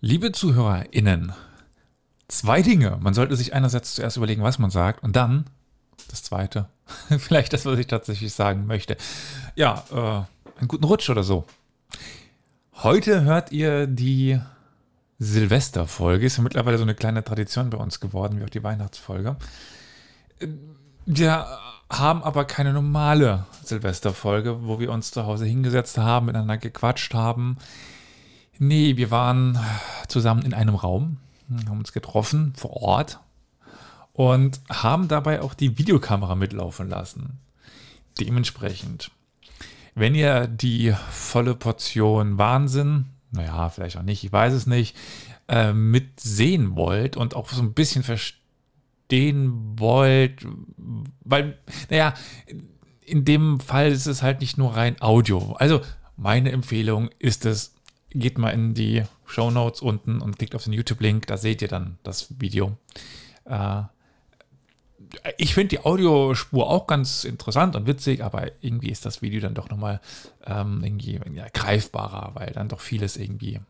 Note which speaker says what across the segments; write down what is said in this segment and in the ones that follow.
Speaker 1: Liebe ZuhörerInnen, zwei Dinge. Man sollte sich einerseits zuerst überlegen, was man sagt, und dann das zweite. Vielleicht das, was ich tatsächlich sagen möchte. Ja, äh, einen guten Rutsch oder so. Heute hört ihr die Silvesterfolge. Ist ja mittlerweile so eine kleine Tradition bei uns geworden, wie auch die Weihnachtsfolge. Wir haben aber keine normale Silvesterfolge, wo wir uns zu Hause hingesetzt haben, miteinander gequatscht haben. Nee, wir waren zusammen in einem Raum, haben uns getroffen vor Ort und haben dabei auch die Videokamera mitlaufen lassen. Dementsprechend, wenn ihr die volle Portion Wahnsinn, naja, vielleicht auch nicht, ich weiß es nicht, äh, mitsehen wollt und auch so ein bisschen verstehen wollt, weil, naja, in dem Fall ist es halt nicht nur rein Audio. Also meine Empfehlung ist es, geht mal in die Show Notes unten und klickt auf den YouTube-Link, da seht ihr dann das Video. Äh, ich finde die Audiospur auch ganz interessant und witzig, aber irgendwie ist das Video dann doch nochmal ähm, irgendwie ja, greifbarer, weil dann doch vieles irgendwie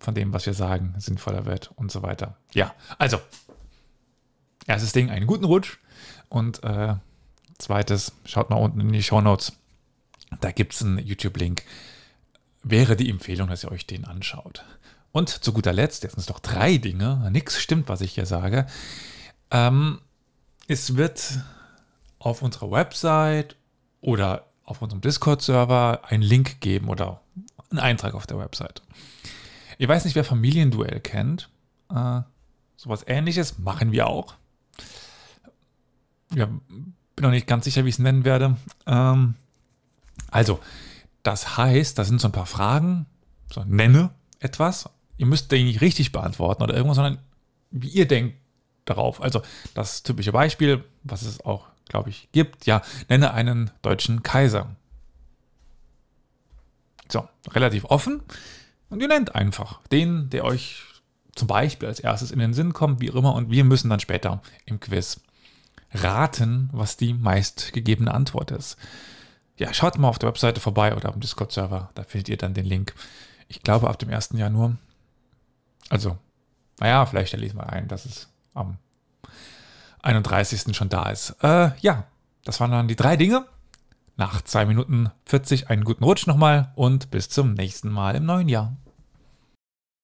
Speaker 1: von dem, was wir sagen, sinnvoller wird und so weiter. Ja, also, erstes Ding, einen guten Rutsch und äh, zweites, schaut mal unten in die Show Notes, da gibt es einen YouTube-Link wäre die Empfehlung, dass ihr euch den anschaut. Und zu guter Letzt, jetzt sind es doch drei Dinge, nichts stimmt, was ich hier sage. Ähm, es wird auf unserer Website oder auf unserem Discord-Server einen Link geben oder einen Eintrag auf der Website. Ich weiß nicht, wer Familienduell kennt. Äh, sowas ähnliches machen wir auch. Ja, bin noch nicht ganz sicher, wie ich es nennen werde. Ähm, also, das heißt, da sind so ein paar Fragen, so nenne etwas. Ihr müsst den nicht richtig beantworten oder irgendwas, sondern wie ihr denkt darauf. Also das typische Beispiel, was es auch, glaube ich, gibt, ja, nenne einen deutschen Kaiser. So, relativ offen. Und ihr nennt einfach den, der euch zum Beispiel als erstes in den Sinn kommt, wie auch immer. Und wir müssen dann später im Quiz raten, was die meistgegebene Antwort ist ja, schaut mal auf der Webseite vorbei oder auf dem Discord-Server, da findet ihr dann den Link. Ich glaube ab dem 1. Januar. Also, naja, vielleicht stelle ich mal ein, dass es am 31. schon da ist. Äh, ja, das waren dann die drei Dinge. Nach 2 Minuten 40 einen guten Rutsch nochmal und bis zum nächsten Mal im neuen Jahr.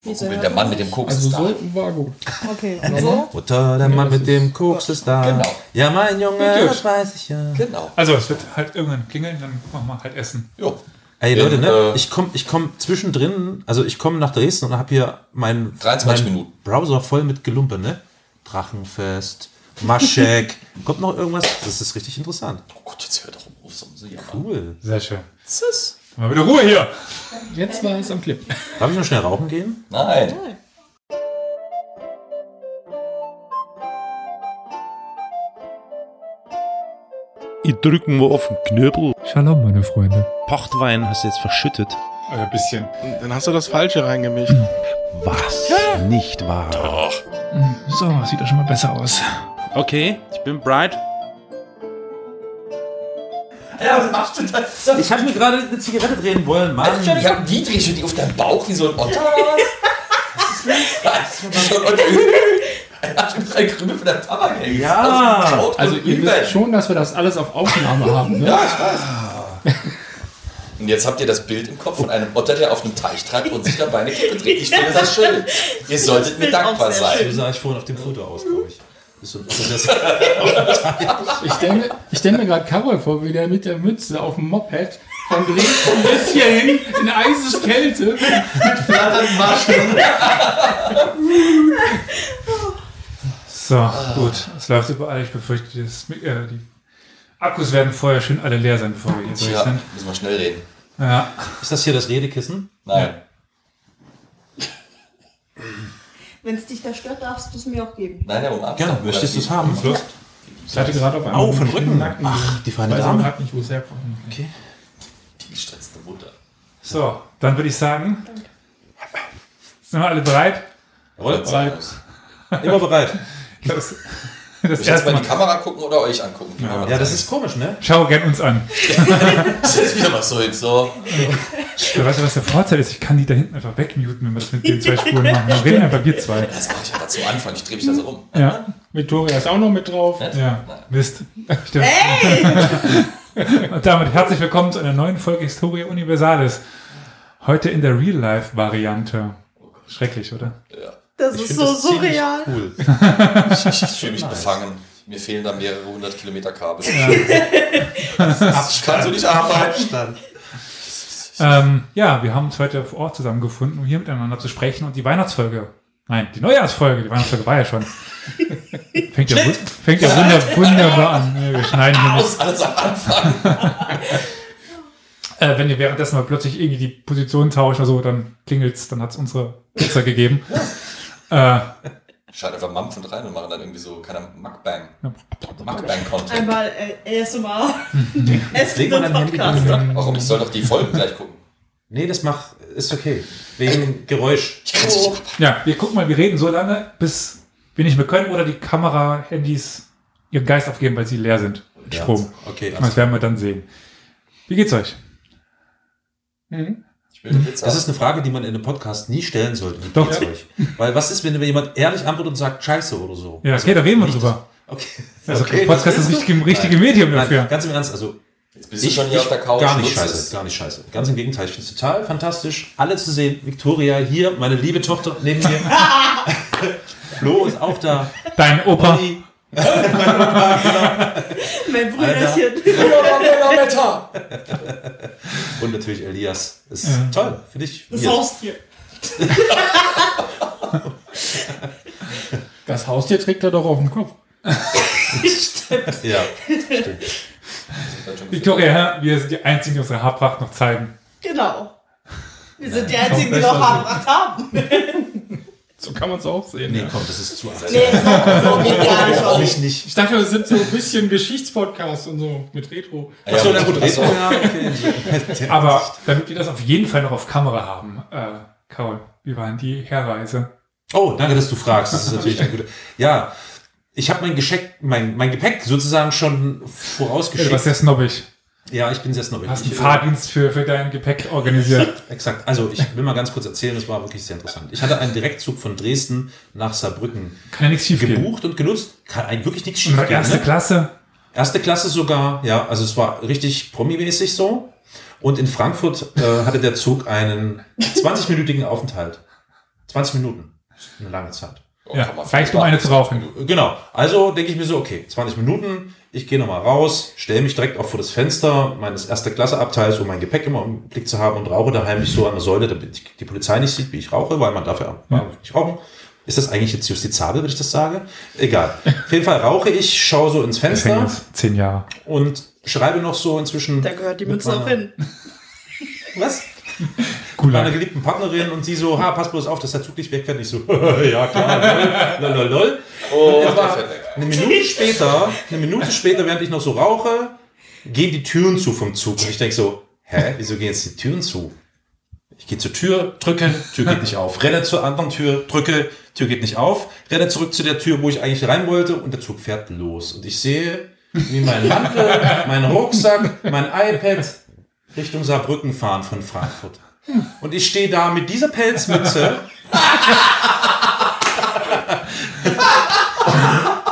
Speaker 2: Der Mann mit dem Koks
Speaker 3: Also
Speaker 2: ist da.
Speaker 3: so war gut.
Speaker 4: Okay, und so?
Speaker 5: Mutter, der Mann mit dem Koks ist da.
Speaker 2: Genau.
Speaker 5: Ja, mein Junge,
Speaker 1: Gut.
Speaker 5: das weiß ich ja.
Speaker 2: Genau.
Speaker 1: Also, es wird halt irgendwann klingeln, dann machen wir halt Essen.
Speaker 2: Jo.
Speaker 5: Ey
Speaker 2: In,
Speaker 5: Leute, ne?
Speaker 2: äh,
Speaker 5: ich komme ich komm zwischendrin, also ich komme nach Dresden und habe hier meinen
Speaker 2: 23
Speaker 5: meinen
Speaker 2: Minuten.
Speaker 5: Browser voll mit Gelumpe, ne? Drachenfest, Maschek. Kommt noch irgendwas? Das ist richtig interessant.
Speaker 2: Oh Gott, jetzt hört doch auf, so ein Jahr.
Speaker 5: Cool.
Speaker 1: Sehr schön. Mal wieder Ruhe hier.
Speaker 3: Jetzt war es am Clip.
Speaker 5: Darf ich noch schnell rauchen gehen?
Speaker 2: Nein.
Speaker 6: Ich drücken wir auf den Knöbel.
Speaker 1: Shalom, meine Freunde.
Speaker 5: Pochtwein hast du jetzt verschüttet.
Speaker 1: Ein bisschen.
Speaker 7: Dann hast du das Falsche reingemischt.
Speaker 6: Was? Nicht wahr.
Speaker 1: Hm, So, sieht doch schon mal besser aus.
Speaker 5: Okay, ich bin bright.
Speaker 2: Ja, was machst du da?
Speaker 5: Ich habe mir gerade eine Zigarette drehen wollen, Mann.
Speaker 2: Also, Ich hab Dietrich schon die auf deinem Bauch wie so ein Otter. Was? Wie so ein Otter. Er hat schon drei Krümel von der Tabak hängen.
Speaker 5: Ja.
Speaker 2: Aus dem Kraut
Speaker 3: Also
Speaker 2: und
Speaker 3: ihr
Speaker 2: Glühwein.
Speaker 3: wisst schon, dass wir das alles auf Aufnahme haben. Ne?
Speaker 2: Und jetzt habt ihr das Bild im Kopf von einem Otter, der auf einem Teich treibt und sich dabei eine Kippe dreht. Ich finde das schön. Ihr solltet mir
Speaker 4: Bild auch
Speaker 2: dankbar
Speaker 4: sehr
Speaker 2: sein.
Speaker 5: So sah ich vorhin auf dem Foto aus, glaube ich. Ist so, das,
Speaker 3: Ich stelle mir, ich stell mir gerade Karol vor, wie der mit der Mütze auf dem Moped von Dresden bis hierhin in Eiseskälte mit flatternden Waschen.
Speaker 1: So, gut. Es läuft überall. Ich befürchte, das, Mi- äh, die Akkus werden vorher schön alle leer sein, bevor wir hier durch
Speaker 2: Tja,
Speaker 1: sind.
Speaker 2: müssen wir schnell reden.
Speaker 1: Ja.
Speaker 5: ist das hier das Redekissen?
Speaker 2: Nein.
Speaker 4: Wenn es dich da stört, darfst du es mir auch geben.
Speaker 2: Nein, der umarmt
Speaker 5: Ja,
Speaker 2: doch nur
Speaker 5: möchtest du
Speaker 2: das
Speaker 5: es haben?
Speaker 3: Ich hatte gerade auf einmal
Speaker 5: Auf den
Speaker 3: einen
Speaker 5: Rücken.
Speaker 3: Nacken.
Speaker 5: Ach, die
Speaker 3: Ich
Speaker 5: feine
Speaker 3: weiß auch
Speaker 5: Dame.
Speaker 3: gerade nicht, wo es herkommt.
Speaker 2: Die gestresste Mutter.
Speaker 1: So, dann würde ich sagen, sind wir alle bereit?
Speaker 5: Jawohl.
Speaker 2: Zeit.
Speaker 5: Immer bereit.
Speaker 1: Ich glaub, es-
Speaker 8: Das
Speaker 2: Soll ich jetzt
Speaker 8: erste
Speaker 2: mal in die
Speaker 8: Mal.
Speaker 2: Kamera gucken oder euch angucken? Die Kamera
Speaker 5: Ja, das
Speaker 2: zeigen.
Speaker 5: ist komisch, ne?
Speaker 8: Schau gern uns an.
Speaker 2: Das ist wieder mal so jetzt so.
Speaker 8: Du weißt du, was der Vorteil ist? Ich kann die da hinten einfach wegmuten, wenn wir es mit den zwei Spuren machen. Dann reden einfach wir zwei.
Speaker 2: Das mache ich aber zum Anfang. Ich drehe mich da so um.
Speaker 8: Ja,
Speaker 3: Victoria ist auch noch mit drauf.
Speaker 8: ja. Mist. Stimmt. Und damit herzlich willkommen zu einer neuen Folge Historia Universalis. Heute in der Real-Life-Variante. Schrecklich, oder?
Speaker 4: Das
Speaker 5: Ich
Speaker 4: ist
Speaker 5: find
Speaker 4: so
Speaker 5: das ziemlich
Speaker 4: surreal.
Speaker 5: Cool.
Speaker 2: Ich, ich fühle mich befangen. Mir fehlen da mehrere hundert Kilometer Kabel. Ich kann so nicht arbeiten.
Speaker 5: Abstand.
Speaker 8: Ähm, ja, wir haben uns heute vor Ort zusammengefunden, um hier miteinander zu sprechen und die Weihnachtsfolge. Nein, die Neujahrsfolge, die Weihnachtsfolge war ja schon. Fängt ja, wu- fängt ja wunder, wunderbar an. Ja, Wir schneiden hier nicht.
Speaker 2: Aus alles am Anfang.
Speaker 8: Äh, wenn wir währenddessen mal plötzlich irgendwie die Position tauschen oder so, dann klingelt's, dann hat's unsere Pizza gegeben. Äh,
Speaker 2: Schalt einfach Mampfend rein und machen dann irgendwie so, keine Ahnung, Mukbang. Mukbang-Content.
Speaker 4: Einmal äh, ASMR.
Speaker 5: Legt man
Speaker 4: Essende
Speaker 5: am Handy
Speaker 4: Podcaster.
Speaker 2: Warum? Ich soll doch die Folgen gleich gucken.
Speaker 5: Nee, das macht, ist okay. Wegen Geräusch.
Speaker 2: Ich kann
Speaker 4: Oh,
Speaker 2: nicht.
Speaker 8: ja, wir gucken mal, wir reden so lange, bis wir nicht mehr können oder die Kamera, Handys ihren Geist aufgeben, weil sie leer sind. Strom.
Speaker 5: Okay,
Speaker 8: Das
Speaker 5: also,
Speaker 8: werden wir dann sehen. Wie geht's euch?
Speaker 2: Ich will eine Pizza.
Speaker 5: das ist eine Frage, die man in einem Podcast nie stellen sollte. Wie
Speaker 8: Doch.
Speaker 5: geht's euch? Weil was ist, wenn jemand ehrlich antwortet und sagt Scheiße oder so?
Speaker 8: Ja, okay, da reden wir
Speaker 5: nicht-
Speaker 8: drüber.
Speaker 5: Okay.
Speaker 8: Also
Speaker 5: Okay,
Speaker 8: Podcast
Speaker 5: das
Speaker 8: ist das
Speaker 5: willst du?
Speaker 8: richtige, richtige Medium
Speaker 5: Nein,
Speaker 8: dafür.
Speaker 5: ganz im Ernst, also
Speaker 2: Jetzt bist du schon hier auf der Couch.
Speaker 5: Gar nicht
Speaker 2: nutzt
Speaker 5: scheiße,
Speaker 2: es.
Speaker 5: gar nicht scheiße. Ganz im Gegenteil, ich finde es total fantastisch, alle zu sehen. Victoria hier, meine liebe Tochter neben mir. Flo ist auch da.
Speaker 8: Dein Opa.
Speaker 5: Olli,
Speaker 4: Mein Brüderchen.
Speaker 5: Und natürlich Elias. Ist toll, finde ich.
Speaker 4: Das
Speaker 5: Mir-
Speaker 4: Haustier.
Speaker 3: Das Haustier trägt er doch auf dem Kopf.
Speaker 4: Stimmt.
Speaker 5: Ja.
Speaker 8: Victoria, wir sind die Einzigen, die unsere Haarpracht noch zeigen.
Speaker 4: Genau. Wir sind die einzigen, die noch Haarpracht haben. Nee,
Speaker 3: So kann man es auch sehen.
Speaker 5: Nee,
Speaker 3: ja.
Speaker 5: komm, das ist zu alt.
Speaker 4: so, so geht gar nicht
Speaker 5: Auch
Speaker 4: aus.
Speaker 5: ich nicht.
Speaker 3: Ich dachte, wir sind so ein bisschen Geschichtspodcast und so mit Retro.
Speaker 2: Ja,
Speaker 5: Achso, na gut,
Speaker 2: Achso.
Speaker 5: Retro, ja, okay.
Speaker 8: Aber damit wir das auf jeden Fall noch auf Kamera haben, äh, Carol, wie war denn die Herreise?
Speaker 5: Oh, danke, dass du fragst. Das ist natürlich eine gute. Ja, ich habe mein Gepäck, mein, mein Gepäck sozusagen schon
Speaker 8: Du warst
Speaker 5: vorausgeschickt.
Speaker 8: sehr snobbig.
Speaker 5: Ja, ich bin sehr snobbig.
Speaker 8: Du hast einen
Speaker 5: Ich- äh,
Speaker 8: Fahrdienst für, für dein Gepäck organisiert.
Speaker 5: Exakt. Also ich will mal ganz kurz erzählen, das war wirklich sehr interessant. Ich hatte einen Direktzug von Dresden nach Saarbrücken
Speaker 8: Kann ja nichts schief gehen.
Speaker 5: gebucht und genutzt. Kann eigentlich wirklich nichts schief
Speaker 8: Und
Speaker 5: gehen.
Speaker 8: erste
Speaker 5: ne?
Speaker 8: Klasse.
Speaker 5: Erste Klasse sogar, ja, also es war richtig promi-mäßig so. Und in Frankfurt äh, hatte der Zug einen 20-minütigen Aufenthalt. 20 Minuten. Eine lange Zeit.
Speaker 2: Oh,
Speaker 8: Ja,
Speaker 2: kann man
Speaker 8: reicht um eine zu rauchen.
Speaker 5: Genau. Also denke ich mir so, okay, 20 Minuten, ich gehe nochmal raus, stelle mich direkt auch vor das Fenster meines erste Klasse Abteils, um mein Gepäck immer im Blick zu haben und rauche da heimlich so an der Säule, damit die Polizei nicht sieht, wie ich rauche, weil man darf ja nicht rauchen. Ist das eigentlich jetzt justizabel, wenn ich das sage? Egal. Auf jeden Fall rauche ich, schaue so ins Fenster
Speaker 8: Gefängnis. Zehn Jahre.
Speaker 5: und schreibe noch so inzwischen.
Speaker 4: Da gehört die
Speaker 5: mit
Speaker 4: Mütze auch
Speaker 5: meiner-
Speaker 4: hin.
Speaker 5: Was? meiner
Speaker 8: Cooler.
Speaker 5: geliebten Partnerin und sie so, ha, pass bloß auf, dass der Zug nicht wegfährt. Ich so, ja klar, lol, lol, lol, lol.
Speaker 2: Oh,
Speaker 5: Er war-
Speaker 2: der fährt weg.
Speaker 5: Eine Minute später, eine Minute später, während ich noch so rauche, gehen die Türen zu vom Zug. Und ich denke so, hä, wieso gehen jetzt die Türen zu? Ich gehe zur Tür, drücke, Tür geht nicht auf. Renne zur anderen Tür, drücke, Tür geht nicht auf. Renne zurück zu der Tür, wo ich eigentlich rein wollte und der Zug fährt los. Und ich sehe, wie mein Mantel, mein Rucksack, mein iPad Richtung Saarbrücken fahren von Frankfurt. Und ich stehe da mit dieser Pelzmütze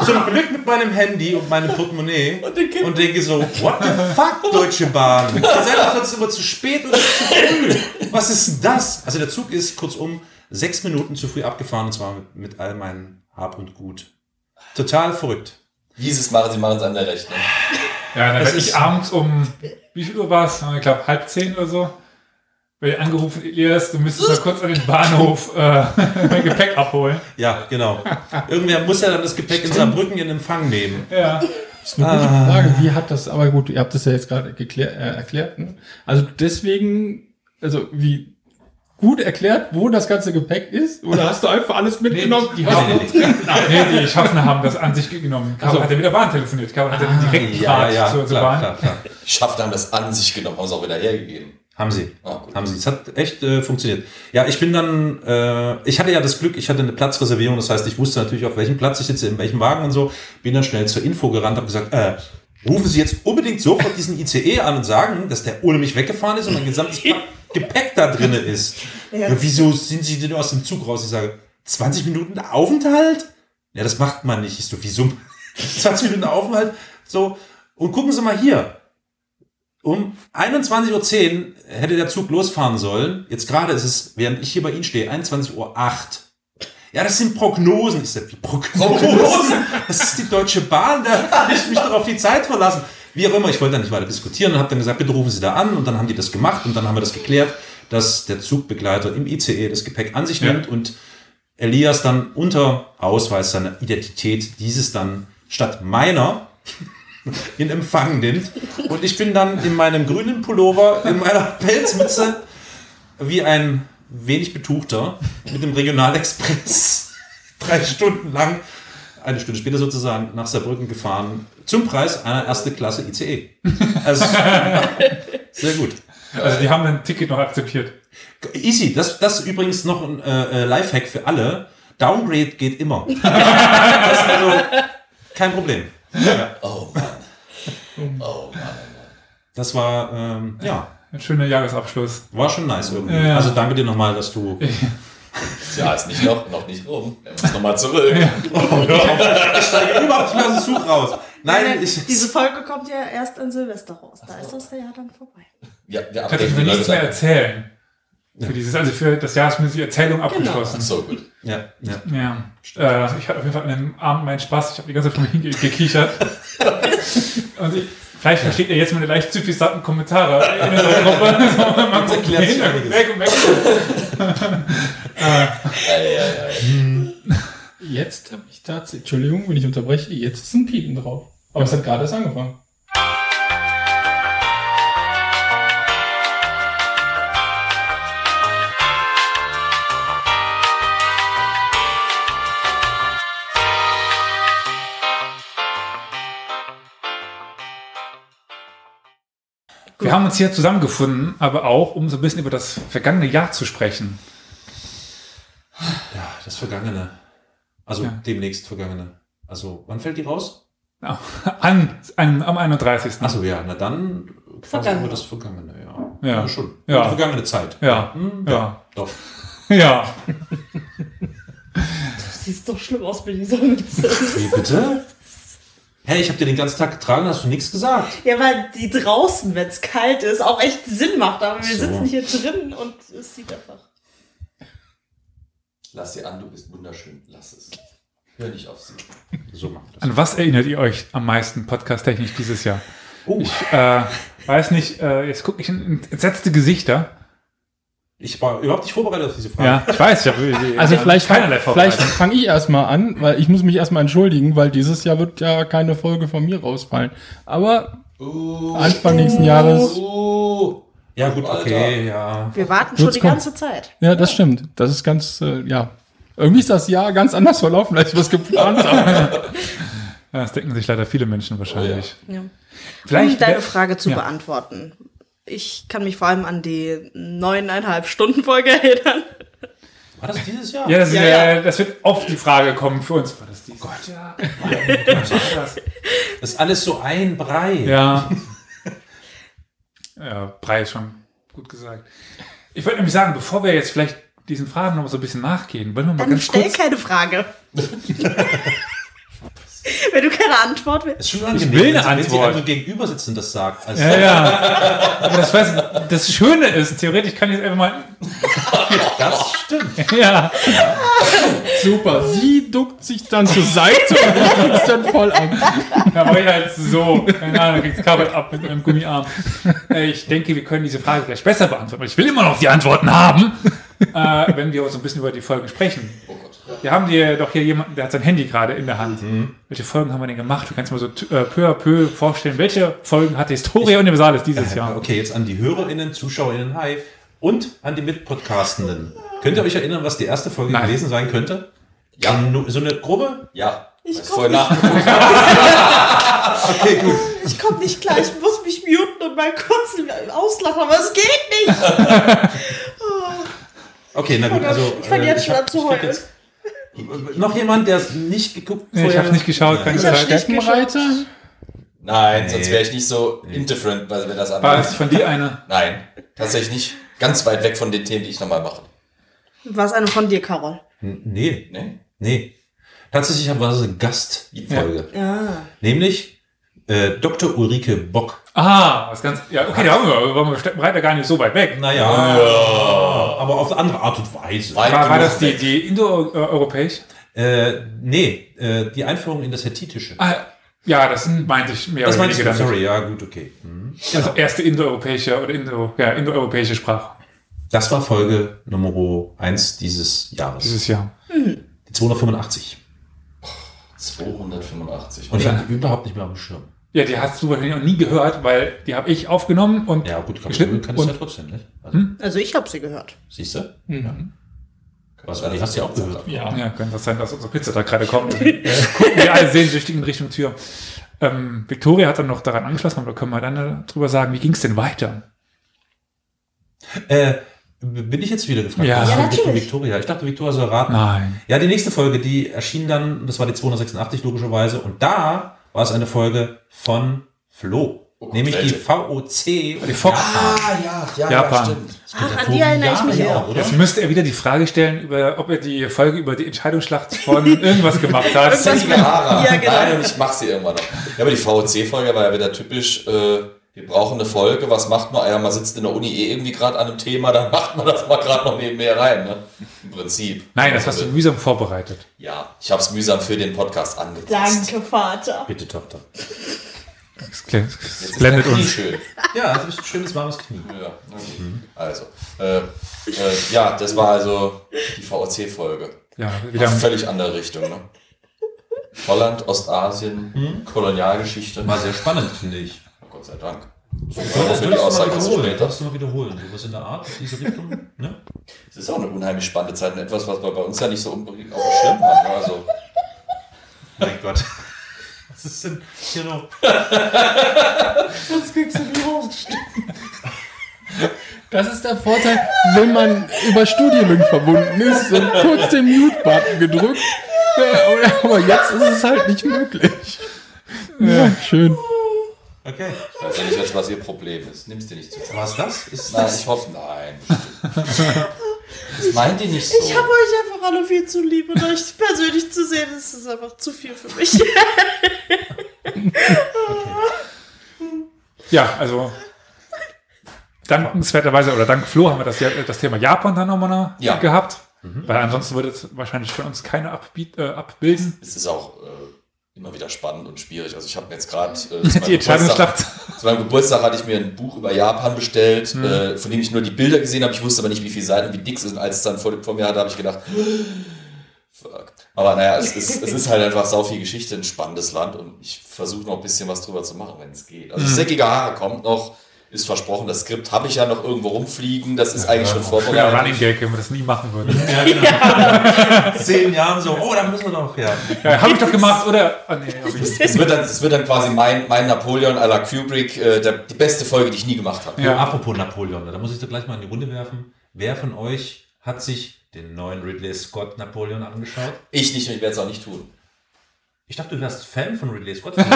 Speaker 5: zum Glück mit meinem Handy und meinem Portemonnaie und denke so, what the fuck, Deutsche Bahn? Seid ihr sonst immer zu spät oder zu früh? Was ist denn das? Also der Zug ist kurzum sechs Minuten zu früh abgefahren und zwar mit, mit all meinem Hab und Gut. Total verrückt.
Speaker 2: Jesus, machen Sie machen es an der Rechnung.
Speaker 8: Ja, dann
Speaker 5: Es
Speaker 8: werde
Speaker 5: ist-
Speaker 8: ich abends um, wie viel Uhr war es? Ich glaube, halb zehn oder so. Werde ich angerufen, Elias, du müsstest mal kurz an den Bahnhof äh, mein Gepäck abholen.
Speaker 5: Ja, genau. Irgendwer muss ja dann das Gepäck in Saarbrücken in Empfang nehmen.
Speaker 8: Ja.
Speaker 3: Das ist eine gute
Speaker 8: Ah.
Speaker 3: Frage. Wie hat das, aber gut, ihr habt das ja jetzt gerade geklär, äh, erklärt. Ne? Also deswegen, also wie gut erklärt, wo das ganze Gepäck ist? Oder hast du einfach alles mitgenommen?
Speaker 8: die haben, nee, die Schaffner haben das an sich genommen. Caro
Speaker 3: Also-
Speaker 8: hat ja mit der Bahn telefoniert. Caro hat ja den direkten Draht zur, zur Bahn.
Speaker 5: Ah, klar.
Speaker 2: Die Schaffner haben das an sich genommen, haben es auch wieder hergegeben.
Speaker 5: Haben sie.
Speaker 2: Ah, gut.
Speaker 5: Haben sie. Es hat echt äh, funktioniert. Ja, ich bin dann, äh, ich hatte ja das Glück, ich hatte eine Platzreservierung, das heißt, ich wusste natürlich, auf welchem Platz ich sitze, in welchem Wagen und so, bin dann schnell zur Info gerannt, habe gesagt, äh, rufen Sie jetzt unbedingt sofort diesen ICE an und sagen, dass der ohne mich weggefahren ist und mein gesamtes Pack Gepäck da drinne ist.
Speaker 4: Ja.
Speaker 5: Ja, wieso sind Sie denn aus dem Zug raus? Ich sage, 20 Minuten Aufenthalt? Ja, das macht man nicht. Ich so, wieso? 20 Minuten Aufenthalt? So, und gucken Sie mal hier. Um 21.10 Uhr hätte der Zug losfahren sollen. Jetzt gerade ist es, während ich hier bei Ihnen stehe, 21.08 Uhr. Ja, das sind Prognosen. Ich sag, wie Prognosen? Das ist die Deutsche Bahn, da kann ich mich doch auf die Zeit verlassen. Wie auch immer, ich wollte da nicht weiter diskutieren und habe dann gesagt, bitte rufen Sie da an. Und dann haben die das gemacht und dann haben wir das geklärt, dass der Zugbegleiter im ICE das Gepäck an sich nimmt und Elias dann unter Ausweis seiner Identität dieses dann statt meiner in Empfang nimmt. Und ich bin dann in meinem grünen Pullover, in meiner Pelzmütze, wie ein wenig betuchter, mit dem Regionalexpress drei Stunden lang, eine Stunde später sozusagen, nach Saarbrücken gefahren, zum Preis einer erste Klasse ICE. Also, sehr gut.
Speaker 8: Also die haben ein Ticket noch akzeptiert.
Speaker 5: Easy, das, das ist übrigens noch ein äh, äh, Lifehack für alle. Downgrade geht immer. das ist also kein Problem.
Speaker 2: Oh Mann. Oh Mann.
Speaker 5: Das war, ähm, ja,
Speaker 8: Ein schöner Jahresabschluss.
Speaker 5: war schon nice irgendwie.
Speaker 8: Ja.
Speaker 5: Also danke dir nochmal, dass du.
Speaker 2: Das Jahr ist nicht noch, noch nicht rum. Er muss nochmal zurück.
Speaker 5: Ich steige überhaupt nicht mehr aus dem Zug raus. Nein, ich.
Speaker 4: Diese Folge kommt ja erst an Silvester raus. Da ist das Jahr dann vorbei.
Speaker 2: Ja, der
Speaker 8: Kann ich mir
Speaker 2: die Leute
Speaker 8: nichts mehr
Speaker 2: sagen.
Speaker 8: erzählen. Für dieses, also für das Jahr ist mir die Erzählung abgeschlossen.
Speaker 2: So gut.
Speaker 5: Ja, ja.
Speaker 8: Ja. Äh, ich hatte auf jeden Fall an dem Abend meinen Spaß. Ich habe die ganze Zeit von mir gekichert. Und ich, vielleicht versteht ihr jetzt meine leicht suffisanten Kommentare in der Gruppe. So, man guckt
Speaker 5: erklärt sich
Speaker 8: hin,
Speaker 5: einiges.
Speaker 8: weg und weg.
Speaker 2: Ei, ei, ei.
Speaker 3: Jetzt habe ich tatsächlich, Entschuldigung, wenn ich unterbreche, jetzt ist ein Piepen drauf. Aber es hat gerade erst angefangen.
Speaker 8: Wir haben uns hier zusammengefunden, aber auch, um so ein bisschen über das vergangene Jahr zu sprechen.
Speaker 5: Ja, das Vergangene. Also
Speaker 8: Ja.
Speaker 5: demnächst Vergangene. Also, wann fällt die raus?
Speaker 8: An, an, am 31.
Speaker 5: Achso, ja, na dann quasi
Speaker 4: Vergangene.
Speaker 5: nur das Vergangene, ja. Also
Speaker 8: Ja.
Speaker 5: schon.
Speaker 8: Ja.
Speaker 5: Die vergangene Zeit.
Speaker 8: Ja.
Speaker 5: Hm,
Speaker 8: Ja.
Speaker 5: Doch.
Speaker 8: Ja.
Speaker 4: Das sieht doch schlimm aus mit dieser Mütze.
Speaker 5: Wie bitte? Hey, ich habe dir den ganzen Tag getragen, hast du nichts gesagt.
Speaker 4: Ja, weil die draußen, wenn es kalt ist, auch echt Sinn macht. Aber wir
Speaker 5: So.
Speaker 4: sitzen hier drin und es sieht einfach.
Speaker 2: Lass sie an, du bist wunderschön. Lass es. Hör nicht auf sie.
Speaker 5: So macht das.
Speaker 8: An was erinnert ihr euch am meisten podcast-technisch dieses Jahr?
Speaker 5: Oh,
Speaker 8: Ich äh, weiß nicht, äh, jetzt gucke ich in in entsetzte Gesichter.
Speaker 5: ich war überhaupt nicht vorbereitet auf diese Frage.
Speaker 8: Ja, ich weiß, ich habe
Speaker 3: Also vielleicht,
Speaker 8: keinerlei
Speaker 3: vielleicht
Speaker 8: Vorbereitung.
Speaker 3: fange ich erstmal an, weil ich muss mich erstmal entschuldigen, weil dieses Jahr wird ja keine Folge von mir rausfallen. Aber
Speaker 2: Uh,
Speaker 3: Anfang nächsten
Speaker 8: Oh.
Speaker 3: Jahres,
Speaker 2: uh.
Speaker 5: Ja, gut,
Speaker 2: Alter.
Speaker 5: okay, ja.
Speaker 4: Wir warten
Speaker 3: schon
Speaker 4: schon
Speaker 3: die
Speaker 4: die
Speaker 3: kommen.
Speaker 4: ganze Zeit. um
Speaker 3: ja, das stimmt. Das ist ganz, äh, ja. Irgendwie ist das Jahr ganz anders verlaufen, als ich das geplant habe.
Speaker 8: Ja, das denken sich leider viele Menschen wahrscheinlich.
Speaker 4: Ja. um
Speaker 8: Vielleicht
Speaker 4: deine
Speaker 8: wär-
Speaker 4: Frage zu
Speaker 8: ja.
Speaker 4: beantworten. Ich kann mich vor allem an die neuneinhalb Stunden Folge erinnern.
Speaker 5: War das dieses Jahr?
Speaker 8: Ja, das, ist,
Speaker 4: Ja,
Speaker 8: äh, das wird oft die Frage kommen für uns. War das dieses Gott. Ja.
Speaker 5: Das ist alles so ein Brei.
Speaker 8: Ja. ja, Brei ist schon gut gesagt. Ich wollte nämlich sagen, bevor wir jetzt vielleicht diesen Fragen noch so ein bisschen nachgehen, wollen wir mal
Speaker 4: Dann
Speaker 8: ganz
Speaker 4: stell
Speaker 8: kurz.
Speaker 4: keine Frage. Wenn du keine Antwort willst.
Speaker 5: Ist schon angenehm,
Speaker 8: will eine
Speaker 5: wenn, sie- wenn sie
Speaker 8: Antwort.
Speaker 5: einem gegenüber sitzt und das sagt. Also,
Speaker 8: Ja, ja. Aber das, weiß, das Schöne ist, theoretisch kann ich jetzt einfach mal.
Speaker 5: Das stimmt.
Speaker 8: Ja.
Speaker 3: Super. Sie duckt sich dann zur Seite und kriegst dann voll ab.
Speaker 8: Da war ich halt so. Keine Ahnung, kriegst Kabel ab mit meinem Gummiarm. Äh, Ich denke, wir können diese Frage vielleicht besser beantworten. weil Ich will immer noch die Antworten haben, äh, wenn wir uns ein bisschen über die Folgen sprechen.
Speaker 2: Oh Gott. Mhm. Ja.
Speaker 8: Wir haben dir doch hier jemanden, der hat sein Handy gerade in der Hand. Welche Folgen haben wir denn gemacht? Du kannst mal so t- äh, peu à peu vorstellen, welche Folgen hat Historia Universalis dieses Jahr?
Speaker 5: äh, Okay, jetzt an die HörerInnen, ZuschauerInnen, hi. Und an die Mitpodcastenden. Könnt ihr euch erinnern, was die erste Folge
Speaker 8: Nein.
Speaker 5: gewesen sein könnte?
Speaker 2: Ja.
Speaker 5: Nur So eine grobe?
Speaker 2: Ja.
Speaker 4: Ich
Speaker 2: Hast
Speaker 4: komm
Speaker 2: vorher nachgeguckt.
Speaker 5: Okay, gut.
Speaker 4: ich komme nicht klar, ich muss mich muten und mal kurz auslachen, aber es geht nicht. Oh,
Speaker 5: Okay, na gut,
Speaker 4: Oder
Speaker 5: also.
Speaker 4: ich fang
Speaker 5: äh,
Speaker 4: jetzt schon
Speaker 5: hab-
Speaker 4: an zu
Speaker 5: ich krieg
Speaker 4: heulen.
Speaker 5: jetzt- äh, Noch jemand, der es nicht geguckt
Speaker 8: Nee, ich
Speaker 5: vorher-
Speaker 8: habe nicht geschaut, keine
Speaker 4: Ich hab's
Speaker 8: Zeit.
Speaker 4: nicht
Speaker 3: Steckenreiter?
Speaker 2: Nein, sonst
Speaker 5: Nee.
Speaker 2: wäre ich nicht so indifferent, weil wir das
Speaker 8: War
Speaker 2: anmachen.
Speaker 8: das von dir eine?
Speaker 2: Nein, tatsächlich nicht. Ganz weit weg von den Themen, die ich nochmal mache.
Speaker 4: War es eine von dir, Carol?
Speaker 5: N- Nee,
Speaker 2: Nee?
Speaker 5: nee. Tatsächlich war es eine Gastfolge.
Speaker 4: Ja.
Speaker 5: Nämlich äh, Dr. Ulrike Bock.
Speaker 8: Ah, was ganz. Ja, okay, da haben wir. Waren wir Steppenreiter gar nicht so weit weg.
Speaker 5: Naja, aber auf eine andere Art und Weise.
Speaker 2: Weit
Speaker 8: War, war
Speaker 2: genug
Speaker 8: das die,
Speaker 2: weg.
Speaker 8: die indoeuropäisch?
Speaker 5: Äh, nee, äh, die Einführung in das Hettitische.
Speaker 8: Ah, ja, das meinte ich mehr
Speaker 5: das
Speaker 8: oder
Speaker 5: meinst
Speaker 8: weniger
Speaker 5: du,
Speaker 8: damit.
Speaker 5: sorry, ja, gut, okay. Mhm.
Speaker 8: Also erste indoeuropäische oder indo, ja, indoeuropäische Sprache
Speaker 5: Das war Folge Nummer 1 dieses Jahres.
Speaker 8: dieses Jahr.
Speaker 5: die 285.
Speaker 2: 285.
Speaker 5: Und ich
Speaker 8: Ja.
Speaker 5: habe überhaupt nicht mehr am Schirm.
Speaker 8: Ja, die hast du wahrscheinlich noch nie gehört, weil die habe ich aufgenommen und
Speaker 5: Ja, gut, kann
Speaker 8: geschnitten.
Speaker 5: kann es ja
Speaker 8: und,
Speaker 5: trotzdem, ne? Also,
Speaker 8: Hm?
Speaker 4: Also ich habe sie gehört.
Speaker 5: Siehst du?
Speaker 8: Mhm.
Speaker 5: Was, die hast du ja auch gehört.
Speaker 8: ja. kann das sein, dass unsere Pizza da gerade kommt. Gucken wir alle sehnsüchtig in Richtung Tür. Ähm, Victoria hat dann noch daran angeschlossen, aber da können wir dann drüber sagen, wie ging es denn weiter?
Speaker 5: Äh, bin ich jetzt wieder gefragt?
Speaker 8: Ja.
Speaker 5: Das ist
Speaker 8: Ja,
Speaker 5: wirklich von
Speaker 4: natürlich.
Speaker 5: Victoria. Ich dachte, Victoria soll raten.
Speaker 8: Nein.
Speaker 5: Ja, die nächste Folge, die erschien dann, das war die 286 logischerweise, und da war es eine Folge von Flo.
Speaker 2: Oh,
Speaker 5: nämlich die
Speaker 2: welche?
Speaker 5: VOC.
Speaker 8: Die Fox.
Speaker 2: Ah, ja, ja,
Speaker 8: Japan.
Speaker 2: ja, stimmt.
Speaker 4: Ach, an die erinnere ich mich auch.
Speaker 5: oder?
Speaker 8: Jetzt müsste er wieder die Frage stellen, über, ob er die Folge über die Entscheidungsschlacht von irgendwas gemacht hat.
Speaker 4: Irgendwas
Speaker 2: Sammy Gahara.
Speaker 4: Ja, genau.
Speaker 2: Nein, und ich mache sie irgendwann noch. Ja, aber die VOC-Folge war ja wieder typisch, äh, wir brauchen eine Folge, was macht man? Ah Ja, man sitzt in der Uni eh irgendwie gerade an einem Thema, dann macht man das mal gerade noch nebenher rein, ne? Im Prinzip.
Speaker 8: Nein, das hast du
Speaker 2: Also,
Speaker 8: mühsam vorbereitet.
Speaker 2: Ja, ich habe es mühsam für den Podcast angepasst.
Speaker 4: Vater.
Speaker 5: Bitte, Tochter.
Speaker 8: Das, klingt- das
Speaker 2: Jetzt ist
Speaker 8: blendet
Speaker 2: mein Knie
Speaker 8: uns.
Speaker 2: Schön.
Speaker 5: Ja, das ist ein schönes, warmes Knie.
Speaker 2: Ja, okay. Also, äh, äh, ja, das war also die VOC-Folge.
Speaker 8: Ja, wieder
Speaker 2: Wieder völlig andere Richtung, ne? Holland, Ostasien,
Speaker 8: Hm?
Speaker 2: Kolonialgeschichte.
Speaker 5: War sehr spannend, finde ich.
Speaker 2: Gott sei Dank. So, ja, für die Aussage hast du später.
Speaker 5: Darfst du mal wiederholen? Sowas in der Art, diese Richtung? Ne?
Speaker 2: Es ist auch eine unheimlich spannende Zeit und etwas, was wir bei uns ja nicht so unbedingt auf dem Schirm haben. ne? Also,
Speaker 5: Mein Gott. Was ist denn hier noch?
Speaker 3: Das ist der Vorteil, wenn man über Studiolink verbunden ist und kurz den Mute-Button gedrückt. Ja, aber jetzt ist es halt nicht möglich. Ja, schön.
Speaker 5: Okay.
Speaker 2: ich weiß ja nicht, jetzt, was ihr Problem ist. Nimm's dir nicht zu.
Speaker 5: War es das? Ist
Speaker 2: Nein, ich hoffe, nein. Das meint ihr nicht so.
Speaker 4: Ich habe euch einfach alle viel zu lieb und euch persönlich zu sehen, das ist einfach zu viel für mich.
Speaker 8: Ja, also dankenswerterweise oder dank Flo haben wir das, äh, das Thema Japan dann nochmal noch
Speaker 2: Ja.
Speaker 8: gehabt. Weil ansonsten würde es wahrscheinlich von uns keiner abbiet, äh, abbilden.
Speaker 2: es ist auch äh, immer wieder spannend und schwierig. Also ich habe mir jetzt gerade äh, zu meinem
Speaker 8: Die Entscheidungsschlacht.
Speaker 2: Geburtstag- zu meinem Geburtstag hatte ich mir ein Buch über Japan bestellt, äh, von dem ich nur die Bilder gesehen habe. Ich wusste aber nicht, wie viele Seiten, wie dick es ist. Und als es dann vor, vor mir hatte, habe ich gedacht, fuck. Aber naja, es ist, es ist halt einfach sau viel Geschichte, ein spannendes Land und ich versuche noch ein bisschen was drüber zu machen, wenn es geht. Also säckige Haare kommt noch, ist versprochen. Das Skript habe ich ja noch irgendwo rumfliegen. Das ist eigentlich schon
Speaker 8: Ja,
Speaker 2: vorbereitet.
Speaker 8: Running Gag, wenn wir das nie machen würden.
Speaker 5: zehn Jahren so, oh, da müssen wir doch, ja.
Speaker 8: Ja, habe ich doch gemacht, oder? Ah, nee, hab ich nicht.
Speaker 2: Es wird, dann, es wird dann quasi mein, mein Napoleon à la Kubrick, äh, der, die beste Folge, die ich nie gemacht habe.
Speaker 8: Ja.
Speaker 5: Apropos Napoleon, da muss ich doch gleich mal in die Runde werfen. Wer von euch hat sich den neuen Ridley Scott Napoleon angeschaut?
Speaker 2: Ich nicht und ich werde es auch nicht tun.
Speaker 5: Ich dachte, du wärst Fan von Ridley Scott.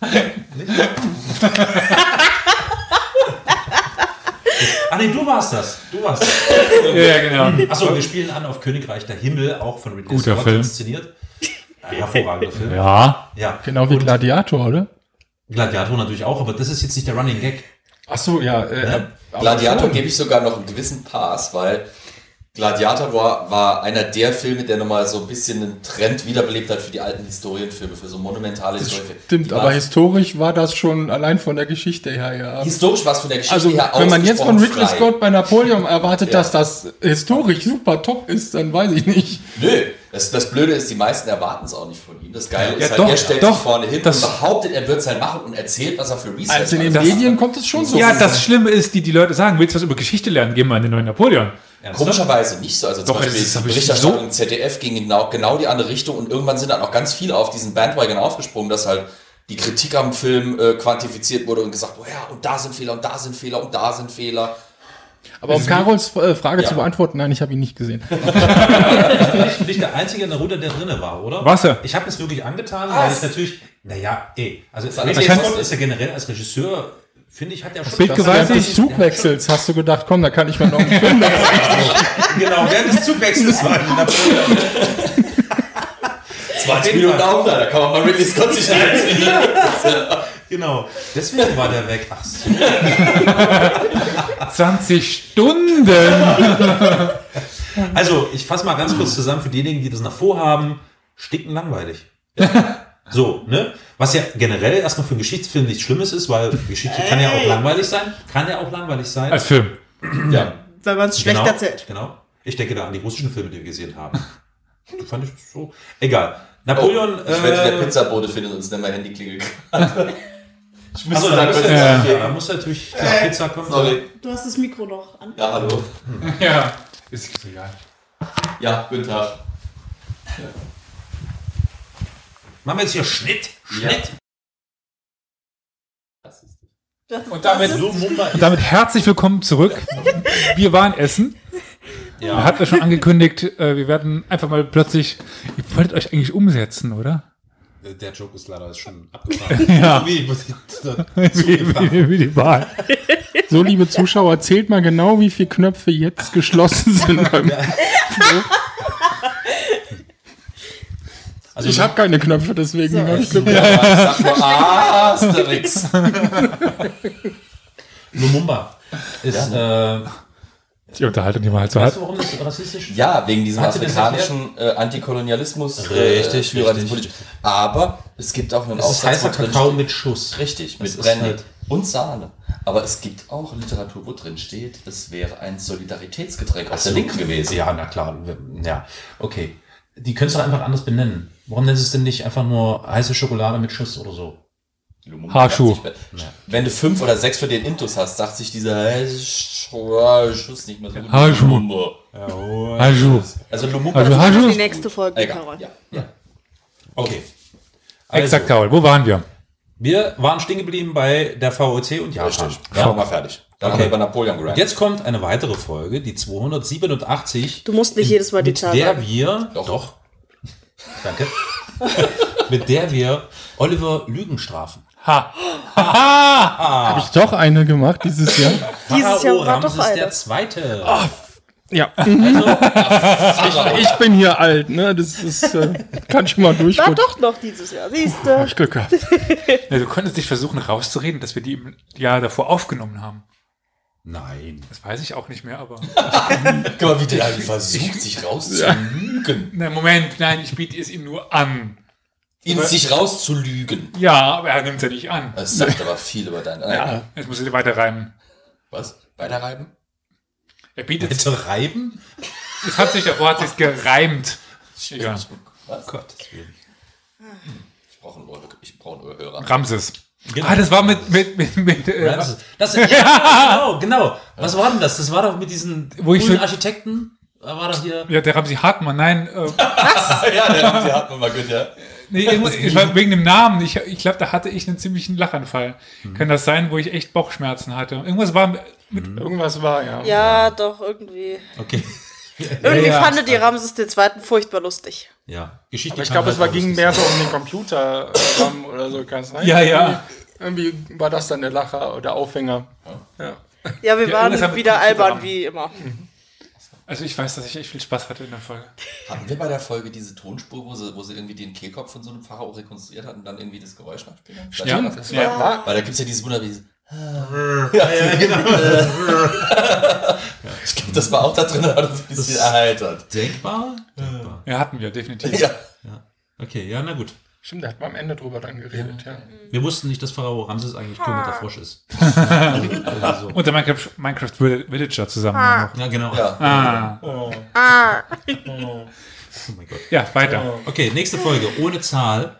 Speaker 5: Ah, Nicht? ah nee, du warst das. Du warst das.
Speaker 8: Ja, genau.
Speaker 5: Achso, wir spielen an auf Königreich der Himmel, auch von Ridley
Speaker 8: Guter
Speaker 5: Scott
Speaker 8: Film.
Speaker 5: inszeniert. Ein hervorragender Film. Ja.
Speaker 8: Ja.
Speaker 3: Genau wie Gladiator, oder?
Speaker 5: Gladiator natürlich auch, aber das ist jetzt nicht der Running Gag.
Speaker 3: Ach so, ja. Äh, aber
Speaker 2: Gladiator
Speaker 3: schon.
Speaker 2: gebe ich sogar noch einen gewissen Pass, weil Gladiator war, war einer der Filme, der nochmal so ein bisschen einen Trend wiederbelebt hat für die alten Historienfilme, für so monumentale Historienfilme.
Speaker 3: Stimmt,
Speaker 2: Die waren-
Speaker 3: aber historisch war das schon allein von der Geschichte her, ja.
Speaker 2: historisch war es von der Geschichte
Speaker 3: Also,
Speaker 2: her
Speaker 3: wenn man jetzt von
Speaker 2: ausgesprochen
Speaker 3: Ridley
Speaker 2: frei.
Speaker 3: Scott bei Napoleon erwartet,
Speaker 2: Ja.
Speaker 3: dass das historisch super top ist, dann weiß ich nicht.
Speaker 2: Nö, das, das Blöde ist, die meisten erwarten es auch nicht von ihm. Das Geile
Speaker 8: Ja,
Speaker 2: ist halt,
Speaker 8: doch,
Speaker 2: er stellt
Speaker 8: doch,
Speaker 2: sich vorne hin
Speaker 8: das-
Speaker 2: und behauptet, er wird es halt machen und erzählt, was er für Research
Speaker 3: Also in
Speaker 2: macht.
Speaker 3: den
Speaker 2: Das-
Speaker 3: Medien kommt es schon so.
Speaker 8: Ja, das Schlimme ist, die, die Leute sagen, willst du was über Geschichte lernen? Geh mal in den neuen Napoleon.
Speaker 2: Komischerweise nicht so. Also zum
Speaker 8: Doch, das
Speaker 2: Beispiel
Speaker 8: ist-
Speaker 2: die
Speaker 8: hab ich
Speaker 2: Berichterstattung im ZDF ging genau, genau die andere Richtung und irgendwann sind dann auch ganz viele auf diesen Bandwagon aufgesprungen, dass halt die Kritik am Film äh, quantifiziert wurde und gesagt, oh ja, und da sind Fehler und da sind Fehler und da sind Fehler.
Speaker 3: Aber um Carols äh, Frage
Speaker 2: Ja.
Speaker 3: zu beantworten, nein, ich habe ihn nicht gesehen.
Speaker 5: Ich bin der Einzige in der Runde, der drinne war, oder?
Speaker 8: Was ja?
Speaker 5: Ich habe es wirklich angetan,
Speaker 2: Was?
Speaker 5: weil ich natürlich, naja, ey, also
Speaker 2: hat
Speaker 5: Ridley
Speaker 2: alles-
Speaker 5: Scott ist ja generell als Regisseur, finde ich, hat er schon
Speaker 8: Bildgewalt-
Speaker 5: das-
Speaker 8: Weiß
Speaker 3: Während
Speaker 8: ich-
Speaker 3: des Zugwechsels hast du gedacht, komm, da kann ich mir noch einen Film wechseln.
Speaker 5: Genau, während des Zugwechsels war ich in Napoleon.
Speaker 2: 20 Minuten da unter, da kann man mal Ridley Scott sich reinziehen.
Speaker 5: Genau, deswegen war der weg. Ach so.
Speaker 8: 20 Stunden!
Speaker 5: Also, ich fasse mal ganz kurz zusammen für diejenigen, die das noch vorhaben. Sticken langweilig. So, ne? Was ja generell erstmal für einen Geschichtsfilm nichts Schlimmes ist, weil Geschichte kann ja auch langweilig sein. Kann ja auch langweilig sein.
Speaker 8: Als Film.
Speaker 2: ja.
Speaker 4: Weil man es schlecht
Speaker 5: genau,
Speaker 4: erzählt.
Speaker 5: Genau. Ich denke da an die russischen Filme, die wir gesehen haben. Die fand ich so. Egal. Napoleon.
Speaker 2: Oh, ich wette, der
Speaker 5: äh,
Speaker 2: Pizzabote findet uns nicht mehr Handyklingel. ich
Speaker 5: Achso,
Speaker 2: müsste
Speaker 5: da
Speaker 2: da
Speaker 5: muss
Speaker 2: kurz
Speaker 5: ja.
Speaker 2: ja.
Speaker 5: da muss natürlich klar,
Speaker 8: Äh.
Speaker 5: Pizza kommen.
Speaker 2: Sorry.
Speaker 4: Du hast das Mikro noch an.
Speaker 2: Ja, hallo.
Speaker 8: Ja. Ist so egal.
Speaker 2: Ja, guten Tag.
Speaker 5: Machen wir jetzt hier Schnitt. Schnitt.
Speaker 4: Das,
Speaker 8: Und damit
Speaker 4: das ist,
Speaker 5: So Mumba
Speaker 8: Und damit herzlich willkommen zurück. Wir waren essen.
Speaker 5: Ja.
Speaker 8: Er hat ja schon angekündigt, äh, wir werden einfach mal plötzlich. Ihr wolltet euch eigentlich umsetzen, oder?
Speaker 5: Äh, Der Joke ist leider schon abgefahren.
Speaker 8: Ja.
Speaker 5: So wie- was ich da
Speaker 8: Wie,
Speaker 5: zugefragt habe.
Speaker 8: wie, wie die Wahl.
Speaker 3: So, liebe Zuschauer, zählt mal genau, wie viele Knöpfe jetzt geschlossen sind. Beim
Speaker 5: Also
Speaker 3: ich habe keine Knöpfe, deswegen habe ich Glück.
Speaker 2: Ja, ich sag nur Asterix.
Speaker 5: Lumumba ist. Äh,
Speaker 8: Die Unterhaltung, die man halt so
Speaker 5: weißt du,
Speaker 8: hat.
Speaker 5: warum das rassistisch ist?
Speaker 2: Ja, wegen diesem
Speaker 5: Hast du das
Speaker 2: afrikanischen äh, Antikolonialismus. äh,
Speaker 5: Richtig,
Speaker 2: Führer des
Speaker 5: richtig.
Speaker 2: Politik. Aber es gibt auch einen
Speaker 5: Das ist heißer
Speaker 2: wo drin
Speaker 5: Kakao
Speaker 2: steht-
Speaker 5: mit Schuss.
Speaker 2: Richtig,
Speaker 5: ist
Speaker 2: mit Brandy
Speaker 5: halt-
Speaker 2: und Sahne. Aber es gibt auch Literatur, wo drin steht, es wäre ein Solidaritätsgetränk aus der Linken gewesen.
Speaker 5: Ja, na klar. Ja, okay. Die können es doch einfach anders benennen. Warum nennst du es denn nicht einfach nur heiße Schokolade mit Schuss oder so?
Speaker 2: Lumumba
Speaker 8: Haarschuh.
Speaker 2: sagt sich, Wenn du fünf oder sechs für den Intus hast, sagt sich dieser äh, Sch- Schuss nicht mehr so gut.
Speaker 8: Haarschuh.
Speaker 2: Lumumba.
Speaker 8: Also,
Speaker 2: Also Lumumba.
Speaker 8: also,
Speaker 2: ist-
Speaker 4: das ist
Speaker 8: also
Speaker 4: die nächste Folge,
Speaker 2: Egal.
Speaker 4: Carol.
Speaker 2: Ja, ja.
Speaker 5: Okay. Also,
Speaker 8: exakt, Paul. Wo waren wir?
Speaker 5: Wir waren stehen geblieben bei der VOC und Japan.
Speaker 2: Richtig. Dann machen wir fertig. Dann
Speaker 5: Okay.
Speaker 2: haben wir über Napoleon gerannt.
Speaker 5: Jetzt kommt eine weitere Folge, die 287.
Speaker 4: Du musst nicht jedes Mal die
Speaker 5: mit
Speaker 4: Zahl
Speaker 5: der
Speaker 4: sagen.
Speaker 5: wir
Speaker 2: Doch.
Speaker 5: doch, danke mit der wir Oliver Lügen strafen.
Speaker 3: Habe ich doch eine gemacht dieses Jahr.
Speaker 4: Dieses Jahr war doch
Speaker 5: Ramses der
Speaker 4: eine.
Speaker 5: Zweite.
Speaker 3: Ja,
Speaker 2: Pharao.
Speaker 3: ich bin hier alt, ne? Das ist, äh, kann schon mal
Speaker 4: War
Speaker 3: durchgehen.
Speaker 4: doch noch dieses Jahr, siehst du.
Speaker 3: ich Glück gehabt.
Speaker 8: Ja, du konntest dich versuchen rauszureden, dass wir die im Jahr davor aufgenommen haben.
Speaker 5: Nein.
Speaker 8: Das weiß ich auch nicht mehr, aber.
Speaker 2: Guck mal, wie der halt versucht, sich rauszulügen.
Speaker 8: Na, Moment, nein, ich biete es ihm nur an.
Speaker 2: Ihn sich rauszulügen.
Speaker 8: Ja, aber er nimmt es ja nicht an.
Speaker 2: Das sagt aber viel über deinen. Ja.
Speaker 8: Jetzt muss ich weiter reimen.
Speaker 2: Was? Weiterreiben?
Speaker 8: Er bietet es.
Speaker 5: Bitte reiben?
Speaker 8: Es hat sich davor hat sich gereimt. Ja.
Speaker 2: Was? Hm.
Speaker 5: Gott.
Speaker 2: Ich brauche einen Ohr- ich brauche einen Ohrhörer.
Speaker 8: Ramses.
Speaker 5: Genau.
Speaker 8: Ah, das war mit, mit, mit, mit äh,
Speaker 5: Das, das, ja, genau, genau. Was war denn das? Das war doch mit diesen
Speaker 8: Wo ich
Speaker 5: coolen
Speaker 8: so-
Speaker 5: Architekten. Da war doch hier.
Speaker 8: ja, der Ramsi Hartmann, nein, äh,
Speaker 2: ja, der hat, der hat mir mal gut, ja.
Speaker 8: nee, irgendwas- ich war wegen dem Namen. Ich, ich glaube, da hatte ich einen ziemlichen Lachanfall. Kann das sein, wo ich echt Bauchschmerzen hatte? Irgendwas war mit,
Speaker 3: Irgendwas war, ja.
Speaker 4: Ja, doch, irgendwie.
Speaker 5: Okay.
Speaker 4: Irgendwie
Speaker 8: ja.
Speaker 4: fandet ihr Ramses II. furchtbar lustig.
Speaker 5: Ja. Geschichte.
Speaker 3: Aber ich
Speaker 5: kann
Speaker 3: glaube,
Speaker 5: halt
Speaker 3: es war
Speaker 5: auch
Speaker 3: ging
Speaker 5: lustig
Speaker 3: mehr
Speaker 5: sein.
Speaker 3: so um den Computer äh, RAM oder so, kann es sein?
Speaker 8: Ja, ja.
Speaker 3: Irgendwie irgendwie war das dann der Lacher oder Aufhänger.
Speaker 4: Ja, wir
Speaker 8: Ja, irgendwas haben
Speaker 4: waren
Speaker 8: wir
Speaker 4: wieder
Speaker 8: gemacht,
Speaker 4: albern,
Speaker 8: zusammen.
Speaker 4: wie immer.
Speaker 8: Also ich weiß, dass ich echt viel Spaß hatte in der Folge.
Speaker 2: Haben wir bei der Folge diese Tonspur, wo sie, wo sie irgendwie den Kehlkopf von so einem Pfarrer auch rekonstruiert hat und dann irgendwie das Geräusch nachspielen? haben?
Speaker 8: Ja,
Speaker 2: Vielleicht war das-
Speaker 8: ja.
Speaker 3: War,
Speaker 2: Weil da gibt es ja dieses wunderbare. Ich glaube, das war auch da drin, hat uns ein bisschen erheitert.
Speaker 5: Denkbar? Denkbar.
Speaker 8: ja, hatten wir definitiv.
Speaker 2: Ja.
Speaker 5: Okay, ja, na gut.
Speaker 3: stimmt, da hat man am Ende drüber dann geredet, ja.
Speaker 5: Wir wussten nicht, dass Pharao Ramses eigentlich König der Frosch ist. also,
Speaker 8: Und der Minecraft, Minecraft Vill- Villager zusammen. Ah.
Speaker 5: ja, genau.
Speaker 2: Ja.
Speaker 8: Ah.
Speaker 5: Oh mein Gott.
Speaker 8: Ja, weiter.
Speaker 5: Okay, nächste Folge. Ohne Zahl.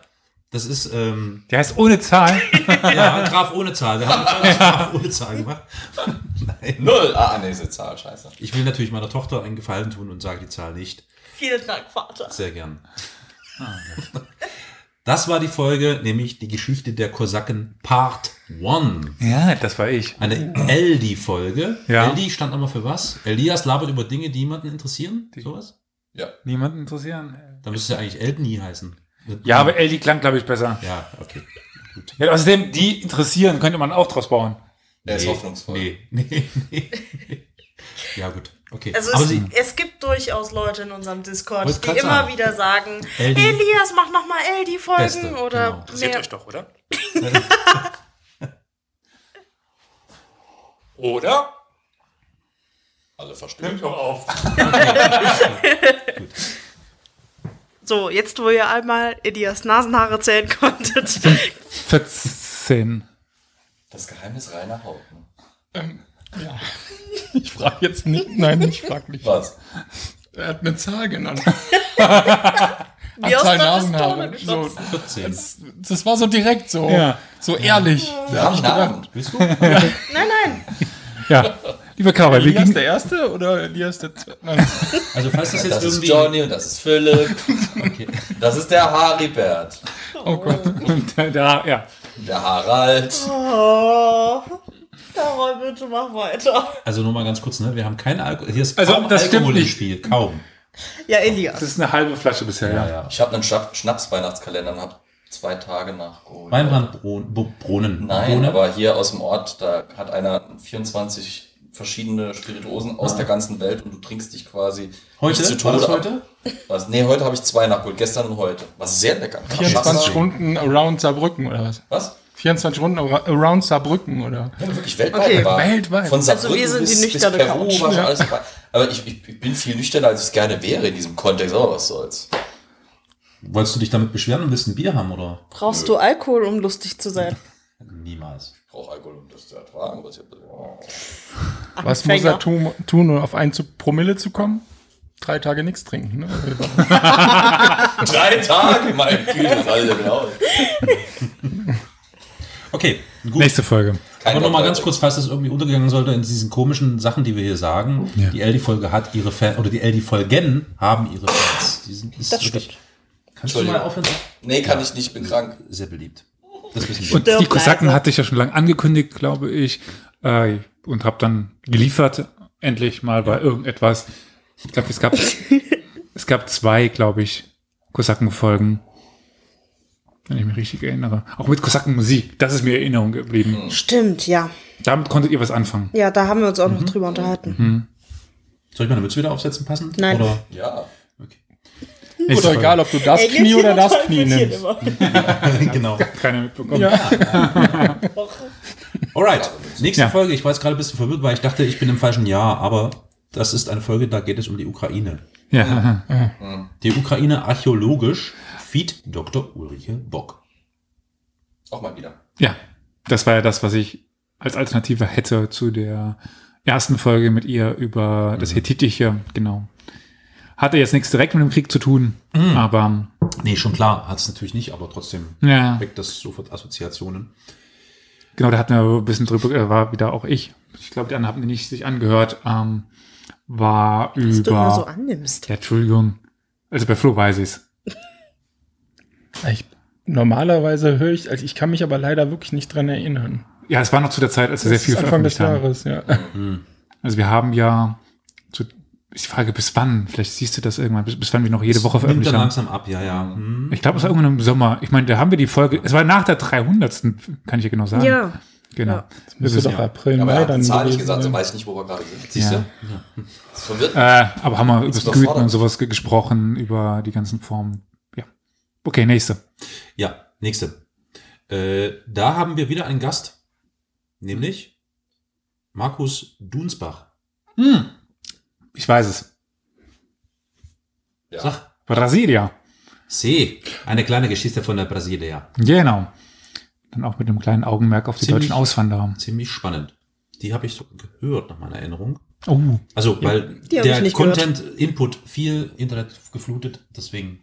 Speaker 5: Das ist, ähm,
Speaker 8: Der heißt ohne Zahl.
Speaker 5: ja, Graf ohne Zahl. Wir haben eine Folge Graf ohne Zahl gemacht. Nein.
Speaker 2: Null. Ah, nee, diese Zahl, scheiße.
Speaker 5: Ich will natürlich meiner Tochter einen Gefallen tun und sage die Zahl nicht.
Speaker 4: Vielen Dank, Vater.
Speaker 5: Sehr gern. Das war die Folge, nämlich die Geschichte der Kosaken Part 1.
Speaker 8: Ja, das war ich.
Speaker 5: Eine Eldi-Folge.
Speaker 8: Ja.
Speaker 5: Eldi stand einmal für was? Elias labert über Dinge, die jemanden interessieren? Sowas?
Speaker 8: Niemanden interessieren.
Speaker 5: Dann müsste es ja eigentlich Eldi heißen.
Speaker 8: Ja, aber Eldi klang, glaube ich, besser.
Speaker 5: Ja, okay. Gut.
Speaker 8: Ja, außerdem, die interessieren, könnte man auch draus bauen.
Speaker 2: Er ist
Speaker 5: Nee,
Speaker 2: hoffnungsvoll.
Speaker 5: Nee, nee, nee. Ja, gut. Okay.
Speaker 4: Also
Speaker 5: aber
Speaker 4: es,
Speaker 5: sie,
Speaker 4: es gibt durchaus Leute in unserem
Speaker 5: Wollte
Speaker 4: Discord, die
Speaker 5: grad
Speaker 4: immer
Speaker 5: sagen.
Speaker 4: wieder sagen,
Speaker 5: Eldi.
Speaker 4: Elias, mach nochmal Eldi-Folgen
Speaker 5: Beste,
Speaker 4: oder
Speaker 5: genau.
Speaker 4: mehr.
Speaker 8: doch, oder? oder?
Speaker 2: Alle verstehen.
Speaker 8: doch auf.
Speaker 4: So, jetzt wo ihr einmal Elias Nasenhaare zählen konntet.
Speaker 8: 14.
Speaker 2: Das Geheimnis reiner Haut. ne?
Speaker 3: Ähm, Ich frage jetzt nicht. Nein, ich frage nicht.
Speaker 2: Was?
Speaker 3: Er hat eine Zahl genannt.
Speaker 4: Wie aus der Pistole
Speaker 3: Zahl Nasenhaare. So,
Speaker 4: geschossen.
Speaker 5: 14.
Speaker 3: das, das war so direkt so.
Speaker 8: Ja.
Speaker 3: So ehrlich.
Speaker 2: Wir haben Namen.
Speaker 5: Bist du?
Speaker 4: Nein, nein.
Speaker 8: Ja. Lieber Karol, wir
Speaker 3: Elias
Speaker 8: gingen.
Speaker 3: der Erste oder Elias der Zweite? Nein.
Speaker 5: Also falls das jetzt
Speaker 2: Das ist
Speaker 5: irgendwie...
Speaker 2: Johnny und das ist Philipp. Das ist der Haribert.
Speaker 3: Oh Gott.
Speaker 8: da, ja.
Speaker 2: Der Harald.
Speaker 4: Oh, Carol, bitte mach weiter.
Speaker 5: Also nur mal ganz kurz, ne? Wir haben keinen Alkohol. Hier ist
Speaker 8: Also,
Speaker 5: kaum
Speaker 8: das stimmt
Speaker 5: Alkohol im
Speaker 8: nicht.
Speaker 5: Spiel. Kaum.
Speaker 4: Ja, Elias.
Speaker 8: Das ist eine halbe Flasche bisher, ja.
Speaker 2: Ich habe einen Schap- Schnaps-Weihnachtskalender und habe zwei Tage nachgeholt.
Speaker 5: Weinbrand Bron- Bo- Brunnen.
Speaker 2: Nein,
Speaker 5: Brunnen?
Speaker 2: aber hier aus dem Ort, da hat einer 24 verschiedene Spirituosen aus der ganzen Welt und du trinkst dich quasi
Speaker 5: Ah. Heute?
Speaker 2: nicht zu
Speaker 5: War
Speaker 2: Tode.
Speaker 5: das
Speaker 2: ab.
Speaker 5: heute?
Speaker 2: Was? Nee, heute habe ich zwei nachgeholt, gestern und heute. Was sehr lecker.
Speaker 3: 24
Speaker 2: Wasser.
Speaker 3: Runden around Saarbrücken oder was?
Speaker 2: Was?
Speaker 3: 24 Runden ar- around Saarbrücken oder?
Speaker 2: Ja, wirklich weltweit.
Speaker 4: Okay,
Speaker 2: war.
Speaker 3: weltweit.
Speaker 2: Von
Speaker 4: Also
Speaker 2: Saarbrücken
Speaker 4: wir sind die
Speaker 2: bis, bis
Speaker 4: nüchterne
Speaker 2: Peru
Speaker 4: Couch.
Speaker 2: war schon
Speaker 3: Ja.
Speaker 2: alles dabei. Aber ich, ich, ich bin viel nüchterner, als ich es gerne wäre in diesem Kontext. Aber was soll's.
Speaker 5: Wolltest du dich damit beschweren und willst ein Bier haben, oder?
Speaker 4: Brauchst du Alkohol, um lustig zu sein?
Speaker 5: Niemals.
Speaker 2: Ich brauche Alkohol, um das zu ertragen. Was ich, oh.
Speaker 3: Was muss er tun, tun, um auf einen zu Promille zu kommen? Drei Tage nichts trinken. Ne?
Speaker 2: Drei Tage, mein Güte, das ist alles genau.
Speaker 5: Okay, gut.
Speaker 8: Nächste Folge.
Speaker 5: Aber nochmal ganz kurz, falls das irgendwie untergegangen sollte in diesen komischen Sachen, die wir hier sagen.
Speaker 8: Ja.
Speaker 5: Die LD-Folge hat ihre Fans, oder die LD-Folgen haben ihre Fans. Die sind, ist
Speaker 4: Das
Speaker 5: Kannst du mal aufhören?
Speaker 2: Nee, kann ich nicht, bin krank.
Speaker 5: Sehr beliebt. Das wissen wir.
Speaker 8: Und die
Speaker 4: Stirb
Speaker 8: Kosaken
Speaker 4: leise.
Speaker 8: hatte ich ja schon lange angekündigt, glaube ich. Äh, und habe dann geliefert, endlich mal bei irgendetwas. Ich glaube, es gab, es gab zwei, glaube ich, Kosakenfolgen. Wenn ich mich richtig erinnere. Auch mit Kosakenmusik. Das ist mir Erinnerung
Speaker 3: Mhm.
Speaker 8: geblieben.
Speaker 4: Stimmt, ja.
Speaker 8: Damit konntet ihr was anfangen.
Speaker 4: Ja, da haben wir uns auch
Speaker 8: Mhm.
Speaker 4: noch drüber unterhalten.
Speaker 5: Soll ich meine Mütze wieder aufsetzen passen?
Speaker 4: Nein.
Speaker 5: Oder?
Speaker 2: Ja.
Speaker 8: Nächste
Speaker 3: Oder egal, ob du das
Speaker 4: Ey,
Speaker 3: Knie
Speaker 4: geht's
Speaker 3: oder
Speaker 4: hier
Speaker 3: das
Speaker 4: total
Speaker 3: Knie
Speaker 4: passiert
Speaker 3: nimmst.
Speaker 4: immer.
Speaker 5: genau.
Speaker 8: Folge. Keiner mitbekommen.
Speaker 5: Alright, nächste
Speaker 8: Ja.
Speaker 5: Folge. Ich war jetzt gerade ein bisschen verwirrt, weil ich dachte, ich bin im falschen Jahr, aber das ist eine Folge, da geht es um die Ukraine.
Speaker 8: Ja.
Speaker 5: Die Ukraine archäologisch feed Dr. Ulrike Bock.
Speaker 2: Auch mal wieder.
Speaker 8: ja, das war ja das, was ich als Alternative hätte zu der ersten Folge mit ihr über
Speaker 5: Mhm.
Speaker 8: das Hethitische. Genau. Hatte jetzt nichts direkt mit dem Krieg zu tun,
Speaker 5: Mhm.
Speaker 8: aber
Speaker 5: Nee, schon klar, hat es natürlich nicht, aber trotzdem
Speaker 8: ja,
Speaker 5: weckt das sofort Assoziationen.
Speaker 8: genau, da hatten wir ein bisschen drüber, äh, war wieder auch ich. Ich glaube, die anderen haben die nicht sich angehört. Ähm, war
Speaker 4: Dass du
Speaker 8: über.
Speaker 4: immer so annimmst.
Speaker 8: ja, Entschuldigung. Also bei Flo weiß ich's.
Speaker 3: Ich, normalerweise höre ich, also ich kann mich aber leider wirklich nicht dran erinnern.
Speaker 8: Ja, es war noch zu der Zeit, als wir sehr
Speaker 3: Das
Speaker 8: viel
Speaker 3: ist Anfang des
Speaker 8: veröffentlicht haben.
Speaker 3: Jahres, ja.
Speaker 8: Also wir haben ja, zu, ich frage, bis wann? Vielleicht siehst du das irgendwann, bis, bis wann wir noch jede Woche
Speaker 5: Das nimmt
Speaker 8: veröffentlicht
Speaker 5: dann langsam
Speaker 8: haben.
Speaker 5: ab, ja, ja. Hm.
Speaker 8: Ich glaube, es war irgendwann im Sommer. Ich meine, da haben wir die Folge, es war nach der 300. kann ich ja genau sagen.
Speaker 4: Ja.
Speaker 8: Genau.
Speaker 4: Ja.
Speaker 8: Das
Speaker 3: Müsste doch April,
Speaker 2: Aber
Speaker 3: Mai
Speaker 2: er hat die
Speaker 3: dann
Speaker 2: Zahl nicht
Speaker 3: gewesen
Speaker 2: gesagt, so
Speaker 3: sein.
Speaker 2: weiß ich nicht, wo wir gerade sind. Siehst
Speaker 8: Ja.
Speaker 2: du? Das ist verwirrt.
Speaker 8: Äh, aber haben wir über das Güten
Speaker 2: überfordert.
Speaker 8: und sowas ge- gesprochen, über die ganzen Formen. Ja. Okay, nächste.
Speaker 5: Ja, nächste. Äh, da haben wir wieder einen Gast, nämlich Markus Dunsbach.
Speaker 8: Hm. Ich weiß es.
Speaker 2: Ja.
Speaker 5: Sag,
Speaker 8: Brasilia.
Speaker 5: seh, eine kleine Geschichte von der Brasilia.
Speaker 8: Genau. Dann auch mit einem kleinen Augenmerk auf die
Speaker 5: Ziemlich-
Speaker 8: deutschen Auswanderer.
Speaker 5: Ziemlich spannend. Die habe ich so gehört, nach meiner Erinnerung.
Speaker 8: Oh.
Speaker 5: Also, weil
Speaker 4: Die hab ich
Speaker 5: der
Speaker 4: nicht gehört.
Speaker 5: Content-Input viel Internet geflutet, deswegen.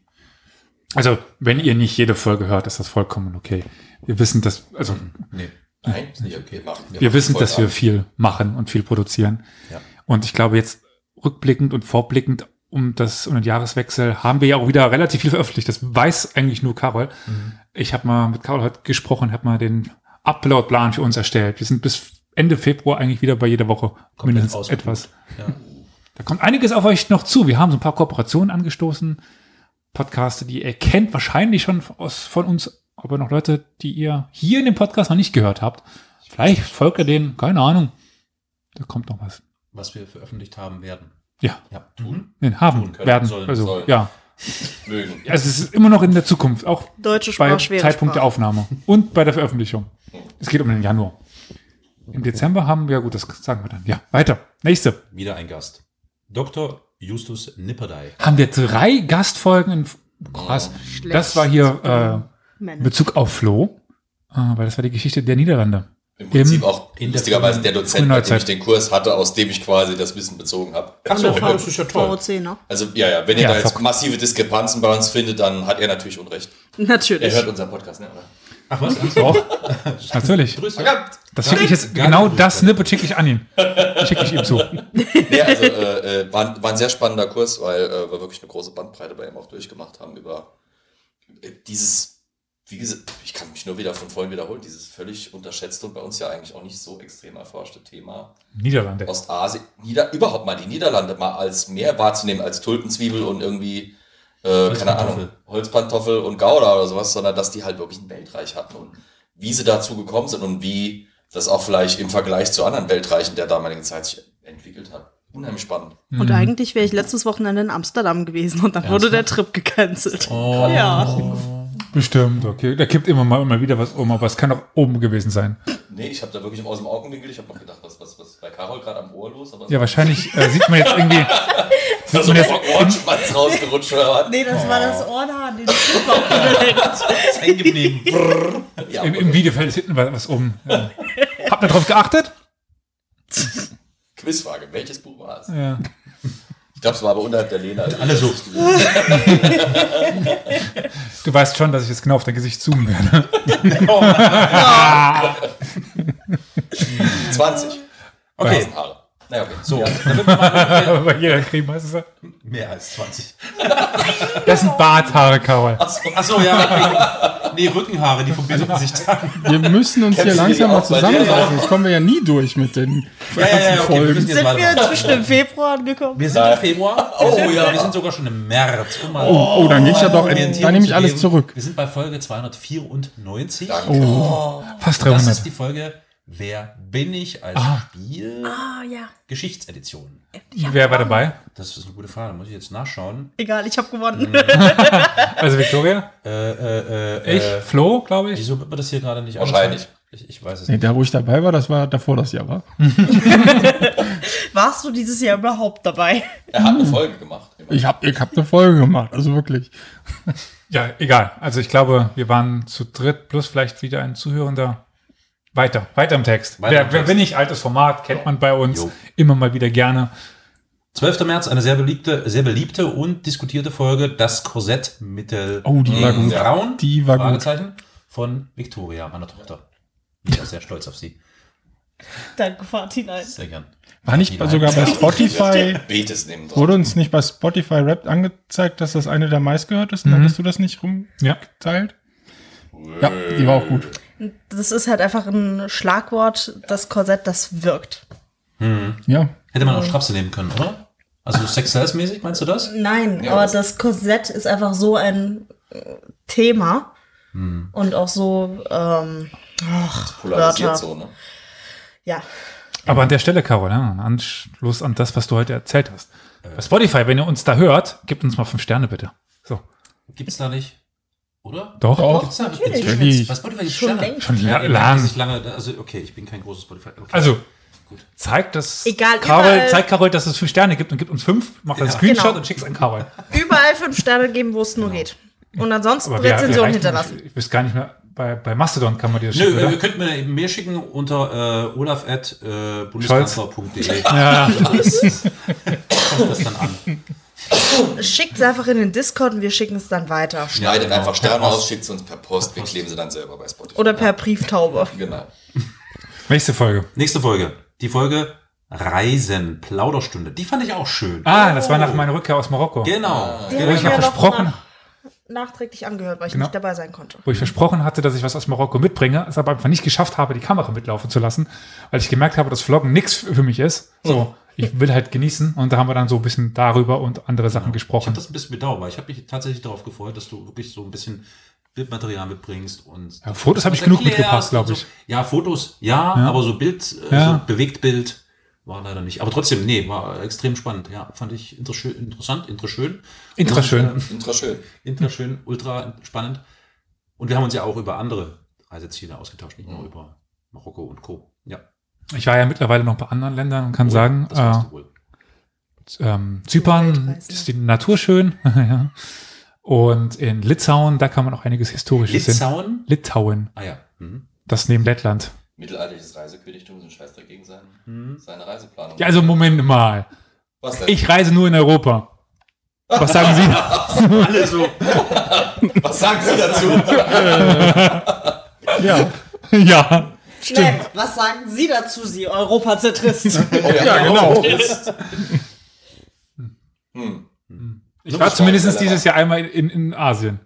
Speaker 8: Also, wenn ihr nicht jede Folge hört, ist das vollkommen okay. Wir wissen, dass, also,
Speaker 5: Nee.
Speaker 2: Nein, ist nicht okay. Machen
Speaker 8: wir wissen,
Speaker 2: voll
Speaker 8: dass wir
Speaker 2: ab.
Speaker 8: viel machen und viel produzieren.
Speaker 5: Ja.
Speaker 8: Und ich glaube, jetzt rückblickend und vorblickend um, das, um den Jahreswechsel haben wir ja auch wieder relativ viel veröffentlicht. Das weiß eigentlich nur Carol. Ich habe mal mit Carol heute gesprochen, habe mal den Upload-Plan für uns erstellt. Wir sind bis Ende Februar eigentlich wieder bei jeder Woche
Speaker 5: Komplett
Speaker 8: mindestens
Speaker 5: ausgebucht.
Speaker 8: etwas.
Speaker 5: Ja.
Speaker 8: Da kommt einiges auf euch noch zu. Wir haben so ein paar Kooperationen angestoßen. Podcaste, die ihr kennt, wahrscheinlich schon aus, von uns, aber noch Leute, die ihr hier in dem Podcast noch nicht gehört habt. Vielleicht folgt ihr denen, keine Ahnung. Da kommt noch was.
Speaker 5: Was wir veröffentlicht haben werden.
Speaker 8: Ja.
Speaker 5: Ja, tun.
Speaker 8: Nee, haben,
Speaker 5: Tun können,
Speaker 8: werden,
Speaker 5: sollen,
Speaker 8: also,
Speaker 2: sollen.
Speaker 8: ja.
Speaker 2: Mögen.
Speaker 8: Also es ist immer noch in der Zukunft, auch
Speaker 4: Deutsche
Speaker 8: bei
Speaker 4: Sprache, schwere
Speaker 8: Zeitpunkt der
Speaker 4: Sprache.
Speaker 8: Aufnahme und bei der Veröffentlichung. Es geht um den Januar. Im Dezember haben wir, gut, das sagen wir dann. Ja, weiter. Nächste.
Speaker 5: Wieder ein Gast. Dr. Justus Nipperdey.
Speaker 8: Haben wir drei Gastfolgen in Krass.
Speaker 4: Oh, Schlecht.
Speaker 8: Das war hier äh,
Speaker 4: Männer.
Speaker 8: Bezug auf Flo, äh, weil das war die Geschichte der Niederlande.
Speaker 2: Im Prinzip
Speaker 8: Im-
Speaker 2: auch
Speaker 5: in der
Speaker 2: lustigerweise der Dozent,
Speaker 8: frühen
Speaker 2: bei dem ich
Speaker 8: Neuzeit.
Speaker 2: den Kurs hatte, aus dem ich quasi das Wissen bezogen habe.
Speaker 4: Von der
Speaker 5: das ist ja toll.
Speaker 4: VOC, ne?
Speaker 2: Also ja, ja, wenn ihr
Speaker 8: Ja,
Speaker 2: da jetzt
Speaker 8: fuck.
Speaker 2: massive Diskrepanzen bei uns findet, dann hat er natürlich Unrecht. Er
Speaker 4: Natürlich.
Speaker 2: hört unseren Podcast, ne? oder?
Speaker 5: Ach was?
Speaker 4: Mhm.
Speaker 8: Doch, natürlich.
Speaker 5: Grüße.
Speaker 8: Das schicke ich jetzt,
Speaker 5: Gar
Speaker 8: genau
Speaker 5: nicht.
Speaker 8: das Snippet schicke ich an ihn. Schicke ich ihm zu.
Speaker 2: Nee, also äh, äh, war, ein- war ein sehr spannender Kurs, weil äh, wir wirklich eine große Bandbreite bei ihm auch durchgemacht haben über äh, dieses, wie gesagt, ich kann mich nur wieder von vorhin wiederholen, dieses völlig unterschätzte und bei uns ja eigentlich auch nicht so extrem erforschte Thema
Speaker 8: Niederlande.
Speaker 2: Ostasien, Nieder überhaupt mal die Niederlande mal als mehr wahrzunehmen als Tulpenzwiebel und irgendwie, äh, keine
Speaker 5: Holzpantoffel.
Speaker 2: Ahnung, Holzpantoffel und Gouda oder sowas, sondern dass die halt wirklich ein Weltreich hatten und wie sie dazu gekommen sind und wie das auch vielleicht im Vergleich zu anderen Weltreichen der damaligen Zeit sich entwickelt hat. Unheimlich spannend.
Speaker 4: Und
Speaker 8: Hm. Mhm.
Speaker 4: eigentlich wäre ich letztes Wochenende in Amsterdam gewesen und dann wurde der Trip gecancelt.
Speaker 8: Oh.
Speaker 4: Ja.
Speaker 8: Bestimmt, okay. Da kippt immer mal immer wieder was um, aber es kann auch oben gewesen sein.
Speaker 2: Nee, ich habe da wirklich aus dem Augenwinkel, ich habe noch gedacht, was, was, was ist bei Carol gerade am Ohr los? Aber
Speaker 8: Ja, wahrscheinlich äh, sieht man jetzt irgendwie.
Speaker 2: da
Speaker 8: Sieht
Speaker 2: so
Speaker 8: man
Speaker 2: ein
Speaker 8: jetzt,
Speaker 2: Ohrenschwanz rausgerutscht oder was?
Speaker 4: Nee, das war das Ohr da, den Schiff aufgelegt.
Speaker 5: Hängen geblieben. Brrr.
Speaker 2: Ja,
Speaker 8: im, Im Video fällt es hinten was oben. Ja. Habt ihr drauf geachtet?
Speaker 2: Quizfrage, welches Buch war es?
Speaker 8: Ja.
Speaker 2: Ich glaube, es war aber unterhalb der Lena.
Speaker 5: Alle so.
Speaker 8: Du weißt schon, dass ich jetzt genau auf dein Gesicht zoomen werde.
Speaker 2: 20.
Speaker 5: Okay.
Speaker 2: Haare. Naja, okay.
Speaker 5: So, damit wir mal
Speaker 8: Bei jeder Creme heißt es.
Speaker 5: mehr als 20.
Speaker 8: Das sind Barthaare, Karol.
Speaker 5: Achso, ja. Nee, Rückenhaare, die verbinden sich dann.
Speaker 3: Wir müssen uns hier
Speaker 2: Kennst du die
Speaker 3: langsam
Speaker 2: auch
Speaker 3: mal
Speaker 2: bei dir?
Speaker 3: zusammenreißen. Sonst kommen wir ja nie durch mit den
Speaker 5: Ja, ja, ja, okay, wir
Speaker 3: Folgen.
Speaker 5: müssen jetzt
Speaker 4: Sind
Speaker 5: weitermachen.
Speaker 4: wir inzwischen im Februar angekommen?
Speaker 5: Wir sind im Februar.
Speaker 2: Oh,
Speaker 5: wir sind,
Speaker 2: ja.
Speaker 5: Wir sind sogar schon im März. Oh, Mann.
Speaker 3: Oh, oh, dann geht's ja doch.
Speaker 5: Orientierung
Speaker 3: Da nehme ich
Speaker 5: zu
Speaker 3: alles
Speaker 5: geben.
Speaker 3: zurück.
Speaker 5: Wir sind bei Folge 294.
Speaker 2: Danke.
Speaker 8: Oh, fast
Speaker 5: Das ist
Speaker 8: 300.
Speaker 5: die Folge Wer bin ich als
Speaker 8: Ah.
Speaker 5: Spiel?
Speaker 4: Ah, ja.
Speaker 5: Geschichtsedition.
Speaker 8: Wer war dabei?
Speaker 5: Das ist eine gute Frage, muss ich jetzt nachschauen.
Speaker 4: Egal, ich habe gewonnen.
Speaker 8: Mhm. Also Victoria,
Speaker 5: Äh, äh, äh,
Speaker 8: ich,
Speaker 5: Äh,
Speaker 8: Flo, glaube ich.
Speaker 5: wieso wird mir das hier gerade nicht
Speaker 2: Wahrscheinlich.
Speaker 5: angezeigt? Ich, ich weiß es
Speaker 3: Nee,
Speaker 5: nicht.
Speaker 3: da, wo ich dabei war, das war davor das Jahr, war.
Speaker 4: Warst du dieses Jahr überhaupt dabei?
Speaker 2: Er
Speaker 8: Hm.
Speaker 2: hat eine Folge gemacht.
Speaker 3: Ich hab, ich hab eine Folge gemacht, also wirklich.
Speaker 8: Ja, egal. Also ich glaube, wir waren zu dritt plus vielleicht wieder ein Zuhörender. Weiter, weiter im Text.
Speaker 5: Weiter
Speaker 8: wer,
Speaker 5: im
Speaker 8: wer
Speaker 5: Text.
Speaker 8: bin ich? Altes Format, kennt man bei uns.
Speaker 5: Jo.
Speaker 8: Immer mal wieder gerne.
Speaker 5: 12. März, eine sehr beliebte, sehr beliebte und diskutierte Folge, das Korsettmittel
Speaker 3: Oh, die war
Speaker 5: gegen
Speaker 3: gut.
Speaker 5: Frauen,
Speaker 3: Die war gut.
Speaker 5: Fragezeichen, von Victoria, meiner Tochter. Ich bin auch sehr stolz auf sie.
Speaker 4: Danke, Martin. Eis.
Speaker 5: Sehr gern.
Speaker 3: War nicht bei- sogar bei
Speaker 2: Also
Speaker 3: Spotify,
Speaker 2: Betes neben dran.
Speaker 3: wurde uns nicht bei Spotify Rap angezeigt, dass das eine der meistgehörtesten,
Speaker 8: Mhm.
Speaker 3: hattest du das nicht
Speaker 8: Ja.
Speaker 3: rumgeteilt? Ja, die war auch gut.
Speaker 4: Das ist halt einfach ein Schlagwort, das Korsett, das wirkt.
Speaker 3: Ja,
Speaker 5: Hätte man auch Strapse nehmen können, oder? Also sexuellsmäßig, meinst du das?
Speaker 4: Nein,
Speaker 2: Ja,
Speaker 4: aber
Speaker 2: das-
Speaker 4: das Korsett ist einfach so ein äh, Thema
Speaker 8: Mhm.
Speaker 4: und auch so ähm, ach, Wörter.
Speaker 2: Polarisiert so, ne?
Speaker 4: Ja,
Speaker 5: Genau.
Speaker 8: Aber an der Stelle, Carol, ja, in Anschluss an das, was du heute erzählt hast.
Speaker 5: Äh.
Speaker 8: Bei Spotify, wenn ihr uns da hört, gebt uns mal fünf Sterne bitte. So,
Speaker 5: Gibt's da nicht, oder?
Speaker 8: doch.
Speaker 3: Doch.
Speaker 5: Gibt's da nicht?
Speaker 4: Natürlich.
Speaker 5: Inzwischen jetzt- Bei Spotify gibt's
Speaker 4: Schon
Speaker 5: Sterne.
Speaker 4: längst.
Speaker 8: Schon la
Speaker 5: ihr merkt, dass
Speaker 8: lang.
Speaker 5: ich lange, also okay, ich bin kein großes Spotify. Okay.
Speaker 8: Also,
Speaker 5: Gut.
Speaker 8: zeigt das.
Speaker 4: Egal,
Speaker 8: Carol,
Speaker 4: überall-
Speaker 8: zeigt Carol, dass es fünf Sterne gibt und gibt uns fünf, macht einen Screenshot
Speaker 4: Genau.
Speaker 8: und schickt es an Carol.
Speaker 4: überall fünf Sterne geben, wo es nur geht. Und ansonsten
Speaker 8: Genau. wir- wir
Speaker 4: Rezensionen
Speaker 8: reichen-
Speaker 4: hinterlassen.
Speaker 8: Ich, ich weiß gar nicht mehr. Bei, bei Mastodon kann man dir das
Speaker 5: Nö, äh,
Speaker 8: schicken.
Speaker 5: ihr
Speaker 8: Oder?
Speaker 5: könnt mir eben mehr schicken unter äh, olaf.bundeskanzler.de.
Speaker 8: Ja,
Speaker 5: Kommt das dann an.
Speaker 4: Schickt es einfach in den Discord und wir schicken es dann weiter.
Speaker 2: Schneidet
Speaker 5: genau.
Speaker 2: einfach
Speaker 5: Per
Speaker 2: Sterne
Speaker 5: Post.
Speaker 2: aus, schickt sie uns per Post, wir kleben sie dann selber bei Spotify.
Speaker 4: Oder per Brieftaube.
Speaker 2: Genau.
Speaker 8: nächste Folge.
Speaker 5: Nächste Folge. Die Folge Reisen, Plauderstunde. Die fand ich auch schön.
Speaker 8: Ah, das war nach meiner Rückkehr aus Marokko.
Speaker 5: Oh. Genau.
Speaker 4: Die
Speaker 8: Wo
Speaker 4: hab
Speaker 8: ich noch
Speaker 4: mir noch
Speaker 8: versprochen,
Speaker 4: nach, nachträglich angehört, weil ich
Speaker 8: Genau.
Speaker 4: nicht dabei sein konnte.
Speaker 8: wo ich versprochen hatte, dass ich was aus Marokko mitbringe, es aber einfach nicht geschafft habe, die Kamera mitlaufen zu lassen, weil ich gemerkt habe, dass Vloggen nichts für mich ist.
Speaker 5: Oh.
Speaker 8: So, ich will halt genießen und da haben wir dann so ein bisschen darüber und andere Sachen
Speaker 5: Genau. Ich habe
Speaker 8: gesprochen.
Speaker 5: das ein bisschen bedauert, weil ich habe mich tatsächlich darauf gefreut, dass du wirklich so ein bisschen Bildmaterial mitbringst und
Speaker 8: Ja, Fotos habe ich
Speaker 5: was
Speaker 8: genug
Speaker 5: erklärst
Speaker 8: mitgepasst,
Speaker 5: und
Speaker 8: glaube
Speaker 5: So.
Speaker 8: ich.
Speaker 5: Ja, Fotos, ja,
Speaker 8: Ja.
Speaker 5: aber so Bild, äh,
Speaker 8: Ja.
Speaker 5: so Bewegtbild war leider nicht. Aber trotzdem, nee, war extrem spannend. Ja, fand ich inter schön, interessant, inter schön.
Speaker 8: Intra
Speaker 5: ähm,
Speaker 8: schön.
Speaker 2: Intraschön.
Speaker 5: Inter schön, ultra spannend. Und wir haben uns ja auch über andere Reiseziele ausgetauscht, nicht
Speaker 8: Mhm.
Speaker 5: nur über Marokko und Co. Ja,
Speaker 8: Ich war ja mittlerweile noch bei anderen Ländern und kann
Speaker 5: wohl, Oh,
Speaker 8: sagen,
Speaker 5: das
Speaker 8: äh,
Speaker 5: weißt du wohl.
Speaker 8: ähm, Zypern
Speaker 4: Weltreise.
Speaker 8: ist die Natur schön. ja. Und in Litauen, da kann man auch einiges Historisches sehen.
Speaker 5: Litauen?
Speaker 8: Litauen,
Speaker 5: Ah ja. Mhm.
Speaker 8: das neben Lettland.
Speaker 2: Mittelalterliches Reisekönigtum ist ein Scheiß dagegen sein. Seine Reiseplanung.
Speaker 8: Ja, also Moment mal.
Speaker 2: Was denn?
Speaker 8: Ich reise nur in Europa. Was sagen Sie?
Speaker 5: Alle so.
Speaker 2: Was sagen Sie dazu?
Speaker 3: Ja,
Speaker 8: ja.
Speaker 4: Schnell, was sagen Sie dazu, Sie Europazentrist?
Speaker 2: Oh, ja,
Speaker 3: genau.
Speaker 2: Hm.
Speaker 8: Ich war zumindest dieses Jahr einmal in, in Asien.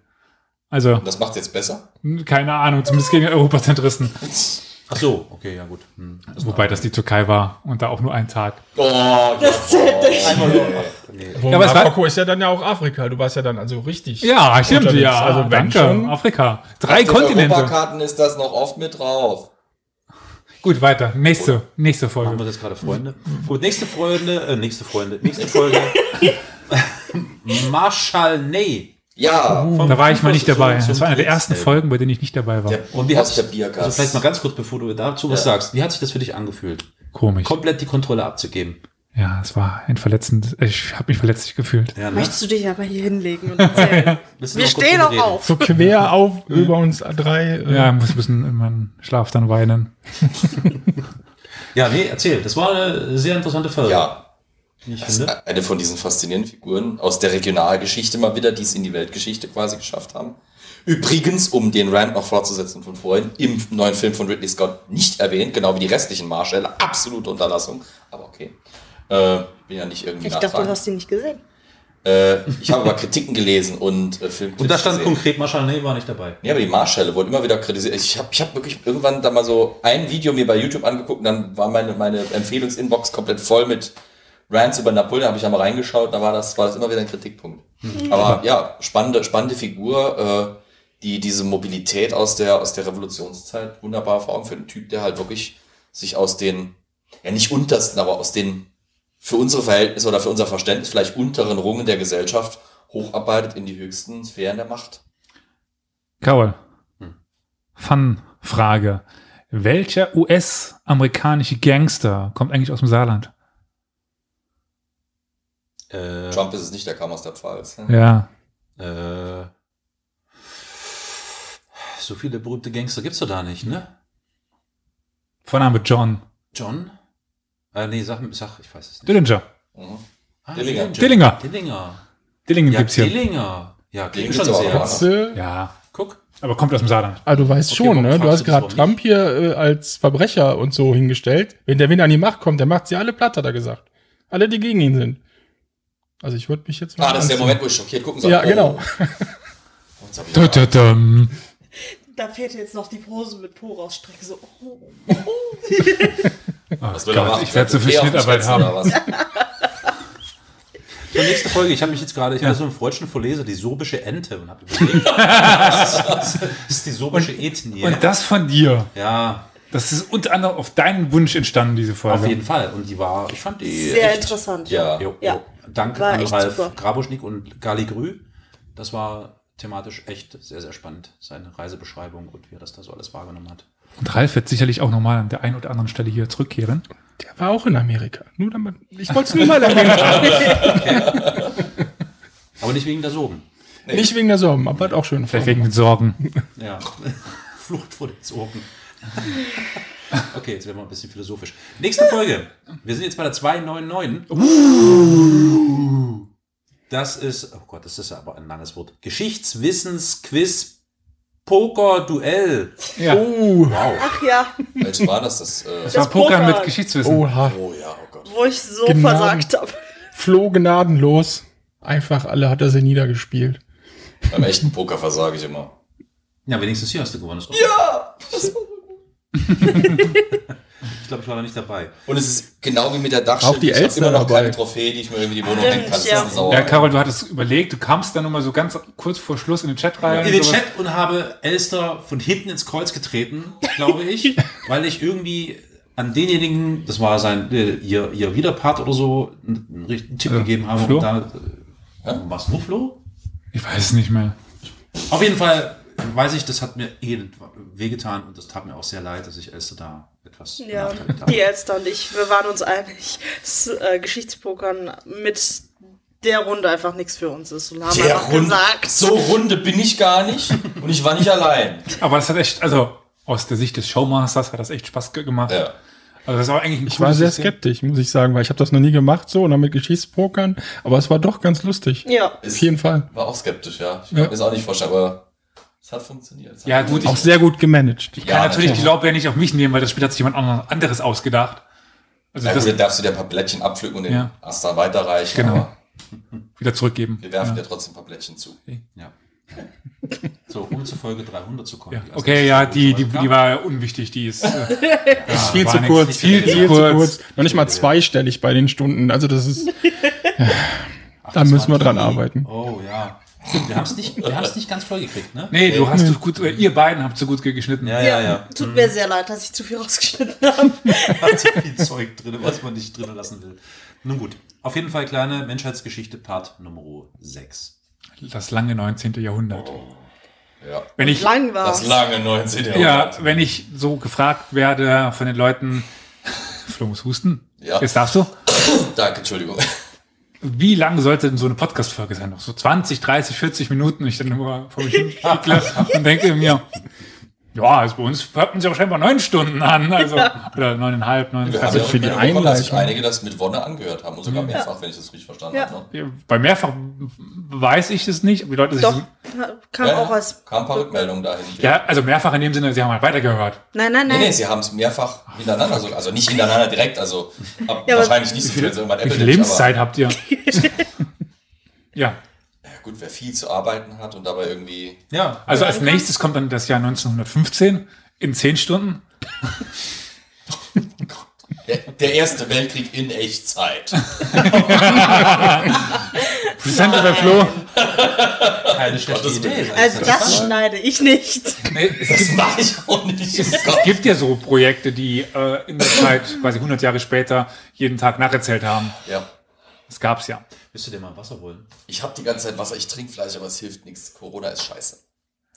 Speaker 8: Also,
Speaker 2: Das macht's jetzt besser?
Speaker 8: keine Ahnung, zumindest gegen Europazentristen.
Speaker 5: Ach so, okay, ja gut. Hm. Das
Speaker 8: Wobei das die Türkei war und da auch nur ein Tag.
Speaker 2: Oh,
Speaker 4: Das zählt nicht.
Speaker 2: Einmal nur.
Speaker 3: Wo
Speaker 8: Ja, aber es war-
Speaker 3: Marokko ist ja dann ja auch Afrika. Du warst ja dann also richtig.
Speaker 8: Ja, stimmt,
Speaker 3: unterwegs.
Speaker 8: ja.
Speaker 3: Also wenn
Speaker 8: danke.
Speaker 3: schon.
Speaker 8: Afrika. Drei Kontinente.
Speaker 2: Europakarten ist das noch oft mit drauf.
Speaker 8: Gut, weiter. Nächste, nächste
Speaker 5: Machen wir
Speaker 8: Folge.
Speaker 5: das gerade Freunde. Gut, nächste Freunde, äh, nächste Freunde, nächste Folge. Marshall Ney.
Speaker 2: Ja.
Speaker 8: Da war ich mal nicht dabei.
Speaker 5: Zum- zum
Speaker 8: Das war eine der ersten
Speaker 5: Kriegshelden.
Speaker 8: Folgen, bei denen ich nicht dabei war.
Speaker 5: Und wie
Speaker 2: aus
Speaker 5: hat
Speaker 2: der
Speaker 5: sich,
Speaker 2: Bierkasse.
Speaker 5: also vielleicht mal ganz kurz, bevor du dazu was
Speaker 2: Ja.
Speaker 5: sagst, wie hat sich das für dich angefühlt?
Speaker 8: Komisch.
Speaker 5: Komplett die Kontrolle abzugeben.
Speaker 8: Ja, es war ein verletzendes. Ich habe mich verletzlich gefühlt.
Speaker 5: Ja, ne?
Speaker 4: Möchtest du dich aber hier hinlegen und erzählen?
Speaker 5: Müssen
Speaker 4: Wir
Speaker 5: noch kurz
Speaker 4: stehen
Speaker 5: drüber
Speaker 4: auch
Speaker 5: reden.
Speaker 4: auf.
Speaker 3: So quer auf über uns drei. äh,
Speaker 8: Ja, muss müssen in meinen Schlaf dann weinen.
Speaker 5: Ja, nee, erzähl. Das war eine sehr interessante Folge.
Speaker 2: Ja,
Speaker 5: ich
Speaker 2: das ist
Speaker 5: finde.
Speaker 2: eine von diesen faszinierenden Figuren aus der Regionalgeschichte mal wieder, die es in die Weltgeschichte quasi geschafft haben. Übrigens, um den Rand noch fortzusetzen von vorhin, im neuen Film von Ridley Scott nicht erwähnt, genau wie die restlichen Marshall, absolute Unterlassung, aber okay. Äh, bin ja nicht irgendwie
Speaker 4: Ich dachte, du
Speaker 2: nachtragend.
Speaker 4: hast ihn nicht gesehen.
Speaker 2: äh, Ich habe aber Kritiken gelesen und äh, Filmkritiken
Speaker 5: Und da stand
Speaker 2: gesehen.
Speaker 5: konkret, Marshall Ney war nicht dabei.
Speaker 2: Ja, aber die Marschälle wurden immer wieder kritisiert. Ich habe ich hab wirklich irgendwann da mal so ein Video mir bei YouTube angeguckt und dann war meine, meine Empfehlungsinbox komplett voll mit Rants über Napoleon. habe ich einmal reingeschaut, da war das, war das immer wieder ein Kritikpunkt. Aber ja, spannende, spannende Figur, äh, die diese Mobilität aus der, aus der Revolutionszeit wunderbar vor Augen führt. Ein Typ, der halt wirklich sich aus den, ja nicht untersten, aber aus den für unsere Verhältnisse oder für unser Verständnis vielleicht unteren Rungen der Gesellschaft hocharbeitet in die höchsten Sphären der Macht.
Speaker 8: Karol.
Speaker 5: Hm.
Speaker 8: Fun-Frage. Welcher US-amerikanische Gangster kommt eigentlich aus dem Saarland?
Speaker 5: Äh,
Speaker 2: Trump ist es nicht, der kam aus der Pfalz. ne?
Speaker 8: Ja.
Speaker 5: Äh, so viele berühmte Gangster gibt's doch da nicht, ne?
Speaker 8: Vorname John.
Speaker 5: John? Äh, nee, sag, sag, ich weiß es nicht.
Speaker 8: Dillinger.
Speaker 2: Mhm.
Speaker 5: Ah,
Speaker 2: Dillinger.
Speaker 8: Dillinger.
Speaker 5: Dillinger.
Speaker 8: Dillingen
Speaker 5: Ja,
Speaker 8: gibt's hier.
Speaker 5: Dillinger. Ja, klingt
Speaker 2: Dillinger
Speaker 5: schon
Speaker 2: ist aber
Speaker 5: sehr.
Speaker 2: auch
Speaker 3: Katze.
Speaker 8: Ja.
Speaker 5: Guck.
Speaker 8: Aber kommt aus dem Saarland.
Speaker 3: Ah, du weißt
Speaker 5: Okay,
Speaker 3: schon,
Speaker 5: warum
Speaker 3: ne? Du
Speaker 5: fragst
Speaker 3: hast
Speaker 5: du das
Speaker 3: gerade
Speaker 5: warum
Speaker 3: Trump hier äh, als Verbrecher und so hingestellt. Wenn der wieder an die Macht kommt, der macht sie alle platt, hat er gesagt. Alle, die gegen ihn sind. Also ich würde mich jetzt mal.
Speaker 2: Ah, das ist der
Speaker 3: anziehen.
Speaker 2: Moment, wo ich schockiert gucken soll.
Speaker 3: Ja, genau.
Speaker 2: Oh, jetzt hab ich
Speaker 8: Da, da,
Speaker 2: ja-
Speaker 8: dam.
Speaker 4: Da fehlt jetzt noch die Pose mit Po rausstrecken. So, oh,
Speaker 8: Oh
Speaker 2: Was will er
Speaker 8: Gott,
Speaker 2: machen?
Speaker 8: ich werde so viel
Speaker 2: Bär auf dem
Speaker 8: Schnittarbeit
Speaker 2: Schätzen oder
Speaker 8: haben.
Speaker 2: was?
Speaker 5: Zur nächsten Folge, ich habe mich jetzt gerade, ich hatte so einen freudschen Verleser, die sorbische Ente und habe überlegt. das, ist, das ist die sorbische Ethnie.
Speaker 8: Und das von dir.
Speaker 5: ja,
Speaker 8: Das ist unter anderem auf deinen Wunsch entstanden, diese Folge.
Speaker 5: auf jeden Fall. Und die war, ich fand die.
Speaker 4: sehr
Speaker 5: echt-
Speaker 4: interessant.
Speaker 2: Ja.
Speaker 5: Jo,
Speaker 4: Ja.
Speaker 5: jo. Danke
Speaker 4: War
Speaker 5: an
Speaker 4: echt
Speaker 5: Ralf
Speaker 4: super.
Speaker 5: Graboschnik und Gali Grü. Das war thematisch echt sehr, sehr spannend. Seine Reisebeschreibung und wie er das da so alles wahrgenommen hat.
Speaker 8: Und Ralf wird sicherlich auch nochmal an der einen oder anderen Stelle hier zurückkehren.
Speaker 3: Der war auch in Amerika. Nur damit, ich wollte es nur mal erwähnen.
Speaker 5: Aber nicht wegen der Sorgen.
Speaker 3: Nicht wegen der Sorben, aber hat auch schön.
Speaker 8: Vielleicht
Speaker 5: Oh.
Speaker 8: wegen den Sorgen.
Speaker 5: Ja. Flucht vor den Sorgen. okay, jetzt werden wir ein bisschen philosophisch. Nächste Folge. Wir sind jetzt bei der 299. Das ist, oh Gott, das ist aber ein langes Wort. Geschichtswissensquiz Poker-Duell.
Speaker 3: Ja.
Speaker 5: Oh. Wow.
Speaker 4: Ach ja,
Speaker 2: Welches war das? das äh,
Speaker 8: Das war Pokern
Speaker 4: Pokern.
Speaker 8: mit Geschichtswissen.
Speaker 3: Oha.
Speaker 2: oh ja, oh Gott.
Speaker 4: wo ich so
Speaker 3: Genau.
Speaker 4: versagt habe.
Speaker 3: Floh gnadenlos. Einfach alle hat er sie niedergespielt.
Speaker 2: Beim echten Poker versage ich immer.
Speaker 5: Ja, wenigstens hier hast du gewonnen. Ja! ich glaube, ich war noch nicht dabei.
Speaker 2: Und es ist genau wie mit der Dachschild.
Speaker 3: Auch die
Speaker 2: ich habe
Speaker 3: Elster
Speaker 2: immer noch keine
Speaker 3: dabei.
Speaker 2: Trophäe, die ich mir irgendwie in die Wohnung
Speaker 4: Stimmt,
Speaker 2: hängen kann. Das
Speaker 4: ja.
Speaker 2: ist eine
Speaker 5: Oh.
Speaker 2: Sauerei.
Speaker 8: Ja, Carol, du hattest überlegt, du kamst dann nochmal so ganz kurz vor Schluss in den Chat rein.
Speaker 5: In den
Speaker 8: sowas.
Speaker 5: Chat und habe Elster von hinten ins Kreuz getreten, glaube ich, weil ich irgendwie an denjenigen, das war sein äh, ihr, ihr Widerpart oder so, einen einen richtigen Tipp
Speaker 8: Äh,
Speaker 5: gegeben habe.
Speaker 8: Flo?
Speaker 5: Und da, äh, was nur Flo?
Speaker 8: Ich weiß es nicht mehr.
Speaker 5: Auf jeden Fall weiß ich, das hat mir elend wehgetan und das tat mir auch sehr leid, dass ich Elster da etwas
Speaker 4: Ja,
Speaker 5: benachteiligt habe.
Speaker 4: die Elster und ich, wir waren uns einig, dass äh, Geschichtspokern mit der Runde einfach nichts für uns ist. Und haben
Speaker 2: Der
Speaker 4: einfach
Speaker 2: Hund-
Speaker 4: gesagt,
Speaker 2: So runde bin ich gar nicht und ich war nicht allein.
Speaker 8: Aber das hat echt, also aus der Sicht des Showmasters hat das echt Spaß ge- gemacht.
Speaker 2: Ja.
Speaker 8: Also das war eigentlich ein
Speaker 3: Ich war sehr
Speaker 8: skeptisch.
Speaker 3: skeptisch, muss ich sagen, weil ich habe das noch nie gemacht so und damit Geschichtspokern. Aber es war doch ganz lustig.
Speaker 4: ja,
Speaker 3: Auf
Speaker 2: Es
Speaker 3: jeden Fall.
Speaker 2: war auch skeptisch, ja. Ich
Speaker 3: Ja.
Speaker 2: kann mir das auch nicht vorstellen, aber es hat funktioniert. Es hat
Speaker 8: Ja, gut,
Speaker 2: funktioniert.
Speaker 3: Auch sehr gut gemanagt.
Speaker 8: Ich kann
Speaker 2: Ja,
Speaker 8: natürlich
Speaker 2: natürlich.
Speaker 8: die Lorbeer nicht auf mich nehmen, weil das Spiel hat sich jemand anderen- anderes ausgedacht. Also
Speaker 2: Na
Speaker 8: das
Speaker 2: gut, dann darfst du dir ein paar Blättchen abpflücken und den
Speaker 8: Ja.
Speaker 2: Asta weiterreichen.
Speaker 8: Genau.
Speaker 2: Aber
Speaker 8: wieder zurückgeben.
Speaker 2: wir werfen
Speaker 8: ja.
Speaker 2: dir trotzdem ein paar Blättchen zu.
Speaker 5: Ja. So, um zur Folge 300 zu kommen. Also
Speaker 8: Ja.
Speaker 5: Die erste
Speaker 8: Okay, ja, die, die,
Speaker 5: Folge
Speaker 8: die war unwichtig, die ist. Äh,
Speaker 3: Ist viel
Speaker 8: war
Speaker 3: zu
Speaker 8: nix,
Speaker 3: kurz,
Speaker 8: nicht
Speaker 3: viel,
Speaker 8: viel
Speaker 3: viel zu
Speaker 8: kurz.
Speaker 3: kurz. Noch nicht mal zweistellig bei den Stunden. Also das ist,
Speaker 5: Ach,
Speaker 3: da
Speaker 5: das
Speaker 3: müssen
Speaker 5: war
Speaker 3: wir dran
Speaker 5: die-
Speaker 3: arbeiten.
Speaker 5: Oh ja. Wir haben es nicht, wir haben's nicht ganz voll gekriegt, ne?
Speaker 8: nee, du hast so gut, oder ihr beiden habt so gut ge- geschnitten.
Speaker 5: Ja,
Speaker 4: ja,
Speaker 5: ja, ja.
Speaker 4: tut mir sehr leid, dass ich zu viel rausgeschnitten habe.
Speaker 5: Hat so viel Zeug drin, was man nicht drin lassen will. Nun gut. Auf jeden Fall kleine Menschheitsgeschichte Part Nummer 6.
Speaker 8: Das lange 19. Jahrhundert.
Speaker 2: Ja.
Speaker 8: Wenn ich,
Speaker 4: Lang war
Speaker 2: Das lange 19.
Speaker 8: ja,
Speaker 2: Jahrhundert.
Speaker 8: wenn ich so gefragt werde von den Leuten, Flo muss husten.
Speaker 2: Ja.
Speaker 8: Jetzt darfst du.
Speaker 2: Danke, Entschuldigung.
Speaker 8: Wie lang sollte denn so eine Podcast-Folge sein? Noch so 20, 30, 40 Minuten? Und Ich dann immer vor mich hin piekle und denke mir, ja, also bei uns hört man sich auch scheinbar neun Stunden an. Also, oder neuneinhalb, neun.
Speaker 2: Wir
Speaker 8: Also,
Speaker 2: haben
Speaker 3: für die
Speaker 2: Rückmeldung bekommen, dass sich
Speaker 3: Einleitung.
Speaker 2: einige das mit Wonne angehört haben und sogar mehrfach, wenn ich das richtig verstanden
Speaker 4: Ja.
Speaker 2: habe. ne?
Speaker 8: bei mehrfach weiß ich es nicht. ob Die Leute sich
Speaker 4: Doch, kam auch als.
Speaker 2: Äh, Kam ein paar Rückmeldungen dahin.
Speaker 8: ja, also mehrfach in dem Sinne, sie haben halt weitergehört.
Speaker 4: Nein, nein,
Speaker 2: Nee,
Speaker 4: nein.
Speaker 2: nee, sie haben es mehrfach hintereinander, so, also nicht hintereinander direkt, also ab-
Speaker 4: Ja, aber-
Speaker 2: wahrscheinlich nicht so viel, wenn sie irgendwann
Speaker 8: Wie viel
Speaker 2: Apple nimmt, aber
Speaker 8: Lebenszeit habt ihr? ja,
Speaker 2: Ja, gut, wer viel zu arbeiten hat und dabei irgendwie
Speaker 5: Ja,
Speaker 8: also als nächstes kommt dann das Jahr 1915 in zehn Stunden.
Speaker 2: der, der Erste Weltkrieg in Echtzeit.
Speaker 8: Presenter bei Flo.
Speaker 5: keine schlechte
Speaker 2: Gottes
Speaker 5: Idee.
Speaker 2: Willen.
Speaker 4: Also das schneide ich nicht.
Speaker 8: Nee, es
Speaker 2: Das mache ich auch nicht.
Speaker 8: Es es gibt ja so Projekte, die äh, in der Zeit, quasi 100 Jahre später, jeden Tag nacherzählt haben.
Speaker 2: Ja,
Speaker 8: Das gab's ja.
Speaker 5: Willst du dir mal Wasser holen?
Speaker 2: ich habe die ganze Zeit Wasser, ich trinke Fleisch, aber es hilft nichts. Corona ist scheiße.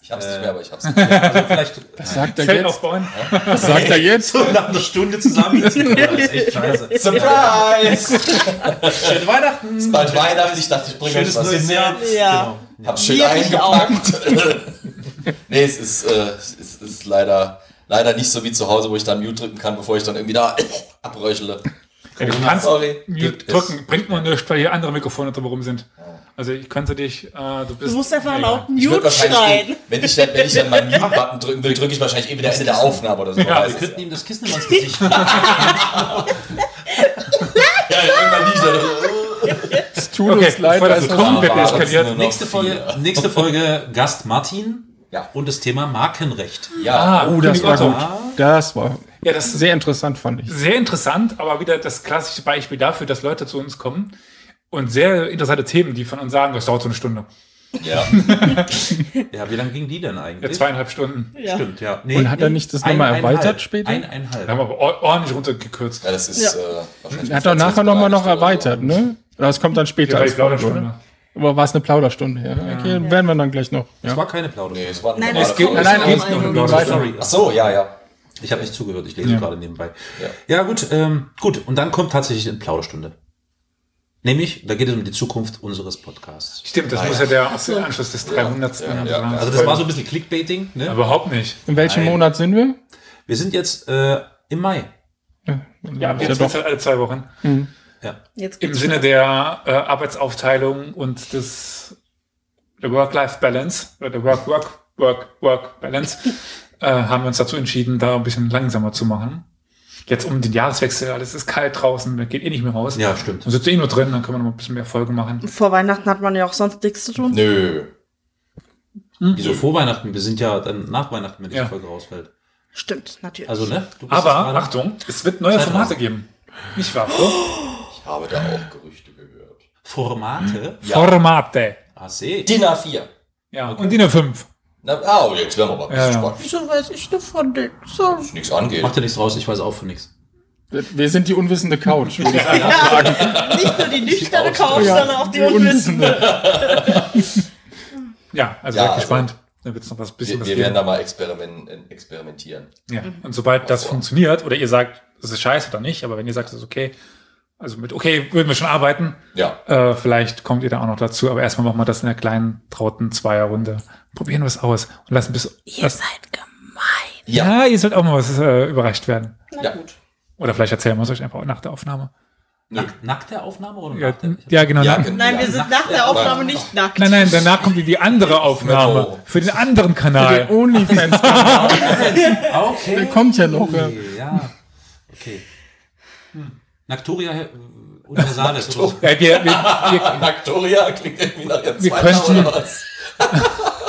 Speaker 2: Ich hab's
Speaker 5: Äh.
Speaker 2: nicht mehr, aber ich hab's. Nicht.
Speaker 5: Also vielleicht
Speaker 3: Das sagt er
Speaker 8: Fällt
Speaker 3: jetzt.
Speaker 8: auf Bäumen.
Speaker 3: Das sagt er jetzt.
Speaker 5: so nach einer Stunde zusammenziehen. Das ist echt scheiße.
Speaker 4: Äh,
Speaker 2: Surprise!
Speaker 5: Schönen Weihnachten.
Speaker 2: Bald Weihnachten, ich dachte, ich bringe euch
Speaker 5: Schönes
Speaker 2: was.
Speaker 5: neues Jahr.
Speaker 4: Ja.
Speaker 5: Genau.
Speaker 2: Hab's schön
Speaker 4: Wir nicht
Speaker 2: eingepackt. nee, es ist, äh, es ist leider, leider nicht so wie zu Hause, wo ich dann Mute drücken kann, bevor ich dann irgendwie da abröchele.
Speaker 8: Ja, du kannst
Speaker 2: Sorry.
Speaker 8: Mute
Speaker 2: Gibt es.
Speaker 8: drücken, bringt nur nichts, weil hier andere Mikrofone drumherum sind. Also ich könnte dich, äh, du bist...
Speaker 4: Du musst einfach
Speaker 8: Nee,
Speaker 4: laut
Speaker 2: Ich würd
Speaker 4: Mute
Speaker 2: wahrscheinlich
Speaker 4: schreien.
Speaker 2: eh- Wenn ich dann, wenn ich dann meinen Mute-Button drücken will, drücke ich wahrscheinlich eh wieder Ende der Aufnahme oder so.
Speaker 8: Ja,
Speaker 2: weiß
Speaker 5: Wir
Speaker 2: es
Speaker 5: könnten ihm das Kissen immer ins Gesicht
Speaker 2: ja, irgendwann liege ich da so.
Speaker 3: Es tut
Speaker 8: Okay,
Speaker 3: uns leid.
Speaker 8: bevor
Speaker 4: also
Speaker 8: das
Speaker 3: dass-
Speaker 8: komplett
Speaker 2: aber
Speaker 8: eskaliert.
Speaker 2: nur noch
Speaker 5: Nächste Folge,
Speaker 2: vier.
Speaker 5: nächste Folge Gast Martin
Speaker 2: Ja.
Speaker 5: und das Thema Markenrecht.
Speaker 2: Ja,
Speaker 3: Oh, das
Speaker 8: König
Speaker 3: war
Speaker 8: Otto.
Speaker 3: gut. Das war
Speaker 8: Ah, Ja, das ist
Speaker 3: sehr interessant, fand ich.
Speaker 8: sehr interessant, aber wieder das klassische Beispiel dafür, dass Leute zu uns kommen und sehr interessante Themen, die von uns sagen, das dauert so eine Stunde.
Speaker 2: ja.
Speaker 5: Ja, wie lange ging die denn
Speaker 8: Ja,
Speaker 5: eigentlich?
Speaker 8: zweieinhalb Stunden.
Speaker 4: Ja.
Speaker 5: Stimmt, ja.
Speaker 3: Und hat er nicht das nochmal erweitert später?
Speaker 5: Eineinhalb.
Speaker 8: Da haben wir aber or- ordentlich runtergekürzt.
Speaker 2: ja das ist
Speaker 4: Ja.
Speaker 2: Äh, wahrscheinlich.
Speaker 3: Er hat doch nachher nochmal noch erweitert, ne? Das kommt dann später.
Speaker 8: Ja,
Speaker 3: als
Speaker 8: ich glaube,
Speaker 3: Folge,
Speaker 8: Stunde.
Speaker 3: oder? Aber war es eine Plauderstunde, ja. Okay, werden wir dann gleich noch.
Speaker 5: Das
Speaker 3: Ja.
Speaker 5: war keine Plauderei.
Speaker 2: Nee, es war ein
Speaker 4: Nein,
Speaker 2: normaler
Speaker 4: es geht-
Speaker 2: Folge.
Speaker 4: nein, nein,
Speaker 5: Sorry.
Speaker 2: Ach so, ja, ja.
Speaker 5: Ich habe nicht zugehört, ich lese gerade nebenbei.
Speaker 2: Ja.
Speaker 5: Ja, gut, ähm, gut. Und dann kommt tatsächlich eine Plauderstunde. Nämlich, da geht es um die Zukunft unseres Podcasts.
Speaker 8: Stimmt, das muss ja der Anschluss des 300.
Speaker 2: Ja, ja.
Speaker 8: sein.
Speaker 5: Also das war so ein bisschen Clickbaiting. Ne?
Speaker 8: Überhaupt nicht.
Speaker 3: In welchem
Speaker 5: Nein.
Speaker 3: Monat sind wir?
Speaker 5: Wir sind jetzt äh, im Mai.
Speaker 8: Ja,
Speaker 3: ist ja
Speaker 8: ab jetzt
Speaker 3: doch.
Speaker 8: wird's halt alle zwei Wochen.
Speaker 5: Ja.
Speaker 4: Jetzt
Speaker 8: Im
Speaker 4: geht's.
Speaker 8: Sinne der äh, Arbeitsaufteilung und des der Work-Life-Balance oder der Work-Work Work, Work, Balance, äh, haben wir uns dazu entschieden, da ein bisschen langsamer zu machen. Jetzt um den Jahreswechsel, alles ist kalt draußen, man geht eh nicht mehr raus.
Speaker 5: Ja, stimmt.
Speaker 8: Dann sitzt eh nur drin, dann können wir noch mal ein bisschen mehr Folgen machen.
Speaker 4: Vor Weihnachten hat man ja auch sonst nichts zu tun.
Speaker 2: Nö.
Speaker 5: Wieso vor Weihnachten? Wir sind ja dann nach Weihnachten, wenn die
Speaker 8: Mhm. Ja.
Speaker 5: Folge rausfällt.
Speaker 4: Stimmt, natürlich.
Speaker 5: Also, ne? Du bist jetzt
Speaker 8: Aber
Speaker 5: gerade-
Speaker 8: Achtung, es wird neue
Speaker 5: Zeitraum.
Speaker 8: Formate geben. Nicht wahr? Flo?
Speaker 2: Ich habe da auch Gerüchte gehört.
Speaker 5: Formate?
Speaker 8: Formate.
Speaker 5: Ah, seh.
Speaker 2: DIN A4.
Speaker 8: Ja, und die eine 5.
Speaker 2: Na, oh, jetzt werden wir mal ein bisschen
Speaker 8: Ja, ja.
Speaker 2: spannend.
Speaker 4: Wieso weiß ich davon nichts? So.
Speaker 2: Dass nichts angeht.
Speaker 5: Macht dir nichts raus, ich weiß auch von nichts.
Speaker 3: Wir sind die unwissende Couch. würde ich sagen.
Speaker 4: Nicht nur die nüchterne Couch,
Speaker 3: Ja,
Speaker 4: sondern auch die unwissende.
Speaker 8: Ja, also
Speaker 2: Ja,
Speaker 8: seid
Speaker 2: also-
Speaker 8: gespannt. Da wird es noch was bisschen
Speaker 2: wir
Speaker 8: was
Speaker 2: wir
Speaker 8: geben.
Speaker 2: werden da mal experimenten, experimentieren.
Speaker 8: Ja, und sobald das
Speaker 2: Boah.
Speaker 8: funktioniert, oder ihr sagt, es ist scheiße oder nicht, aber wenn ihr sagt, es ist okay, also mit okay, würden wir schon arbeiten,
Speaker 2: Ja.
Speaker 8: äh, vielleicht kommt ihr da auch noch dazu, aber erstmal machen wir das in der kleinen, trauten Zweierrunde. Probieren wir es aus und lassen bis.
Speaker 4: Ihr
Speaker 8: lass-
Speaker 4: seid gemein.
Speaker 2: Ja.
Speaker 8: ja, ihr sollt auch mal was äh, überrascht werden.
Speaker 4: Na
Speaker 2: Ja.
Speaker 4: gut.
Speaker 8: Oder vielleicht erzählen wir es euch einfach nach der Aufnahme.
Speaker 5: Nack, nackte Aufnahme oder
Speaker 8: Ja,
Speaker 5: nackte?
Speaker 8: ja genau.
Speaker 2: Ja,
Speaker 8: nach-
Speaker 2: genau.
Speaker 4: Nein,
Speaker 2: Ja,
Speaker 4: wir sind
Speaker 5: nackt.
Speaker 4: nach der
Speaker 5: Ja,
Speaker 4: Aufnahme
Speaker 2: nein.
Speaker 4: nicht nackt.
Speaker 8: Nein, nein, danach kommt die- die andere Aufnahme
Speaker 2: Metro.
Speaker 8: für den anderen
Speaker 3: Für den
Speaker 8: Kanal.
Speaker 3: Onlyfans.
Speaker 5: Ah, Okay.
Speaker 3: Der kommt ja noch, ja.
Speaker 5: Ja. Okay.
Speaker 8: Hm.
Speaker 5: Naktoria äh, Universalis oder so.
Speaker 8: Ja, wir, wir,
Speaker 2: Victoria klingt irgendwie nach der
Speaker 8: Wir
Speaker 2: zweiten
Speaker 8: könnten-
Speaker 2: oder was?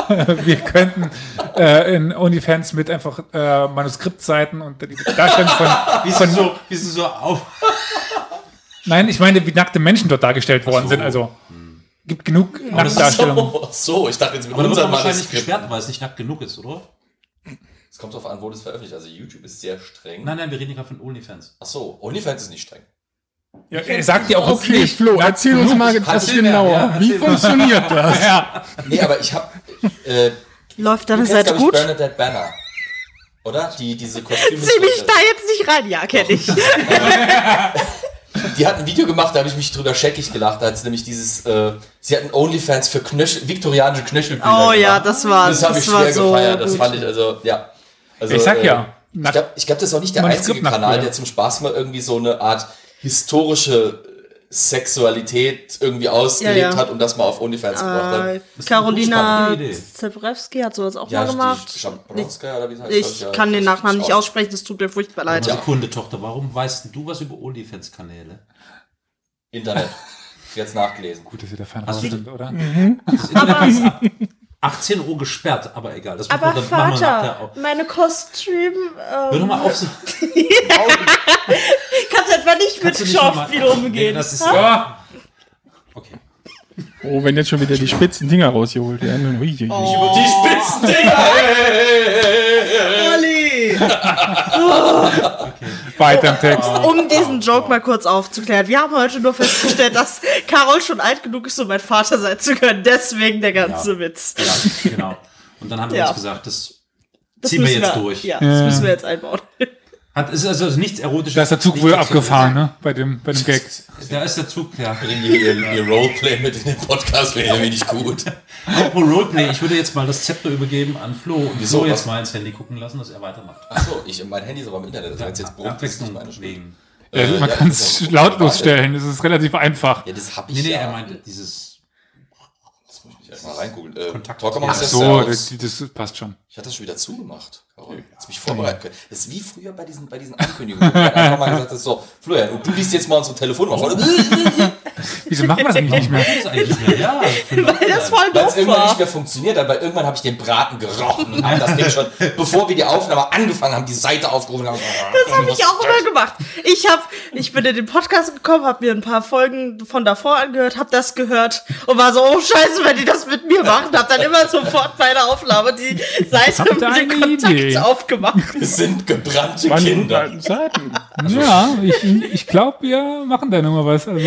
Speaker 8: wir, wir könnten äh, in OnlyFans mit einfach äh, Manuskriptseiten und die Darstellung von
Speaker 5: Wie sind so, wie sind so auf.
Speaker 8: Nein, ich meine, wie nackte Menschen dort dargestellt worden
Speaker 5: so.
Speaker 8: sind. Also gibt genug nackte Darstellungen.
Speaker 2: So, so, ich dachte jetzt mit
Speaker 5: Aber da wird
Speaker 2: unserem
Speaker 5: man wahrscheinlich
Speaker 2: Manuskript.
Speaker 5: gesperrt, weil es nicht nackt genug ist, oder?
Speaker 2: Es kommt drauf an, wo das veröffentlicht. Also YouTube ist sehr streng.
Speaker 5: Nein, nein, wir reden gerade von OnlyFans.
Speaker 2: Ach so, OnlyFans ist nicht streng.
Speaker 8: Ja, er sagt dir auch
Speaker 3: Okay,
Speaker 8: nicht.
Speaker 3: Flo, erzähl uns mal
Speaker 5: Erzähl
Speaker 3: das
Speaker 5: mehr,
Speaker 3: genauer.
Speaker 5: ja,
Speaker 3: Wie
Speaker 5: erzähl mal.
Speaker 3: funktioniert das?
Speaker 8: Ja,
Speaker 2: Nee, aber ich habe äh,
Speaker 4: Läuft
Speaker 2: Du
Speaker 4: deine
Speaker 2: kennst,
Speaker 4: Seite
Speaker 2: glaub ich,
Speaker 4: gut?
Speaker 2: Bernadette Banner. Oder? Die, diese Kostüme.
Speaker 4: Zieh mich da jetzt nicht rein. Ja, kenn ich.
Speaker 2: Die hat ein Video gemacht, da habe ich mich drüber scheckig gelacht, als nämlich dieses, äh, sie hatten Onlyfans für Knöchel, viktorianische Knöchelbilder
Speaker 4: Oh ja,
Speaker 2: gemacht.
Speaker 4: das war-
Speaker 2: Das habe
Speaker 4: das
Speaker 2: ich
Speaker 4: war
Speaker 2: schwer
Speaker 4: so
Speaker 2: gefeiert, das
Speaker 4: gut.
Speaker 2: fand ich, also, ja. Also,
Speaker 8: ich sag
Speaker 2: äh,
Speaker 8: ja.
Speaker 2: Ich glaube, ich glaub, das ist auch nicht der
Speaker 8: Manuskript
Speaker 2: einzige Kanal,
Speaker 8: nachbilden.
Speaker 2: der zum Spaß mal irgendwie so eine Art historische Sexualität irgendwie ausgelebt
Speaker 4: Ja, ja.
Speaker 2: hat und das mal auf Onlyfans gebracht hat.
Speaker 4: Äh,
Speaker 5: ist eine
Speaker 4: Carolina
Speaker 5: gute Idee.
Speaker 4: Zebrewski hat sowas auch
Speaker 2: Ja,
Speaker 4: mal
Speaker 2: die
Speaker 4: gemacht.
Speaker 2: Schabrowska, oder wie das heißt, glaub
Speaker 4: Ich
Speaker 2: ja.
Speaker 4: kann den
Speaker 2: Das
Speaker 4: Nachnamen
Speaker 2: ist
Speaker 4: nicht
Speaker 2: auch-
Speaker 4: aussprechen, das tut mir furchtbar leid.
Speaker 5: Eine Sekunde, Also Tochter, warum weißt denn du was über OnlyFans-Kanäle?
Speaker 2: Internet. Jetzt nachgelesen.
Speaker 8: Gut, dass ihr da fern
Speaker 5: Also
Speaker 8: raus
Speaker 5: die-
Speaker 8: sind, oder? Mhm.
Speaker 5: Das Internet ist ab 18 Uhr gesperrt, aber egal. Das
Speaker 4: Aber
Speaker 5: muss man, dann machen wir
Speaker 4: Vater,
Speaker 5: nachher
Speaker 4: meine Kostüme.
Speaker 5: auch. Hör doch
Speaker 4: Ähm,
Speaker 5: mal auf. so-
Speaker 4: kannst etwa nicht mit
Speaker 5: Kannst du nicht noch mal-
Speaker 4: Schauspiel umgehen.
Speaker 5: Nee, das ist.
Speaker 8: Ja.
Speaker 5: Okay.
Speaker 3: Oh, wenn jetzt schon wieder die spitzen Dinger rausgeholt werden. Ui, ui, ui.
Speaker 4: Oh.
Speaker 2: Die spitzen Dinger!
Speaker 4: Olli!
Speaker 8: Weiter im Text.
Speaker 4: Um diesen Joke mal kurz aufzuklären. Wir haben heute nur festgestellt, dass Carol schon alt genug ist, um mein Vater sein zu können. Deswegen der ganze
Speaker 5: Ja.
Speaker 4: Witz.
Speaker 5: Ja, genau. Und dann haben wir
Speaker 4: Ja.
Speaker 5: uns gesagt, das,
Speaker 4: Das
Speaker 5: ziehen wir
Speaker 4: müssen
Speaker 5: jetzt durch.
Speaker 4: Ja, das müssen wir jetzt einbauen.
Speaker 5: Hat, ist also nichts Erotisches.
Speaker 8: Da ist der Zug wohl
Speaker 5: Nichts
Speaker 8: abgefahren, ne? Bei dem, bei dem Gag.
Speaker 5: Exotisches. Da ist der Zug, ja.
Speaker 2: Bringen die ihr, ihr Roleplay mit in den Podcast, wäre ja wenig gut.
Speaker 5: Apropos Roleplay, ich würde jetzt mal das Zepter übergeben an Flo und
Speaker 2: Wieso?
Speaker 5: Flo jetzt
Speaker 2: Was?
Speaker 5: mal ins Handy gucken lassen, dass er weitermacht.
Speaker 2: Achso, ich, mein Handy ist aber im Internet, also wenn es jetzt brummt, ist nicht
Speaker 5: Abwechslung
Speaker 2: meine Schuld.
Speaker 5: wegen.
Speaker 8: Ja,
Speaker 2: Äh,
Speaker 8: man
Speaker 2: ja,
Speaker 8: kann
Speaker 2: das ist
Speaker 8: es
Speaker 3: also-
Speaker 2: ja-
Speaker 8: lautlos stellen. Es ist relativ einfach.
Speaker 2: Ja, das hab ich
Speaker 5: Nee, nee,
Speaker 2: ja.
Speaker 5: er meinte dieses.
Speaker 2: Das muss ich jetzt mal reingucken. Äh,
Speaker 5: Kontakt-
Speaker 2: Talk amongst
Speaker 8: Ach
Speaker 5: das
Speaker 8: so,
Speaker 2: yourselves.
Speaker 8: das, das passt schon.
Speaker 2: Ich hatte das schon wieder zugemacht. Warum? Jetzt mich vorbereiten können. Das ist wie früher bei diesen, bei diesen Ankündigungen. Er hat einfach mal gesagt, das ist so, Florian, und du liest jetzt mal unsere Telefonnummer. vor.
Speaker 8: Oh. Wieso machen wir das eigentlich nicht mehr?
Speaker 5: Das ist eigentlich mehr. Ja,
Speaker 4: Weil das voll
Speaker 2: Weil es
Speaker 4: doof
Speaker 2: irgendwann nicht
Speaker 4: war.
Speaker 2: mehr funktioniert hat, weil irgendwann habe ich den Braten gerochen und habe das Ding schon, bevor wir die Aufnahme angefangen haben, die Seite aufgerufen und haben.
Speaker 4: Das habe ich auch immer gemacht. Ich hab, ich bin in den Podcast gekommen, habe mir ein paar Folgen von davor angehört, habe das gehört und war so, oh Scheiße, wenn die das mit mir machen, habe dann immer sofort bei der Aufnahme die Seite
Speaker 8: Habt ihr
Speaker 4: mit dem
Speaker 8: eine
Speaker 4: Kontakt
Speaker 8: Idee?
Speaker 4: aufgemacht.
Speaker 2: Wir sind gebrannte
Speaker 3: Waren die guten
Speaker 2: Kinder.
Speaker 3: alten Zeiten.
Speaker 8: Ja, ich, ich glaube, wir machen da nochmal was. Also,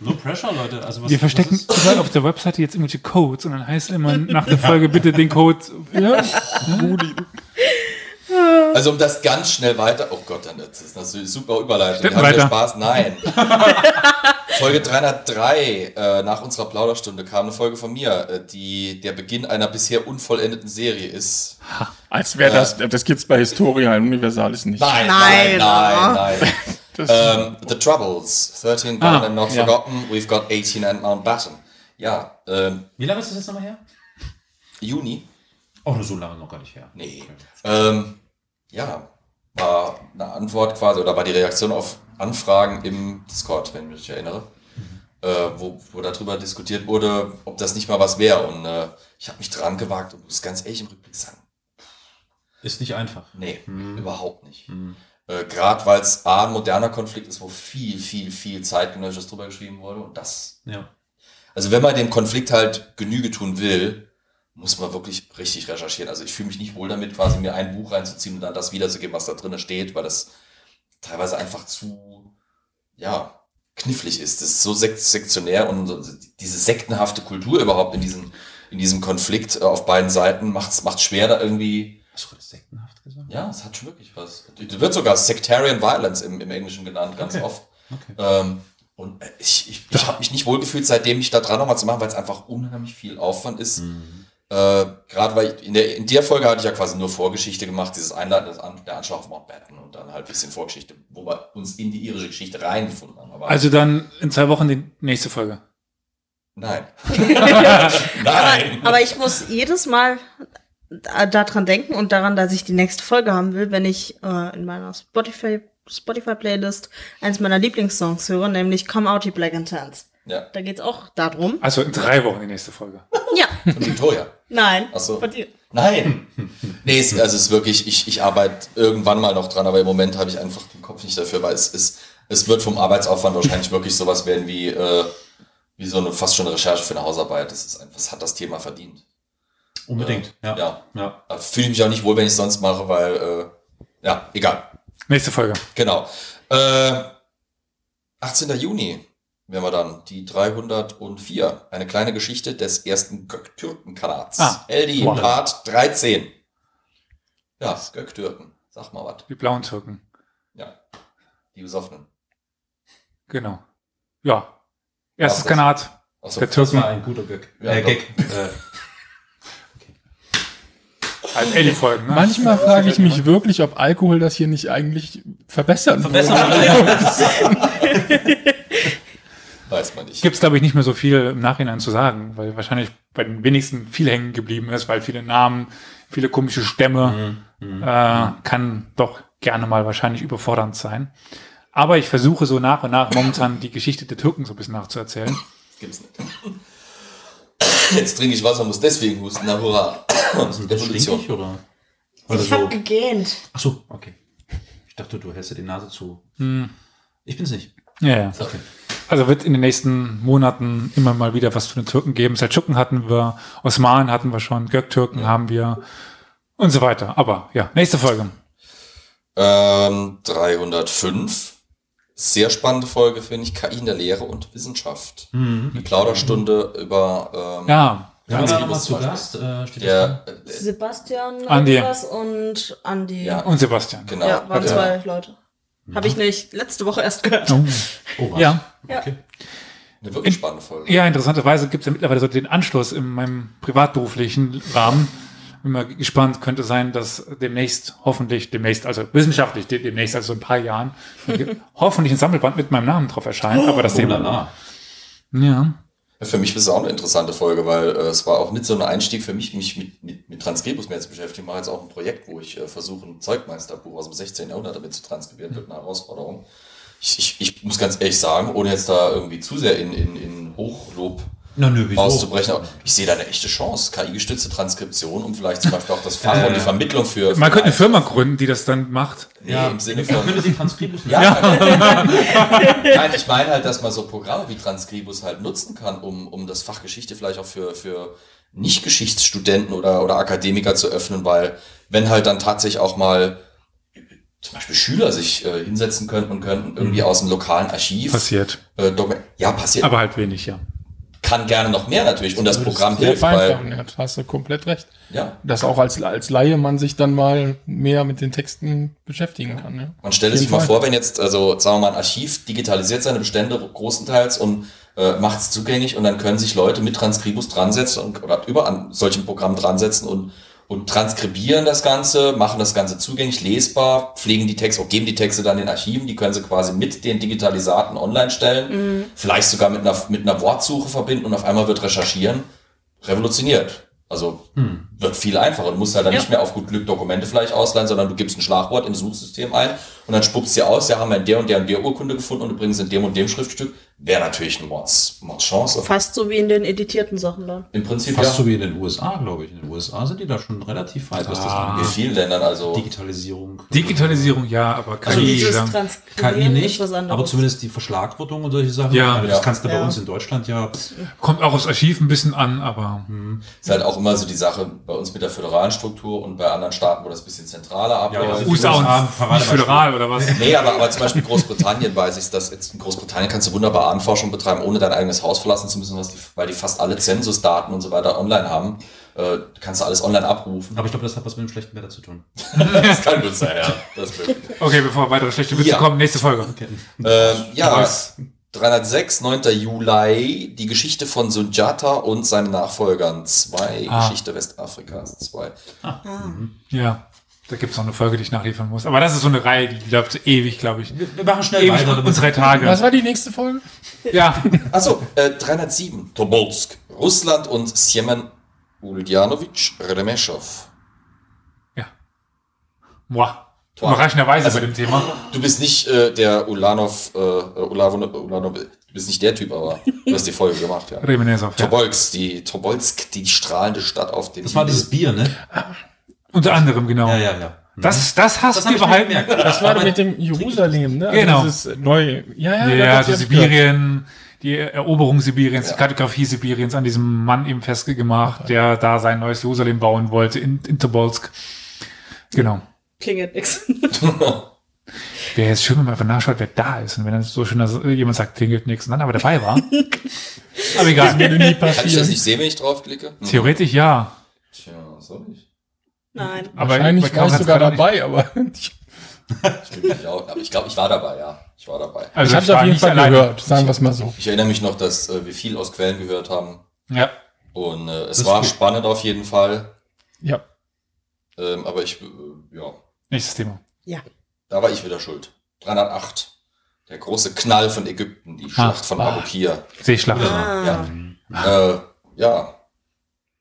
Speaker 5: No pressure, Leute. Also was,
Speaker 8: wir verstecken
Speaker 5: Was ist?
Speaker 8: überall auf der Webseite jetzt irgendwelche Codes und dann heißt es immer nach der Folge bitte den Code. Ja,
Speaker 2: Also um das ganz schnell weiter. Oh Gott, dann das ist das eine super Überleitung.
Speaker 8: Stimmt,
Speaker 2: Hat wieder
Speaker 8: weiter.
Speaker 2: Spaß? Nein. Folge 303. Äh, nach unserer Plauderstunde kam eine Folge von mir, äh, die der Beginn einer bisher unvollendeten Serie ist.
Speaker 3: Als wäre das, das gibt's bei Historia in Universalis nicht.
Speaker 2: Nein,
Speaker 4: Nein,
Speaker 2: nein, nein, nein.
Speaker 3: Das,
Speaker 2: Ähm, the Troubles. 13 Gone
Speaker 8: Ah,
Speaker 2: and Not Forgotten. We've got 18 and Mountbatten. Ja, ähm,
Speaker 5: Wie lange ist das jetzt nochmal her?
Speaker 2: Juni.
Speaker 5: Auch nur so lange noch gar nicht her.
Speaker 2: Nee. Ähm, ja, war eine Antwort quasi oder war die Reaktion auf Anfragen im Discord, wenn ich mich erinnere, äh, wo, wo darüber diskutiert wurde, ob das nicht mal was wäre. Und äh, ich habe mich dran gewagt und muss ganz ehrlich im Rückblick sagen,
Speaker 5: Ist nicht einfach.
Speaker 2: nee,
Speaker 5: Mhm.
Speaker 2: überhaupt nicht. Äh, Gerade weil es A, ein moderner Konflikt ist, wo viel, viel, viel zeitgenössisches drüber geschrieben wurde und das
Speaker 5: Ja.
Speaker 2: also wenn man dem Konflikt halt Genüge tun will, muss man wirklich richtig recherchieren. Also ich fühle mich nicht wohl damit, quasi mir ein Buch reinzuziehen und dann das wiederzugeben, was da drin steht, weil das teilweise einfach zu, ja, knifflig ist. Das ist so sek sektionär und so, diese sektenhafte Kultur überhaupt in diesem, in diesem Konflikt äh, auf beiden Seiten macht's, macht schwer da irgendwie,
Speaker 5: Hast du gerade sektenhaft gesagt?
Speaker 2: ja, es hat schon wirklich was. Das wird sogar Sectarian Violence im, im Englischen genannt, ganz
Speaker 5: Okay.
Speaker 2: oft.
Speaker 5: Okay.
Speaker 2: Ähm, und äh, ich, ich, ich habe mich nicht wohlgefühlt, seitdem ich da dran nochmal zu machen, weil es einfach unheimlich viel Aufwand ist. Äh, Gerade weil ich, in der, in der Folge hatte ich ja quasi nur Vorgeschichte gemacht, dieses Einladen des An der Anschlag auf Mountbatten und dann halt ein bisschen Vorgeschichte, wo wir uns in die irische Geschichte reingefunden haben. Aber
Speaker 8: Also dann in zwei Wochen die nächste Folge.
Speaker 2: nein.
Speaker 4: Aber,
Speaker 2: nein.
Speaker 4: aber ich muss jedes Mal da- daran denken und daran, dass ich die nächste Folge haben will, wenn ich äh, in meiner Spotify Spotify Playlist eins meiner Lieblingssongs höre, nämlich Come Out You Black and Tans.
Speaker 2: ja,
Speaker 4: Da geht's auch darum.
Speaker 8: Also in drei Wochen die nächste Folge.
Speaker 4: Ja,
Speaker 2: von Victoria.
Speaker 4: nein.
Speaker 2: Ach so.
Speaker 4: Von dir.
Speaker 2: Nein. Nee, es, also es ist wirklich, ich, ich arbeite irgendwann mal noch dran, aber im Moment habe ich einfach den Kopf nicht dafür, weil es ist, es wird vom Arbeitsaufwand wahrscheinlich wirklich sowas werden wie, äh, wie so eine fast schon eine Recherche für eine Hausarbeit. Das ist einfach, das hat das Thema verdient.
Speaker 5: Unbedingt. Ja. ja.
Speaker 2: Ja. Da Fühle ich mich auch nicht wohl, wenn ich es sonst mache, weil, äh, ja, egal.
Speaker 8: Nächste Folge.
Speaker 2: Genau. Äh, 18. Juni werden wir dann die 304. Eine kleine Geschichte des ersten Göktürkenkanats.
Speaker 8: Ah,
Speaker 2: LD
Speaker 8: wow.
Speaker 2: Part 13. Ja, Göktürken. Sag mal was.
Speaker 8: Die blauen Türken.
Speaker 2: Ja. Die Besoffenen.
Speaker 8: Genau. Ja. Erstes
Speaker 2: Ach, das-
Speaker 8: Kanat
Speaker 2: Achso,
Speaker 8: der
Speaker 5: Das
Speaker 8: Türken.
Speaker 5: war ein guter Gag.
Speaker 2: Ja,
Speaker 5: äh,
Speaker 2: doch.
Speaker 5: Gag. Äh,
Speaker 8: Halt Ellie-Folgen, ne?
Speaker 7: Manchmal frage ich mich wirklich, ob Alkohol das hier nicht eigentlich verbessern
Speaker 2: weiß man nicht.
Speaker 8: Gibt es, glaube ich, nicht mehr so viel im Nachhinein zu sagen, weil wahrscheinlich bei den wenigsten viel hängen geblieben ist, weil viele Namen, viele komische Stämme äh, kann doch gerne mal wahrscheinlich überfordernd sein. Aber ich versuche so nach und nach momentan die Geschichte der Türken so ein bisschen nachzuerzählen.
Speaker 2: Gibt's nicht. Jetzt trinke ich Wasser, muss deswegen husten. Na hurra. Revolution.
Speaker 5: stinkig oder? Oder
Speaker 4: Ich hab
Speaker 5: so.
Speaker 4: gegähnt.
Speaker 5: Ach so, okay. Ich dachte, du hältst dir die Nase zu.
Speaker 8: Hm.
Speaker 5: Ich bin's nicht.
Speaker 8: Ja, ja.
Speaker 2: Okay.
Speaker 8: Also wird in den nächsten Monaten immer mal wieder was zu den Türken geben. Seldschuken hatten wir, Osmanen hatten wir schon, Göktürken haben wir und so weiter. Aber ja, nächste Folge.
Speaker 2: Ähm, 305. Sehr spannende Folge, finde ich. KI in der Lehre und Wissenschaft. Eine Plauderstunde über ähm,
Speaker 8: Mhm. Ja,
Speaker 5: Wer war
Speaker 2: Ganz
Speaker 5: da
Speaker 2: liebes
Speaker 5: nochmal zu
Speaker 2: Beispiel.
Speaker 5: Gast? Äh, steht
Speaker 2: der,
Speaker 8: ne?
Speaker 2: äh,
Speaker 4: Sebastian,
Speaker 8: Andi.
Speaker 4: Andreas und Andi.
Speaker 2: Ja.
Speaker 8: und Sebastian.
Speaker 2: genau.
Speaker 4: Ja, waren
Speaker 2: Ja.
Speaker 4: zwei Leute. Habe ich nicht letzte Woche erst gehört.
Speaker 8: Oh.
Speaker 5: das? Oh, was?
Speaker 8: Ja.
Speaker 5: Okay.
Speaker 2: Eine wirklich spannende Folge.
Speaker 8: Ja, interessanterweise gibt es ja mittlerweile so den Anschluss in meinem privatberuflichen Rahmen. Bin mal gespannt, könnte sein, dass demnächst, hoffentlich, demnächst, also wissenschaftlich, de- demnächst, also in ein paar Jahren, hoffentlich ein Sammelband mit meinem Namen drauf erscheint. Aber das
Speaker 5: Oh, la,
Speaker 8: Thema.
Speaker 5: la.
Speaker 8: Ja.
Speaker 2: Für mich ist es auch eine interessante Folge, weil äh, es war auch mit so einem Einstieg für mich, mich mit, mit, mit Transkribus mehr zu beschäftigen. Ich mache jetzt auch ein Projekt, wo ich äh, versuche, ein Zeugmeisterbuch aus dem 16. Jahrhundert damit zu transkribieren, wird eine Herausforderung. Ich, ich, ich muss ganz ehrlich sagen, ohne jetzt da irgendwie zu sehr in, in, in Hochlob
Speaker 5: Na nö, wieso?
Speaker 2: auszubrechen, aber ich sehe da eine echte Chance. KI-gestützte Transkription, um vielleicht zum Beispiel auch das Fach und die Vermittlung für.
Speaker 8: Äh, Man
Speaker 2: für
Speaker 8: könnte eine
Speaker 2: Einzelne-
Speaker 8: Firma gründen, die das dann macht.
Speaker 2: Nee,
Speaker 5: Ja.
Speaker 2: im Sinne
Speaker 5: Ich
Speaker 2: von.
Speaker 5: könnte sie Transkribus
Speaker 2: Ja.
Speaker 5: nennen.
Speaker 2: Nein, ich meine halt, dass man so Programme wie Transkribus halt nutzen kann, um, um das Fach Geschichte vielleicht auch für, für Nicht-Geschichtsstudenten oder, oder Akademiker zu öffnen, weil wenn halt dann tatsächlich auch mal zum Beispiel Schüler sich äh, hinsetzen könnten und könnten irgendwie aus dem lokalen Archiv
Speaker 8: Mhm. Passiert.
Speaker 2: Äh, Dokument- ja, passiert.
Speaker 8: Aber halt wenig, ja.
Speaker 2: kann gerne noch mehr natürlich und das Programm
Speaker 7: sehr
Speaker 2: hilft, weil
Speaker 7: vereinfachen. Ja, da hast du komplett recht.
Speaker 2: ja,
Speaker 7: Dass auch als, als Laie man sich dann mal mehr mit den Texten beschäftigen kann. Ja.
Speaker 2: Man stelle sich
Speaker 7: Jeden
Speaker 2: mal
Speaker 7: Fall.
Speaker 2: vor, wenn jetzt, also sagen wir mal, ein Archiv digitalisiert seine Bestände großenteils und äh, macht es zugänglich und dann können sich Leute mit Transkribus dransetzen und, oder über an solchen Programmen dransetzen und, und transkribieren das Ganze, machen das Ganze zugänglich, lesbar, pflegen die Texte, oder geben die Texte dann den Archiven, die können sie quasi mit den Digitalisaten online stellen, vielleicht sogar mit einer, mit einer Wortsuche verbinden und auf einmal wird recherchieren revolutioniert. Also
Speaker 5: Hm.
Speaker 2: wird viel einfacher. Du musst halt dann
Speaker 4: Ja.
Speaker 2: nicht mehr auf gut Glück Dokumente vielleicht ausleihen, sondern du gibst ein Schlagwort im Suchsystem ein und dann spuckst dir aus, ja, haben wir in der und der und der Urkunde gefunden und übrigens in dem und dem Schriftstück. Wäre natürlich eine Mords, Mordschance.
Speaker 4: Fast so wie in den editierten Sachen dann.
Speaker 2: Im Prinzip
Speaker 5: Fast
Speaker 2: ja.
Speaker 5: so wie in den USA, glaube ich. In den USA sind die da schon relativ weit, was das
Speaker 8: Ah.
Speaker 2: In
Speaker 5: angeht.
Speaker 2: vielen Ländern also.
Speaker 5: Digitalisierung. Also,
Speaker 8: Digitalisierung, ja, aber KI.
Speaker 4: Also dieses
Speaker 8: sagen-
Speaker 5: KI
Speaker 4: Transkribieren ist
Speaker 5: nicht,
Speaker 4: was anderes.
Speaker 5: aber zumindest die Verschlagwortung und solche Sachen.
Speaker 8: Ja.
Speaker 5: Also das
Speaker 2: Ja.
Speaker 5: kannst du bei
Speaker 4: Ja.
Speaker 5: uns in Deutschland ja. pss,
Speaker 8: kommt auch aufs Archiv ein bisschen an, aber
Speaker 5: hm.
Speaker 2: Ist halt auch immer so die Sache bei uns mit der föderalen Struktur und bei anderen Staaten, wo das ein bisschen zentraler
Speaker 5: Ja,
Speaker 2: abläuft.
Speaker 5: also die
Speaker 8: USA
Speaker 5: USA
Speaker 8: und nicht
Speaker 5: Paradebeispiel.
Speaker 8: föderal oder was?
Speaker 2: Nee, aber, aber zum Beispiel Großbritannien weiß ich, dass jetzt in Großbritannien kannst du wunderbar Anforschung betreiben, ohne dein eigenes Haus verlassen zu müssen, was die, weil die fast alle Zensusdaten und so weiter online haben. Äh, kannst du alles online abrufen.
Speaker 5: Aber ich glaube, das hat was mit dem schlechten Wetter zu tun.
Speaker 2: Das kann gut sein, ja. Das ist möglich.
Speaker 8: Okay, bevor weitere schlechte Witze
Speaker 2: Ja.
Speaker 8: kommen, nächste Folge.
Speaker 2: Ähm, ja, 306, 9. Juli, die Geschichte von Sunjata und seinen Nachfolgern. Zwei,
Speaker 8: Ah.
Speaker 2: Geschichte Westafrikas, zwei.
Speaker 8: Ja, da gibt es noch eine Folge, die ich nachliefern muss. Aber das ist so eine Reihe, die läuft ewig, glaube ich.
Speaker 5: Wir, wir machen schnell
Speaker 8: Ewig
Speaker 5: weiter.
Speaker 8: und drei
Speaker 7: Was
Speaker 8: Tage.
Speaker 7: war die nächste Folge?
Speaker 8: Ja,
Speaker 2: Achso, äh, 307, Tobolsk, Russland und Siemen Uljanovic Remeschow.
Speaker 8: Boah. überraschenderweise
Speaker 5: Also
Speaker 8: bei dem Thema.
Speaker 2: Du bist nicht äh, der Ulanov, äh, Ulanov, Ulanov, du bist nicht der Typ, aber du hast die Folge gemacht, ja.
Speaker 8: Remenesov, ja.
Speaker 2: Tobolsk, die Tobolsk, die strahlende Stadt auf dem.
Speaker 5: Das war dieses Bier, ne?
Speaker 8: Unter anderem, genau.
Speaker 5: Ja, ja, ja.
Speaker 8: Das, das hast
Speaker 5: Das
Speaker 8: du
Speaker 5: hab ich mir
Speaker 8: behalten.
Speaker 5: gemerkt. Das
Speaker 7: Das war doch mit dem Jerusalem, ne? Also
Speaker 8: Genau.
Speaker 7: Dieses neue. Ja, ja,
Speaker 8: Ja,
Speaker 7: da
Speaker 8: ja
Speaker 7: hat's
Speaker 8: so Sibirien, die Eroberung Sibiriens,
Speaker 2: Ja.
Speaker 8: die Kartografie Sibiriens an diesem Mann eben festgemacht, der da sein neues Jerusalem bauen wollte in, in Tobolsk. Genau.
Speaker 4: Klingelt nix.
Speaker 8: Wäre jetzt schön, wenn man einfach nachschaut, wer da ist. Und wenn dann so schön dass jemand sagt, klingelt nichts, und dann aber dabei war. aber egal.
Speaker 7: gehört. Nie
Speaker 2: Kann ich das
Speaker 7: passiert.
Speaker 2: nicht sehen, wenn ich draufklicke? Hm.
Speaker 8: Theoretisch ja.
Speaker 2: Tja, soll ich?
Speaker 4: Nein.
Speaker 8: Aber
Speaker 7: Wahrscheinlich
Speaker 8: man
Speaker 7: war
Speaker 8: kann
Speaker 7: ich
Speaker 8: das
Speaker 7: sogar
Speaker 8: gerade nicht-
Speaker 7: dabei, aber ich,
Speaker 2: Ich bin nicht auch, aber ich glaube, ich war dabei, ja. Ich war dabei.
Speaker 8: Also
Speaker 7: ich habe es
Speaker 8: war
Speaker 7: auf jeden
Speaker 8: nicht
Speaker 7: Fall
Speaker 8: alleine.
Speaker 7: gehört, sagen wir es mal so.
Speaker 2: Ich erinnere mich noch, dass äh, wir viel aus Quellen gehört haben.
Speaker 8: Ja.
Speaker 2: Und äh, es
Speaker 5: Das ist
Speaker 2: war
Speaker 5: gut.
Speaker 2: spannend auf jeden Fall.
Speaker 7: Ja.
Speaker 2: Ähm, aber ich, äh, ja,
Speaker 8: Nächstes Thema.
Speaker 2: da war ich wieder schuld. 308. Der große Knall von Ägypten, die Schlacht von Abukir.
Speaker 8: Seeschlacht.
Speaker 4: Ah.
Speaker 2: Ja. Äh, ja.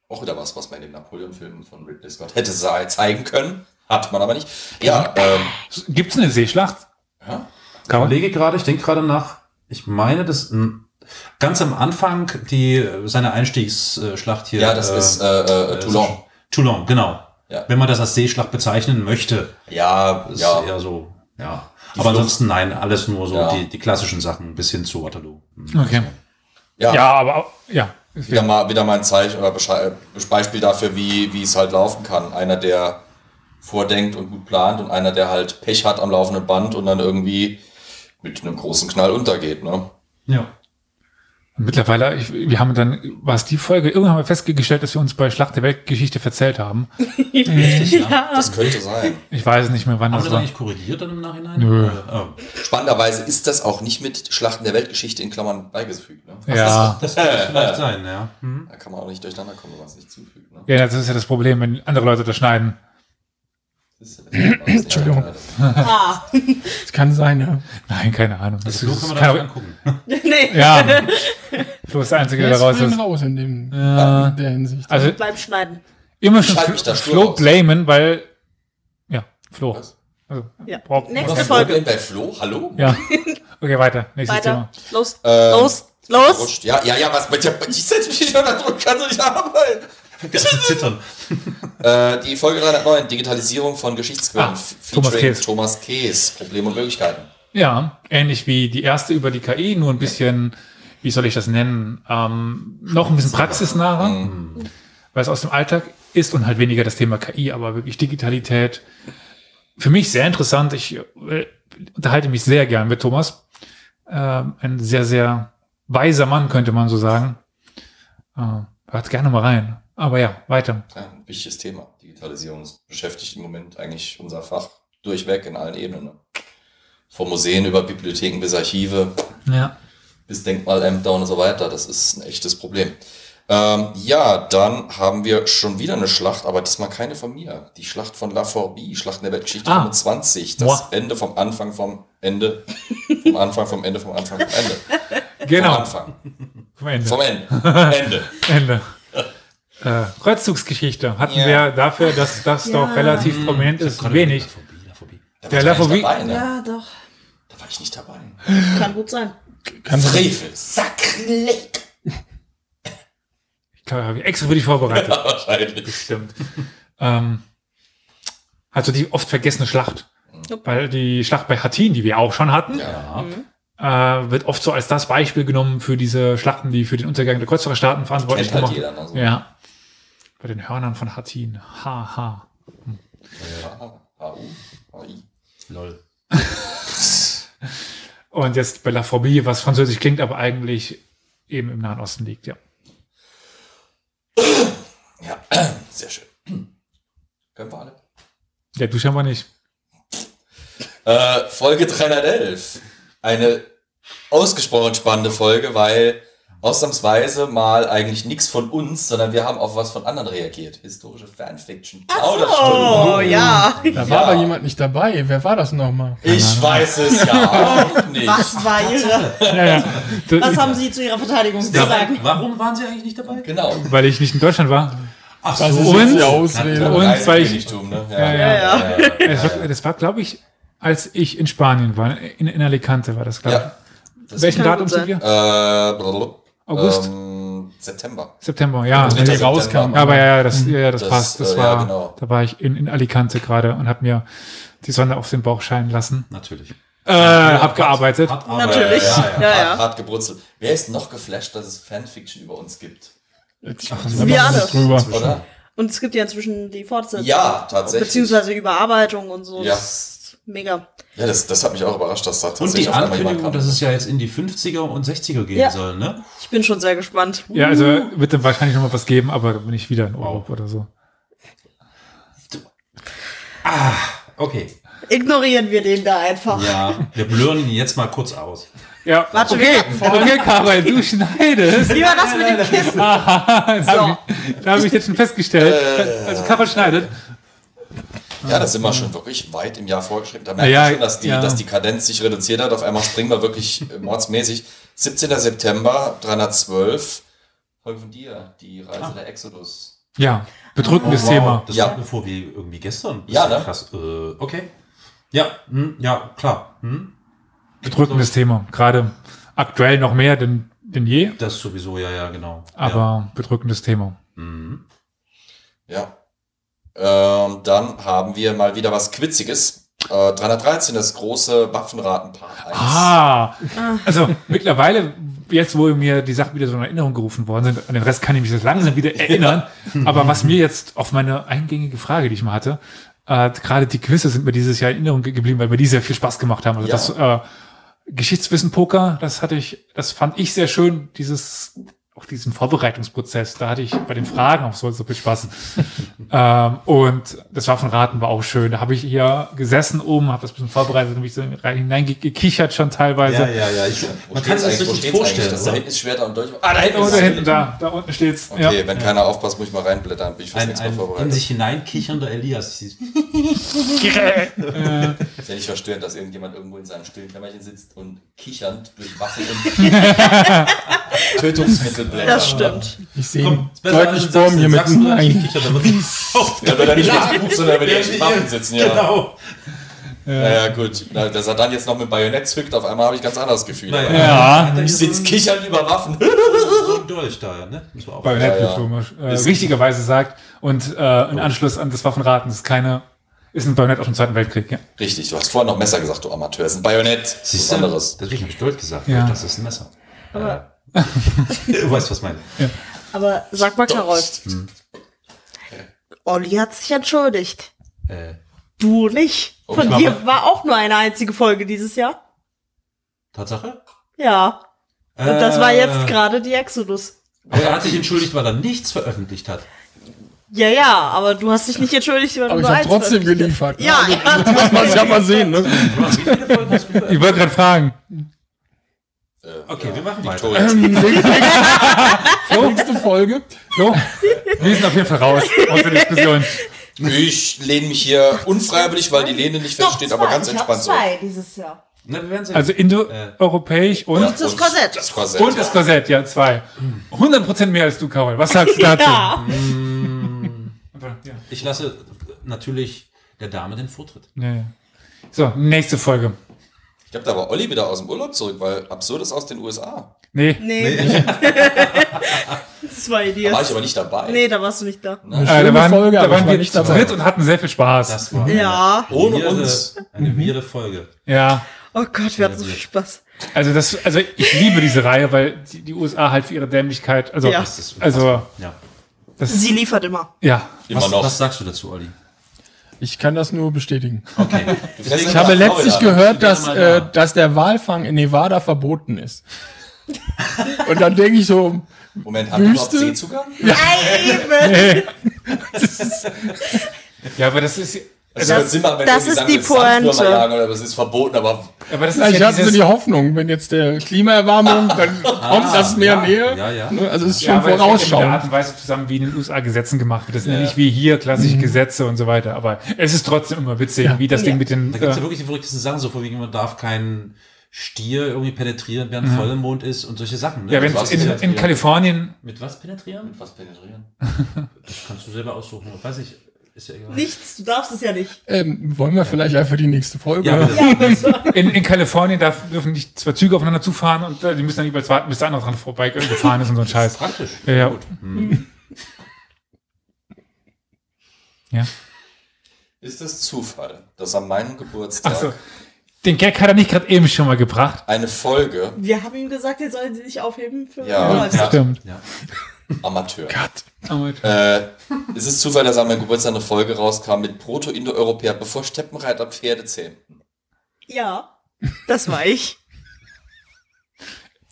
Speaker 2: Auch wieder was, was man in den Napoleon-Filmen von Ridley Scott hätte sei- zeigen können. Hat man aber nicht. Ja, ähm,
Speaker 8: Gibt es eine Seeschlacht?
Speaker 2: ja.
Speaker 5: Ich
Speaker 8: Kann man
Speaker 5: überlege gerade, ich denke gerade nach, ich meine, das m, ganz am Anfang die seine Einstiegsschlacht hier.
Speaker 2: ja, das
Speaker 5: äh,
Speaker 2: ist äh, äh,
Speaker 5: äh,
Speaker 2: Toulon.
Speaker 5: Toulon, genau.
Speaker 2: Ja.
Speaker 5: Wenn man das als Seeschlacht bezeichnen möchte,
Speaker 2: Ja,
Speaker 5: ist
Speaker 2: ja.
Speaker 5: eher so, ja.
Speaker 2: Die
Speaker 5: Aber
Speaker 2: Flucht.
Speaker 5: ansonsten nein, alles nur so
Speaker 2: Ja.
Speaker 5: die, die klassischen Sachen bis hin zu Waterloo. Mhm.
Speaker 8: Okay.
Speaker 2: ja.
Speaker 8: Ja, aber ja.
Speaker 2: Wieder mal, wieder mal ein Zeichen oder Besche- äh, Beispiel dafür, wie, wie es halt laufen kann. Einer, der vordenkt und gut plant und einer, der halt Pech hat am laufenden Band und dann irgendwie mit einem großen Knall untergeht. Ne?
Speaker 5: Ja.
Speaker 8: Mittlerweile, ich, wir haben dann, war es die Folge, irgendwann haben wir festgestellt, dass wir uns bei Schlacht der Weltgeschichte verzählt haben. Ah.
Speaker 4: ja.
Speaker 2: Das könnte sein.
Speaker 8: Ich weiß nicht mehr,
Speaker 5: Haben
Speaker 8: wann
Speaker 5: wir
Speaker 8: das
Speaker 5: das
Speaker 8: war.
Speaker 5: eigentlich korrigiert Also dann im Nachhinein?
Speaker 8: Nö.
Speaker 5: Äh, oh.
Speaker 2: Spannenderweise ist das auch nicht mit Schlachten der Weltgeschichte in Klammern beigefügt. Ne?
Speaker 8: Ja.
Speaker 5: Das kann vielleicht sein, ja. Hm.
Speaker 2: Da kann man auch nicht durcheinander kommen, wenn man es nicht zufügt. Ne?
Speaker 8: ja, das ist ja das Problem, wenn andere Leute das schneiden.
Speaker 2: Das ist ja das Problem.
Speaker 7: Entschuldigung.
Speaker 4: Ah.
Speaker 7: Das kann sein, ja.
Speaker 8: Nein, keine Ahnung.
Speaker 5: Das
Speaker 8: Das
Speaker 5: Also Flo kann
Speaker 8: ist
Speaker 5: man da nicht
Speaker 8: keine-
Speaker 5: angucken.
Speaker 4: Nee.
Speaker 8: ja. Flo ist der Einzige,
Speaker 7: Der
Speaker 8: der
Speaker 7: ist
Speaker 8: raus
Speaker 7: fein
Speaker 8: ist.
Speaker 7: raus in dem,
Speaker 8: Ja.
Speaker 7: in der Hinsicht.
Speaker 8: Also
Speaker 4: Bleib schneiden.
Speaker 8: immer schon
Speaker 2: Schreib
Speaker 8: Flo,
Speaker 2: mich da stur
Speaker 8: Flo
Speaker 2: raus.
Speaker 8: blamen, weil ja, Flo.
Speaker 2: Was?
Speaker 8: Also,
Speaker 4: Ja.
Speaker 8: braucht-
Speaker 4: Nächste
Speaker 2: Was
Speaker 4: Folge.
Speaker 2: Folge. bei Flo? Hallo?
Speaker 8: Ja. Okay, weiter. Nächstes
Speaker 4: Weiter. Los.
Speaker 2: Ähm,
Speaker 4: Los. Los.
Speaker 2: Rutscht. Ja, ja, ja, was mit der. Ich setze mich nicht unter Druck, kann so nicht arbeiten.
Speaker 5: Das ist zittern.
Speaker 2: Äh, die Folge 309, Digitalisierung von Geschichtsquellen.
Speaker 8: Ah,
Speaker 2: f-
Speaker 8: Thomas
Speaker 2: featuring
Speaker 8: Kees.
Speaker 2: Thomas Kees, Probleme und Möglichkeiten.
Speaker 8: Thema. Ja, ähnlich wie die erste über die KI, nur ein bisschen, wie soll ich das nennen, ähm, noch ein bisschen praxisnaher, weil es aus dem Alltag ist und halt weniger das Thema KI, aber wirklich Digitalität. Für mich sehr interessant. Ich äh, unterhalte mich sehr gern mit Thomas. Ähm, ein sehr, sehr weiser Mann, könnte man so sagen. Äh, hört gerne mal rein. Aber ja, weiter.
Speaker 2: Ja, ein wichtiges Thema. Digitalisierung beschäftigt im Moment eigentlich unser Fach durchweg in allen Ebenen. Ne? Von Museen über Bibliotheken bis Archive,
Speaker 8: Ja.
Speaker 2: bis Denkmalämter und so weiter. Das ist ein echtes Problem. Ähm, ja, dann haben wir schon wieder eine Schlacht, aber diesmal keine von mir. Die Schlacht von La Forbie, Schlacht der Weltgeschichte
Speaker 8: Ah.
Speaker 2: 25. Das
Speaker 8: Boah.
Speaker 2: Ende vom Anfang vom Ende. Vom Anfang vom Ende vom Anfang vom Ende. Vom
Speaker 8: Genau.
Speaker 2: Anfang.
Speaker 8: Vom Ende.
Speaker 2: Vom Ende. Ende.
Speaker 8: Ende. äh, Kreuzzugsgeschichte hatten wir dafür, dass das
Speaker 4: Ja.
Speaker 8: doch relativ
Speaker 2: Mhm.
Speaker 8: prominent ist, wenig.
Speaker 2: Da war ich
Speaker 8: Der
Speaker 2: gar nicht
Speaker 8: Lafovi-
Speaker 2: dabei, ne?
Speaker 4: Ja, Ah, doch.
Speaker 2: Da war ich nicht dabei.
Speaker 4: Kann gut sein.
Speaker 2: Frevel, Sakrileg.
Speaker 8: Ich glaube, habe ich extra für dich vorbereitet.
Speaker 2: Wahrscheinlich.
Speaker 8: Stimmt. ähm, also die oft vergessene Schlacht.
Speaker 4: Jupp.
Speaker 8: Weil die Schlacht bei Hattin, die wir auch schon hatten,
Speaker 2: Ja.
Speaker 8: äh, wird oft so als das Beispiel genommen für diese Schlachten, die für den Untergang der Kreuzfahrerstaaten verantwortlich
Speaker 2: Kennt halt
Speaker 8: gemacht
Speaker 2: jeder. Ne? So.
Speaker 8: Ja. Bei den Hörnern von Hattin. Haha.
Speaker 2: Ah, uh, ah, i.
Speaker 5: Lol.
Speaker 8: Und jetzt bei La Forbie, was französisch klingt, aber eigentlich eben im Nahen Osten liegt, ja.
Speaker 2: Ja, sehr schön. Können wir alle.
Speaker 8: Ja, du scheinbar nicht.
Speaker 2: Äh, Folge 311. Eine ausgesprochen spannende Folge, weil ausnahmsweise mal eigentlich nichts von uns, sondern wir haben auf was von anderen reagiert. Historische Fanfiction.
Speaker 4: Oh,
Speaker 2: Plauderstunde.
Speaker 4: ja.
Speaker 3: Da war
Speaker 2: Ja.
Speaker 3: aber jemand nicht dabei. Wer war das nochmal?
Speaker 2: Ich weiß es ja auch nicht.
Speaker 4: Was war ihre,
Speaker 8: Ja, ja. Du,
Speaker 4: was äh, haben sie zu ihrer Verteidigung zu sagen?
Speaker 5: Warum waren sie eigentlich nicht dabei?
Speaker 2: Genau.
Speaker 8: weil ich nicht in Deutschland war.
Speaker 5: Ach
Speaker 3: Das ist
Speaker 8: Und?
Speaker 3: jetzt die Ausrede.
Speaker 8: Und
Speaker 2: Reines
Speaker 8: weil ich-
Speaker 2: Königtum, ne?
Speaker 8: Ja, ja.
Speaker 4: Ja,
Speaker 2: ja, ja.
Speaker 8: Äh, Das war, das war glaube ich, als ich in Spanien war. In, in Alicante war das, glaube ich.
Speaker 2: Ja. Das-
Speaker 8: Welchen
Speaker 4: kann
Speaker 8: Datum
Speaker 4: gut
Speaker 8: sind
Speaker 4: sein.
Speaker 8: wir?
Speaker 2: Äh, blablabla.
Speaker 8: August?
Speaker 2: Ähm, September.
Speaker 8: September, ja.
Speaker 2: Dritter
Speaker 3: die
Speaker 2: September.
Speaker 3: rauskam.
Speaker 8: Aber ja, das, ja, das,
Speaker 2: Das,
Speaker 8: passt. Das
Speaker 2: äh,
Speaker 8: war,
Speaker 2: ja, genau.
Speaker 8: Da war ich in, in Alicante gerade und habe mir die Sonne auf den Bauch scheinen lassen.
Speaker 5: Natürlich.
Speaker 8: Äh, hab gearbeitet.
Speaker 5: Hart
Speaker 4: Natürlich.
Speaker 2: Ja, ja.
Speaker 4: Ah, Ja,
Speaker 2: Hart,
Speaker 4: ja.
Speaker 2: hart gebrutzelt. Wer ist noch geflasht, dass es Fanfiction über uns gibt?
Speaker 4: Wir alle.
Speaker 3: Drüber.
Speaker 2: Oder?
Speaker 4: Und es gibt ja inzwischen die Fortsetzung.
Speaker 2: Ja, tatsächlich.
Speaker 4: Beziehungsweise Überarbeitung und so.
Speaker 2: Ja.
Speaker 4: Das ist mega.
Speaker 2: Ja, das, das hat mich auch überrascht, dass da
Speaker 5: Und die
Speaker 2: tatsächlich auf einmal jemand
Speaker 5: Ankündigung,
Speaker 2: kam.
Speaker 5: dass es ja jetzt in die 50er und 60er gehen
Speaker 4: Ja.
Speaker 5: soll, ne?
Speaker 4: Ich bin schon sehr gespannt.
Speaker 8: Ja, also wird dann wahrscheinlich noch mal was geben, aber dann bin ich wieder in Urlaub oder so.
Speaker 5: Okay.
Speaker 4: Ignorieren wir den da einfach.
Speaker 5: Ja, wir blören ihn jetzt mal kurz aus.
Speaker 8: Ja,
Speaker 4: Warte,
Speaker 8: okay,
Speaker 4: wir-
Speaker 8: okay, Karol, du schneidest.
Speaker 4: Wie war das mit dem Kissen?
Speaker 8: Aha, das
Speaker 4: So.
Speaker 8: hab ich, da habe ich jetzt schon festgestellt.
Speaker 5: Äh.
Speaker 8: Also Karol schneidet.
Speaker 2: Ja, das sind wir schon wirklich weit im Jahr vorgeschrieben. Da merkt
Speaker 8: Ja,
Speaker 2: man schon, dass die,
Speaker 8: ja.
Speaker 2: dass die Kadenz sich reduziert hat. Auf einmal springen wir wirklich äh, mordsmäßig. 17. September, 312. Folge von dir, die Reise
Speaker 5: Ah.
Speaker 2: der Exodus.
Speaker 8: Ja, bedrückendes
Speaker 5: Oh, Wow,
Speaker 8: Thema.
Speaker 5: Das
Speaker 2: Ja.
Speaker 5: kommt mir vor wie irgendwie gestern. Das
Speaker 2: Ja,
Speaker 5: ist
Speaker 2: ne?
Speaker 5: Krass. Äh, okay. Ja, hm, ja, klar. Hm?
Speaker 8: Bedrückendes Thema. Gerade aktuell noch mehr denn, denn je,
Speaker 5: Das sowieso, ja, ja, genau.
Speaker 8: aber bedrückendes Thema.
Speaker 5: Ja. Mhm.
Speaker 2: Ja. Ähm, dann haben wir mal wieder was Quitziges. Äh, 313, das große Waffenratenpaar 1.
Speaker 8: Ah,
Speaker 4: Ah.
Speaker 8: also mittlerweile, jetzt wo mir die Sachen wieder so in Erinnerung gerufen worden sind, an den Rest kann ich mich jetzt langsam wieder erinnern, aber was mir jetzt auf meine eingängige Frage, die ich mal hatte, äh, gerade die Quizze sind mir dieses Jahr in Erinnerung ge- geblieben, weil mir die sehr viel Spaß gemacht haben. Also
Speaker 2: Ja.
Speaker 8: das äh, Geschichtswissen-Poker, das hatte ich, das fand ich sehr schön, dieses auch diesen Vorbereitungsprozess, da hatte ich bei den Fragen auch so, so viel Spaß. ähm, und das Waffenraten war auch schön. Da habe ich hier gesessen oben, habe das ein bisschen vorbereitet, habe ich so rein- hineingekichert schon teilweise.
Speaker 5: Ja, ja, ja. Ich,
Speaker 2: Also, Wo
Speaker 5: man kann
Speaker 2: steht's
Speaker 5: es
Speaker 2: eigentlich? Wo
Speaker 5: richtig
Speaker 2: steht's eigentlich?
Speaker 5: vorstellen. ne?
Speaker 2: Das da
Speaker 5: oder?
Speaker 2: hinten ist Schwerter und Dolch. Ah, da hinten
Speaker 8: Oh,
Speaker 2: ist
Speaker 8: da
Speaker 2: es.
Speaker 8: hinten, da, da unten steht's.
Speaker 2: Okay,
Speaker 8: ja.
Speaker 2: wenn keiner aufpasst, muss ich mal reinblättern. Bin ich fast
Speaker 5: Ein,
Speaker 2: nichts mehr
Speaker 5: ein in
Speaker 2: vorbereitet.
Speaker 5: sich hineinkichernder Elias.
Speaker 2: Ist ja nicht verstörend, dass irgendjemand irgendwo in seinem stillen Kämmerchen sitzt und kichernd durch Waffen und Tötungsmittel blättert.
Speaker 4: Das stimmt.
Speaker 3: Ich sehe ihn deutlich vor mir mit einem Nein.
Speaker 2: Da wird er nicht mit Buch, sondern wird er mit Waffen sitzen, ja. Genau.
Speaker 5: Genau.
Speaker 2: Naja, gut. Na, dass er dann jetzt noch mit Bajonett zückt, auf einmal habe ich ganz anderes Gefühl.
Speaker 5: Naja.
Speaker 8: Ja.
Speaker 2: Ich sitze kichernd über Waffen.
Speaker 5: So ein Dolch da, ne? Muss man auch.
Speaker 8: Bei
Speaker 2: Ja, ja.
Speaker 8: Netflix, ja, Äh, richtigerweise sagt. Und äh, im Anschluss an das Waffenraten ist keine, ist ein Bajonett aus dem Zweiten Weltkrieg. Ja.
Speaker 2: Richtig, du hast vorhin noch Messer gesagt, du Amateur. Es ist ein Bajonett. Das ist
Speaker 5: Siehst
Speaker 2: was
Speaker 5: du?
Speaker 2: anderes.
Speaker 5: Deswegen habe ich Dolch gesagt.
Speaker 8: Ja.
Speaker 5: weil Das ist ein Messer. Aber du weißt, was ich meine.
Speaker 4: Aber sag mal, Karol. Olli hat sich entschuldigt.
Speaker 5: Äh,
Speaker 4: Du nicht.
Speaker 2: Oh,
Speaker 4: Von
Speaker 2: ich
Speaker 4: dir war auch nur eine einzige Folge dieses Jahr.
Speaker 5: Tatsache?
Speaker 4: Ja. Und das
Speaker 5: Äh,
Speaker 4: war jetzt gerade die Exodus.
Speaker 5: Aber er hat sich entschuldigt, weil er nichts veröffentlicht hat.
Speaker 4: Ja, ja, aber du hast dich nicht entschuldigt, weil du
Speaker 3: Aber ich
Speaker 4: nur
Speaker 3: habe
Speaker 4: eins
Speaker 3: trotzdem
Speaker 4: veröffentlicht
Speaker 3: geliefert.
Speaker 4: hast. Ja,
Speaker 3: Also,
Speaker 4: ja, trotzdem.
Speaker 3: Muss man sich ja mal sehen. Ne?
Speaker 5: Wie viele Folgen hast du
Speaker 8: Ich
Speaker 5: veröffentlicht?
Speaker 8: wollte gerade fragen.
Speaker 2: Äh,
Speaker 5: Okay, wir machen weiter.
Speaker 2: Victoria.
Speaker 8: Ähm.
Speaker 3: Nächste Folge.
Speaker 8: So, wir sind auf jeden Fall raus aus der Diskussion.
Speaker 2: Ich lehne mich hier unfreiwillig, weil die Lehne nicht
Speaker 4: Doch,
Speaker 2: feststeht, aber
Speaker 4: zwei.
Speaker 2: ganz
Speaker 4: Ich hab
Speaker 2: entspannt so.
Speaker 4: zwei dieses Jahr.
Speaker 5: Ne, wir werden sehen.
Speaker 8: Also
Speaker 5: Äh.
Speaker 8: indoeuropäisch und,
Speaker 2: Ja,
Speaker 4: das Korsett.
Speaker 2: Das Korsett.
Speaker 8: und das Korsett, ja, zwei. 100% mehr als du, Karol. Was sagst du dazu?
Speaker 4: Ja.
Speaker 8: Ja.
Speaker 5: ich lasse natürlich der Dame den Vortritt.
Speaker 8: Ja, ja. So, nächste Folge.
Speaker 2: Ich glaube, da war Olli wieder aus dem Urlaub zurück, weil Absurdes aus den USA.
Speaker 8: Nee, äh,
Speaker 4: Nee. das war
Speaker 2: Da war ich
Speaker 4: Idiots.
Speaker 2: aber nicht dabei.
Speaker 4: Nee, da warst du nicht da.
Speaker 8: äh,
Speaker 3: schöne
Speaker 8: da waren,
Speaker 3: Folge,
Speaker 8: da
Speaker 3: aber ich
Speaker 8: waren
Speaker 3: war
Speaker 8: wir
Speaker 3: nicht
Speaker 8: zu
Speaker 3: dabei.
Speaker 8: dritt und hatten sehr viel Spaß.
Speaker 5: Das war
Speaker 4: Ja.
Speaker 5: eine,
Speaker 2: Ohne
Speaker 5: wirre-
Speaker 2: uns.
Speaker 5: eine wirre Folge.
Speaker 8: ja,
Speaker 4: Oh Gott, wir hatten so viel Spaß.
Speaker 8: also das, also ich liebe diese Reihe, weil die, die USA halt für ihre Dämlichkeit, also,
Speaker 4: Ja.
Speaker 5: Das ist
Speaker 8: also,
Speaker 5: ja.
Speaker 4: Sie liefert immer.
Speaker 8: ja.
Speaker 2: Immer
Speaker 5: was,
Speaker 2: noch.
Speaker 5: was sagst du dazu, Olli?
Speaker 3: Ich kann das nur bestätigen.
Speaker 5: Okay.
Speaker 3: Ich
Speaker 2: Oh
Speaker 3: habe letztlich gehört, dass,
Speaker 5: Wieder mal
Speaker 3: äh,
Speaker 5: da.
Speaker 3: dass der Walfang in Nevada verboten ist. Und dann denke ich so,
Speaker 2: Moment, haben wir überhaupt
Speaker 3: Wüste?
Speaker 2: Seezugang?
Speaker 4: Eben.
Speaker 8: Ja, aber das ist,
Speaker 2: Also
Speaker 4: Das-
Speaker 2: sind wir, wenn
Speaker 4: das
Speaker 2: irgendwie
Speaker 4: ist
Speaker 2: sagen,
Speaker 4: die
Speaker 2: wir Sandwürmer
Speaker 4: Pointe.
Speaker 2: Jagen oder was ist verboten, aber
Speaker 8: aber das ist
Speaker 3: ich
Speaker 8: ja
Speaker 3: hatte so
Speaker 8: dieses,
Speaker 3: die Hoffnung, wenn jetzt der Klimaerwärmung, dann kommt das mehr
Speaker 5: ja,
Speaker 3: Nähe.
Speaker 5: ja, ja.
Speaker 3: Ne, Also es ist
Speaker 8: ja,
Speaker 3: schon
Speaker 8: aber das hängt ja mit der Art
Speaker 3: vorausschauend.
Speaker 8: und Weise zusammen, wie in den USA Gesetzen gemacht wird. Das sind ja nicht wie hier klassische
Speaker 3: Mhm.
Speaker 8: Gesetze und so weiter. Aber es ist trotzdem immer witzig, wie das Ding mit den,
Speaker 5: Da gibt es ja
Speaker 8: äh,
Speaker 5: wirklich die verrücktesten Sachen, so vorwiegend, man darf keinen Stier irgendwie penetrieren, während Vollmond ist und solche Sachen. Ne?
Speaker 8: Mhm. ja, wenn
Speaker 5: Das
Speaker 8: es
Speaker 5: war's
Speaker 8: in,
Speaker 5: ja.
Speaker 8: in Kalifornien,
Speaker 5: Mit was penetrieren?
Speaker 2: was penetrieren?
Speaker 5: Das kannst du selber aussuchen. Weiß ich, ist ja egal.
Speaker 4: Nichts, du darfst es ja nicht.
Speaker 3: Ähm, wollen wir vielleicht einfach die nächste Folge?
Speaker 5: Ja, bitte.
Speaker 8: in, in Kalifornien darf, dürfen nicht zwei Züge aufeinander zufahren und äh, die müssen dann jeweils warten, bis der andere dran vorbeigefahren ist und so ein Scheiß.
Speaker 5: Praktisch.
Speaker 8: Ja, ja.
Speaker 2: Ist das Zufall, dass an meinem Geburtstag
Speaker 8: Ach so. Den Gag hat er nicht gerade eben schon mal gebracht.
Speaker 2: eine Folge
Speaker 4: Wir haben ihm gesagt, er soll sie nicht aufheben für
Speaker 2: Ja.
Speaker 4: Läuft.
Speaker 8: Stimmt. Oh
Speaker 5: Ja.
Speaker 2: Amateur.
Speaker 8: Aber-
Speaker 2: Äh, ist es Zufall, dass an meinem Geburtstag eine Folge rauskam mit Proto-Indo-Europäer, bevor Steppenreiter Pferde zähmten?
Speaker 4: ja. Das war ich.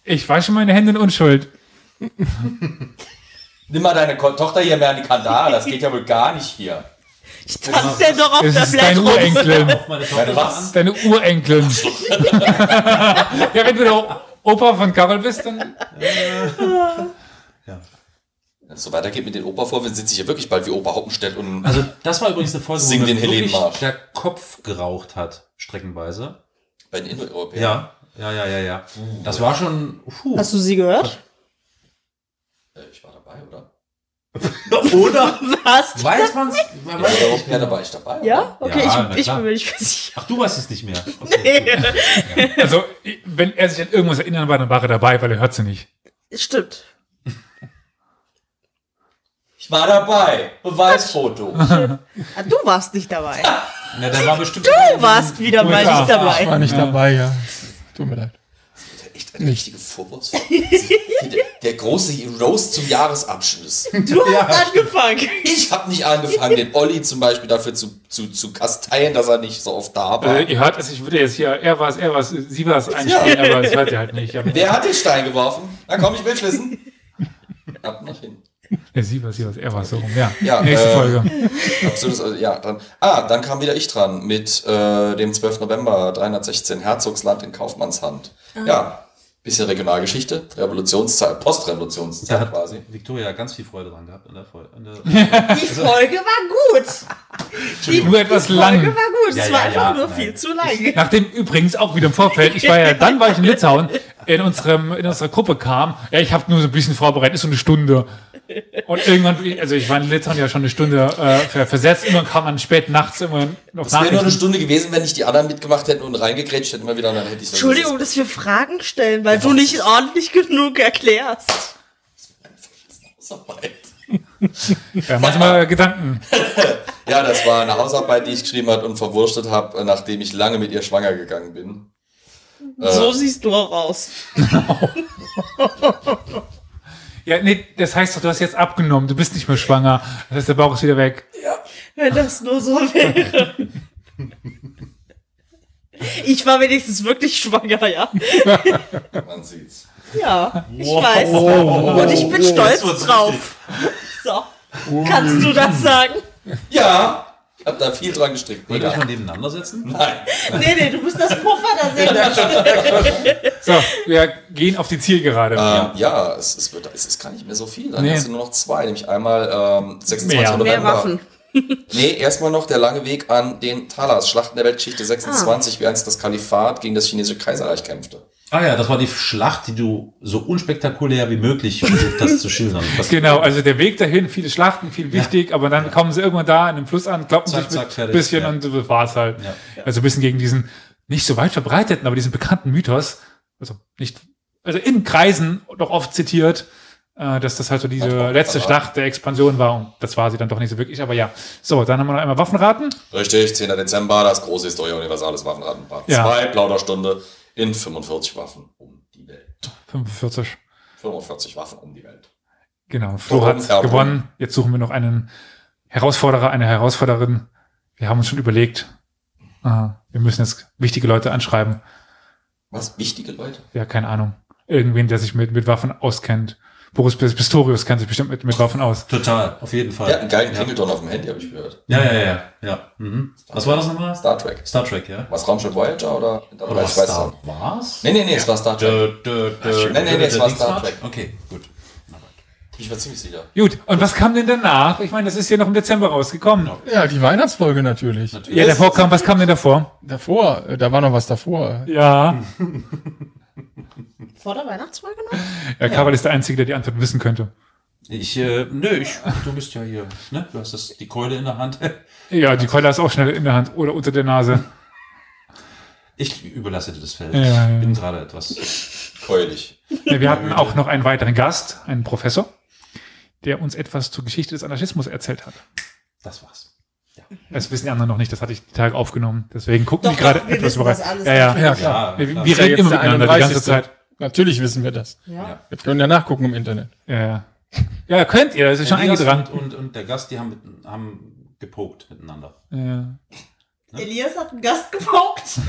Speaker 8: Ich wasche meine Hände in Unschuld.
Speaker 2: Nimm mal deine Ko Tochter hier mehr an die Kandare, das geht ja wohl gar nicht hier.
Speaker 4: Ich tanze denn doch auf
Speaker 8: Es
Speaker 4: der
Speaker 8: ist dein
Speaker 4: Fläche
Speaker 8: Urenkelin.
Speaker 5: Auf meine
Speaker 2: Meine
Speaker 5: Tochter
Speaker 2: was?
Speaker 8: Deine Urenkelin. ja, wenn du der Opa von Karol bist, dann.
Speaker 2: Wenn es so weitergeht mit den Opervorwürfen, sitze ich hier wirklich bald wie Opa Hoppenstedt und
Speaker 5: Also, das war übrigens eine Folge,
Speaker 2: Sing
Speaker 5: mir
Speaker 2: den
Speaker 5: wirklich
Speaker 2: Helenenmarsch.
Speaker 5: der Kopf geraucht hat, streckenweise.
Speaker 2: bei den Indo-Europäern.
Speaker 5: Ja, ja, ja, ja, ja.
Speaker 2: Oh,
Speaker 5: Das war schon. Puh.
Speaker 4: Hast du sie gehört?
Speaker 2: Äh, ich war dabei, oder?
Speaker 5: Oder?
Speaker 4: Was?
Speaker 5: Weiß man's? Man weiß es nicht
Speaker 2: Indo-Europäer, da
Speaker 5: genau.
Speaker 2: war ich dabei.
Speaker 4: Ja?
Speaker 5: Ja,
Speaker 4: Okay,
Speaker 5: na
Speaker 4: ich, ich
Speaker 5: klar.
Speaker 4: bin mir nicht sicher.
Speaker 5: Ach, du weißt es nicht mehr. Okay, gut.
Speaker 8: Also, wenn er sich an irgendwas erinnern war, dann war er dabei, weil er hört sie nicht.
Speaker 4: Stimmt.
Speaker 2: Ich war dabei. Beweisfoto.
Speaker 4: Ah, Du warst nicht dabei.
Speaker 5: Na, da war bestimmt.
Speaker 4: Du warst wieder mal
Speaker 8: Ja.
Speaker 4: nicht
Speaker 3: Ich war
Speaker 4: dabei.
Speaker 3: nicht dabei, ja. Tut mir leid.
Speaker 2: Echt eine richtige Vorwurfsvoll. der, der große Roast zum Jahresabschluss.
Speaker 4: Du hast angefangen.
Speaker 2: Ich habe nicht angefangen, den Olli zum Beispiel dafür zu, zu, zu kasteien, dass er nicht so oft da war.
Speaker 8: Also, ihr hört es, ich würde jetzt hier, er war es, er war es, sie war es einspielen, aber das hört ihr halt nicht. Aber,
Speaker 2: Wer hat den Stein geworfen? Na komm, ich will's wissen. Ab noch hin.
Speaker 8: ja, sie war es, sie war es, er war es, so rum, ja.
Speaker 2: Ja,
Speaker 8: Nächste
Speaker 2: äh,
Speaker 8: Folge.
Speaker 2: Absolutes, also, ja, dann, ah, dann kam wieder ich dran mit äh, dem 12. November 316 Herzogsland in Kaufmannshand. Ja, bisschen Regionalgeschichte, Revolutionszeit,
Speaker 5: Da
Speaker 2: Postrevolutionszeit
Speaker 5: hat
Speaker 2: quasi.
Speaker 5: Victoria ganz viel Freude dran gehabt. In der Folge. In der
Speaker 4: Die Folge war gut. Die,
Speaker 8: Nur etwas
Speaker 4: die Folge
Speaker 8: lang.
Speaker 4: war gut.
Speaker 5: Ja,
Speaker 4: es war
Speaker 5: ja,
Speaker 4: einfach
Speaker 5: ja,
Speaker 4: nur
Speaker 5: nein.
Speaker 4: viel zu lang.
Speaker 8: Nachdem übrigens auch wieder im Vorfeld, ich war ja, dann war ich in Litauen, in, unserem, in unserer Gruppe kam, ja, ich habe nur so ein bisschen vorbereitet, ist so eine Stunde. Und irgendwann, also ich war in Litauen ja schon eine Stunde äh, ver versetzt, immer kam man spät nachts immer noch
Speaker 2: Es wäre nur eine
Speaker 8: Nachrichten.
Speaker 2: Stunde gewesen, wenn nicht die anderen mitgemacht hätten und reingegrätscht hätten, immer wieder, dann hätte ich
Speaker 4: Entschuldigung, dass wir Fragen stellen, weil du nicht ordentlich genug erklärst.
Speaker 2: Hausarbeit.
Speaker 8: Ja, manchmal Gedanken.
Speaker 2: Ja, das war eine Hausarbeit, die ich geschrieben hat und verwurstet habe, nachdem ich lange mit ihr schwanger gegangen bin. Äh,
Speaker 4: So siehst du auch aus.
Speaker 8: Ja, nee, das heißt doch, du hast jetzt abgenommen, du bist nicht mehr schwanger. Das heißt, der Bauch ist wieder weg.
Speaker 4: Wenn das nur so wäre. Ich war wenigstens wirklich schwanger, ja.
Speaker 2: man sieht's.
Speaker 4: Ja, ich weiß. Und ich bin stolz drauf. So. Kannst du das sagen?
Speaker 2: Ja, ich habe da viel dran gestrickt.
Speaker 5: Wollen wir
Speaker 2: Mega.
Speaker 5: das mal nebeneinander setzen?
Speaker 2: Nein.
Speaker 4: Nee, nee, du musst das Puffer da sehen.
Speaker 8: So, wir gehen auf die Zielgerade.
Speaker 2: Ähm, ja, es, es, wird, es ist gar nicht mehr so viel. Dann
Speaker 8: Nee.
Speaker 2: hast du nur noch zwei, nämlich einmal ähm, 26.
Speaker 8: Mehr.
Speaker 2: November.
Speaker 4: Mehr Waffen.
Speaker 2: Nee, erstmal noch der lange Weg an den Talas, Schlachten der Weltgeschichte 26, wie einst das Kalifat gegen das chinesische Kaiserreich kämpfte.
Speaker 5: Ah ja, das war die Schlacht, die du so unspektakulär wie möglich versucht hast zu schildern. Das
Speaker 8: Genau, also der Weg dahin, viele Schlachten, viel wichtig, aber dann kommen sie irgendwann da an einem Fluss an, kloppen
Speaker 5: Zack,
Speaker 8: sich mit
Speaker 5: zack, fertig,
Speaker 8: bisschen
Speaker 5: ja.
Speaker 8: und so war's halt.
Speaker 5: Ja.
Speaker 8: Also ein bisschen gegen diesen nicht so weit verbreiteten, aber diesen bekannten Mythos, also nicht, also in Kreisen doch oft zitiert, äh, dass das halt so diese
Speaker 2: Waffenraten.
Speaker 8: letzte Schlacht der Expansion war und das war sie dann doch nicht so wirklich, aber ja. So, dann haben wir noch einmal Waffenraten.
Speaker 2: Richtig, 10. Dezember, das große Historia Universales Waffenratenpart.
Speaker 8: Ja.
Speaker 2: Zwei Plauderstunde in 45 Waffen um die Welt.
Speaker 8: 45.
Speaker 2: 45 Waffen um die Welt.
Speaker 8: Genau, Flo
Speaker 2: Warum?
Speaker 8: hat
Speaker 2: Ja, warum?
Speaker 8: gewonnen. Jetzt suchen wir noch einen Herausforderer, eine Herausforderin. Wir haben uns schon überlegt, äh, wir müssen jetzt wichtige Leute anschreiben.
Speaker 2: Was? Wichtige Leute?
Speaker 8: Ja, keine Ahnung. Irgendwen, der sich mit, mit Waffen auskennt. Boris Pistorius kennt sich bestimmt mit, mit Waffen aus.
Speaker 5: Total, auf jeden
Speaker 2: Der hat
Speaker 5: Fall.
Speaker 2: einen geilen Klingelton auf dem Handy, habe ich gehört.
Speaker 5: Ja, ja, ja. ja, ja. Mhm. Was war das nochmal?
Speaker 2: Star Trek.
Speaker 5: Star Trek, ja.
Speaker 2: Was Raumschiff Voyager oder?
Speaker 5: Oder was
Speaker 2: ich weiß
Speaker 5: Star
Speaker 2: nicht.
Speaker 5: Wars?
Speaker 2: Nee, nee, nee, es war Star Trek.
Speaker 5: Dö, dö, dö,
Speaker 2: Nee, nee, nee, es
Speaker 5: dö,
Speaker 2: war
Speaker 5: dö,
Speaker 2: Star
Speaker 5: Dings
Speaker 2: Trek.
Speaker 5: Okay, gut.
Speaker 2: Bin ich mir ziemlich sicher.
Speaker 8: Gut, und was kam denn danach? Ich meine, das ist hier noch im Dezember rausgekommen.
Speaker 3: Ja, die Weihnachtsfolge natürlich.
Speaker 8: Ja, davor kam, was kam denn davor?
Speaker 3: Davor, äh, da war noch was davor.
Speaker 8: Ja,
Speaker 4: Vor der Weihnachtsfolge noch?
Speaker 8: ja Karol ist der Einzige, der die Antwort wissen könnte.
Speaker 5: Ich, äh, nö, ich, du bist ja hier, ne? Du hast das, die Keule in der Hand.
Speaker 8: Ja, die Keule ist auch schnell in der Hand oder unter der Nase.
Speaker 5: Ich überlasse dir das Feld.
Speaker 8: Ja, ja, ja.
Speaker 5: Ich bin gerade etwas.
Speaker 2: Keulig.
Speaker 8: Ja, wir hatten auch noch einen weiteren Gast, einen Professor, der uns etwas zur Geschichte des Anarchismus erzählt hat.
Speaker 5: Das war's.
Speaker 8: Das wissen die anderen noch nicht, das hatte ich die Tage aufgenommen. Deswegen gucken
Speaker 4: Doch,
Speaker 8: die gerade
Speaker 4: doch, wir
Speaker 8: etwas
Speaker 4: wissen
Speaker 8: überrascht.
Speaker 4: das alles.
Speaker 8: Ja, ja.
Speaker 3: Ja,
Speaker 5: Ja,
Speaker 8: Wir,
Speaker 3: ja
Speaker 5: klar.
Speaker 8: wir reden
Speaker 3: jetzt
Speaker 8: immer
Speaker 3: der
Speaker 8: miteinander die ganze
Speaker 3: 31..
Speaker 8: Zeit.
Speaker 3: Natürlich wissen wir das.
Speaker 4: Ja.
Speaker 3: Wir können ja nachgucken im Internet.
Speaker 8: Ja, ja. ja, könnt ihr, das ist schon
Speaker 5: Elias
Speaker 8: eingetragen.
Speaker 5: Und, und, und der Gast, die haben, mit, haben gepokt miteinander.
Speaker 8: Ja.
Speaker 4: Elias hat einen Gast gepokt. Sind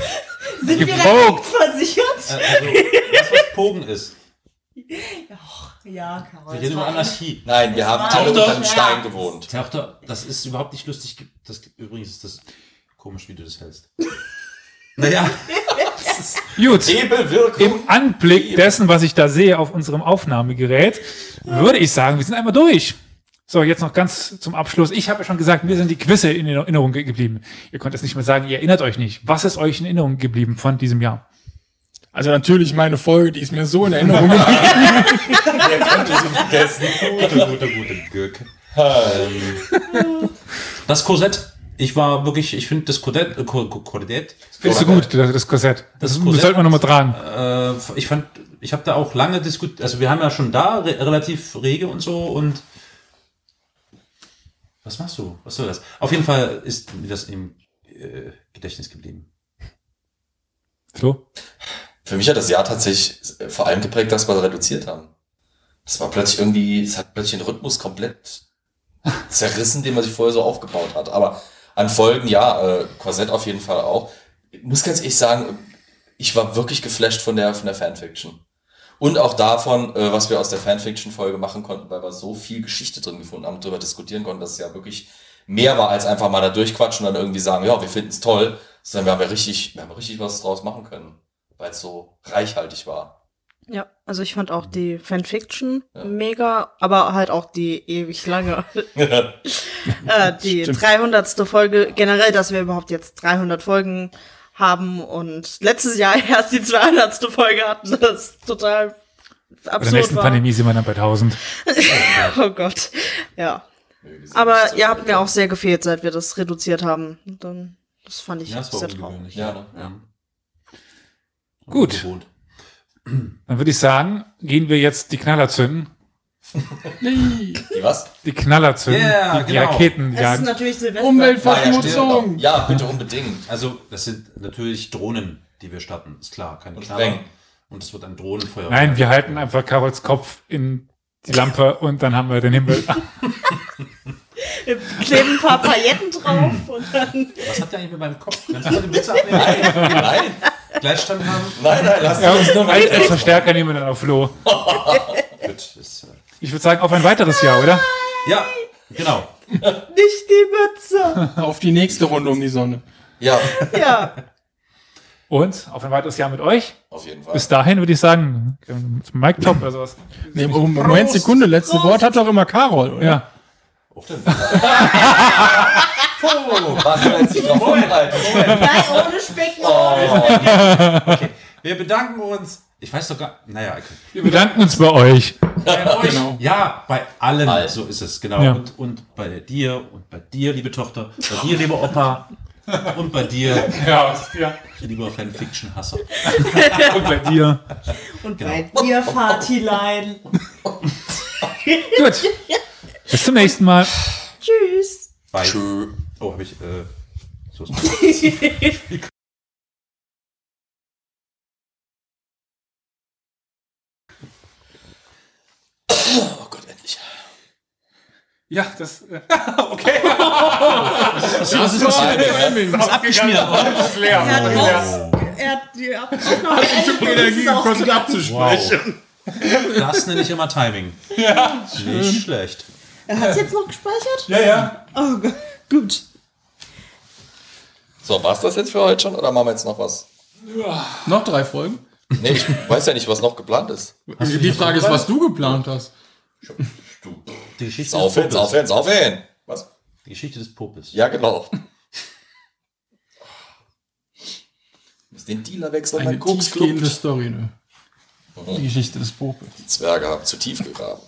Speaker 4: wir
Speaker 8: Gepokt.
Speaker 4: rechtlich versichert?
Speaker 5: Äh, also, das, was Pogen ist.
Speaker 4: Ach, ja, Karol.
Speaker 5: Wir reden über Anarchie.
Speaker 2: Nein, wir
Speaker 4: Es
Speaker 2: haben
Speaker 4: war
Speaker 2: alle
Speaker 5: doch-
Speaker 2: unter einem
Speaker 4: Ja.
Speaker 2: Stein gewohnt.
Speaker 5: Theater, das ist überhaupt nicht lustig. Das, übrigens ist das komisch, wie du das hältst. Naja,
Speaker 8: Gut,
Speaker 2: Hebelwirkung.
Speaker 8: im Anblick dessen, was ich da sehe auf unserem Aufnahmegerät, würde ich sagen, wir sind einmal durch. So, jetzt noch ganz zum Abschluss. Ich habe ja schon gesagt, mir sind die Quizze in Erinnerung ge- geblieben. Ihr könnt es nicht mehr sagen, ihr erinnert euch nicht. Was ist euch in Erinnerung geblieben von diesem Jahr?
Speaker 3: Also natürlich meine Folge, die ist mir so in Erinnerung geblieben.
Speaker 2: Der könnte sie vergessen.
Speaker 5: gute, gute, gute Gürk. Ähm, das Korsett. Ich war wirklich, ich finde das Korsett, äh, Ko- Ko- Korsett,
Speaker 8: Findest du gut, das, das Korsett? Das,
Speaker 5: Das
Speaker 8: das
Speaker 5: Korsett
Speaker 8: sollte man nochmal tragen.
Speaker 5: äh, ich fand, ich habe da auch lange diskutiert, also wir haben ja schon da re relativ rege und so und was machst du? Was soll das? Auf jeden Fall ist mir das im äh, Gedächtnis geblieben.
Speaker 8: Flo?
Speaker 2: Für mich hat das Jahr tatsächlich äh, vor allem geprägt, dass wir reduziert haben. Das war plötzlich irgendwie, es hat plötzlich den Rhythmus komplett zerrissen, den man sich vorher so aufgebaut hat. Aber an Folgen, ja, äh, Korsett auf jeden Fall auch. Ich muss ganz ehrlich sagen, ich war wirklich geflasht von der, von der Fanfiction. Und auch davon, äh, was wir aus der Fanfiction-Folge machen konnten, weil wir so viel Geschichte drin gefunden haben, darüber diskutieren konnten, dass es ja wirklich mehr war als einfach mal da durchquatschen und dann irgendwie sagen, ja, wir finden es toll, sondern wir haben ja richtig, wir haben richtig was draus machen können weil es so reichhaltig war.
Speaker 4: Ja, also ich fand auch die Fanfiction
Speaker 2: Ja.
Speaker 4: mega, aber halt auch die ewig lange.
Speaker 2: ja,
Speaker 4: äh, die 300. Folge generell, dass wir überhaupt jetzt 300 Folgen haben und letztes Jahr erst die 200. Folge hatten, das ist total
Speaker 8: Bei der
Speaker 4: absurd
Speaker 8: nächsten
Speaker 4: war.
Speaker 8: Pandemie sind wir dann bei 1000.
Speaker 4: Oh Gott, ja. Aber ihr habt mir auch sehr gefehlt, seit wir das reduziert haben. Und Dann, das fand ich sehr traurig.
Speaker 2: Ja, ne?
Speaker 8: Gut.
Speaker 5: Ungewohnt.
Speaker 8: Dann würde ich sagen, gehen wir jetzt die Knaller zünden.
Speaker 2: Die was?
Speaker 8: Die Knaller zünden.
Speaker 5: Ja,
Speaker 8: die, die
Speaker 5: genau.
Speaker 8: Raketen.
Speaker 4: Es ist
Speaker 8: jagen.
Speaker 4: natürlich Silvester.
Speaker 3: Umweltverschmutzung.
Speaker 2: stimmt. ja, bitte unbedingt.
Speaker 5: Also, das sind natürlich Drohnen, die wir starten. Ist klar, keine
Speaker 2: Und
Speaker 5: Knaller.
Speaker 2: Spreng.
Speaker 5: Und es wird ein Drohnenfeuer.
Speaker 8: Nein, wir halten einfach Karols Kopf in die Lampe und dann haben wir den Himmel.
Speaker 4: Wir kleben ein paar Pailletten drauf und dann.
Speaker 5: Was hat der eigentlich mit meinem Kopf? Kannst du mal den Witz abnehmen?
Speaker 2: Nein,
Speaker 5: Gleichstand haben?
Speaker 2: nein, nein, lass
Speaker 8: ja,
Speaker 2: uns
Speaker 8: und als, als Verstärker nehmen wir dann auf Flo.
Speaker 5: Gut. Ist, äh,
Speaker 8: Ich würde sagen, auf ein weiteres Jahr, oder?
Speaker 5: ja, genau.
Speaker 4: Nicht die Mütze.
Speaker 3: Auf die nächste Runde um die Sonne.
Speaker 2: Ja,
Speaker 4: Ja.
Speaker 8: Und auf ein weiteres Jahr mit euch.
Speaker 2: auf jeden Fall.
Speaker 8: Bis dahin würde ich sagen, ähm, zum Mic Top oder sowas.
Speaker 3: um- Nee, Moment, Sekunde, letzte Wort hat doch immer Carol, oder?
Speaker 8: Ja.
Speaker 5: Oh,
Speaker 2: Oh, Was hat sich drauf vorbereitet?
Speaker 4: Nein, ohne Specken.
Speaker 2: Oh,
Speaker 5: Okay. Wir bedanken uns. Ich weiß doch gar. Naja, okay.
Speaker 8: Wir bedanken uns bei euch.
Speaker 5: Bei euch. Ja, bei allen. So ist es, genau.
Speaker 8: Ja.
Speaker 5: Und, und bei dir und bei dir, liebe Tochter, bei dir, lieber Opa. Und bei dir,
Speaker 8: Ja, ja.
Speaker 5: lieber Fanfiction-Hasser.
Speaker 8: Und bei dir.
Speaker 4: Und bei dir, Fatilein.
Speaker 8: Gut. Bis zum nächsten Mal.
Speaker 4: Tschüss.
Speaker 5: Bye. Oh, habe ich. Äh, so ist
Speaker 2: oh Gott, endlich.
Speaker 8: Ja, das. Äh,
Speaker 5: Das ist
Speaker 2: ne?
Speaker 5: abgeschmiert.
Speaker 4: Er hat, raus, er hat die Abnahme
Speaker 9: Energie gekostet abzuspeichern.
Speaker 5: Das nenne ich immer Timing. Nicht schlecht.
Speaker 4: Er hat es jetzt noch gespeichert?
Speaker 8: ja, ja.
Speaker 4: Oh Gott. Gut.
Speaker 2: So, war's das jetzt für heute schon oder machen wir jetzt noch was?
Speaker 3: Noch drei Folgen?
Speaker 2: Nee, ich weiß ja nicht, was noch geplant ist.
Speaker 3: Die Frage ist, was du geplant hast.
Speaker 5: Die Geschichte, des
Speaker 2: Saufen,
Speaker 5: Popes.
Speaker 2: saufen, saufen. Was?
Speaker 5: Die Geschichte des Popes.
Speaker 2: Ja, genau. Muss den Dealer wechseln, mein
Speaker 3: Eine
Speaker 2: Koks Club.
Speaker 3: tiefgehende Story, ne? Die Geschichte des Popes.
Speaker 2: Die Zwerge haben zu tief gegraben.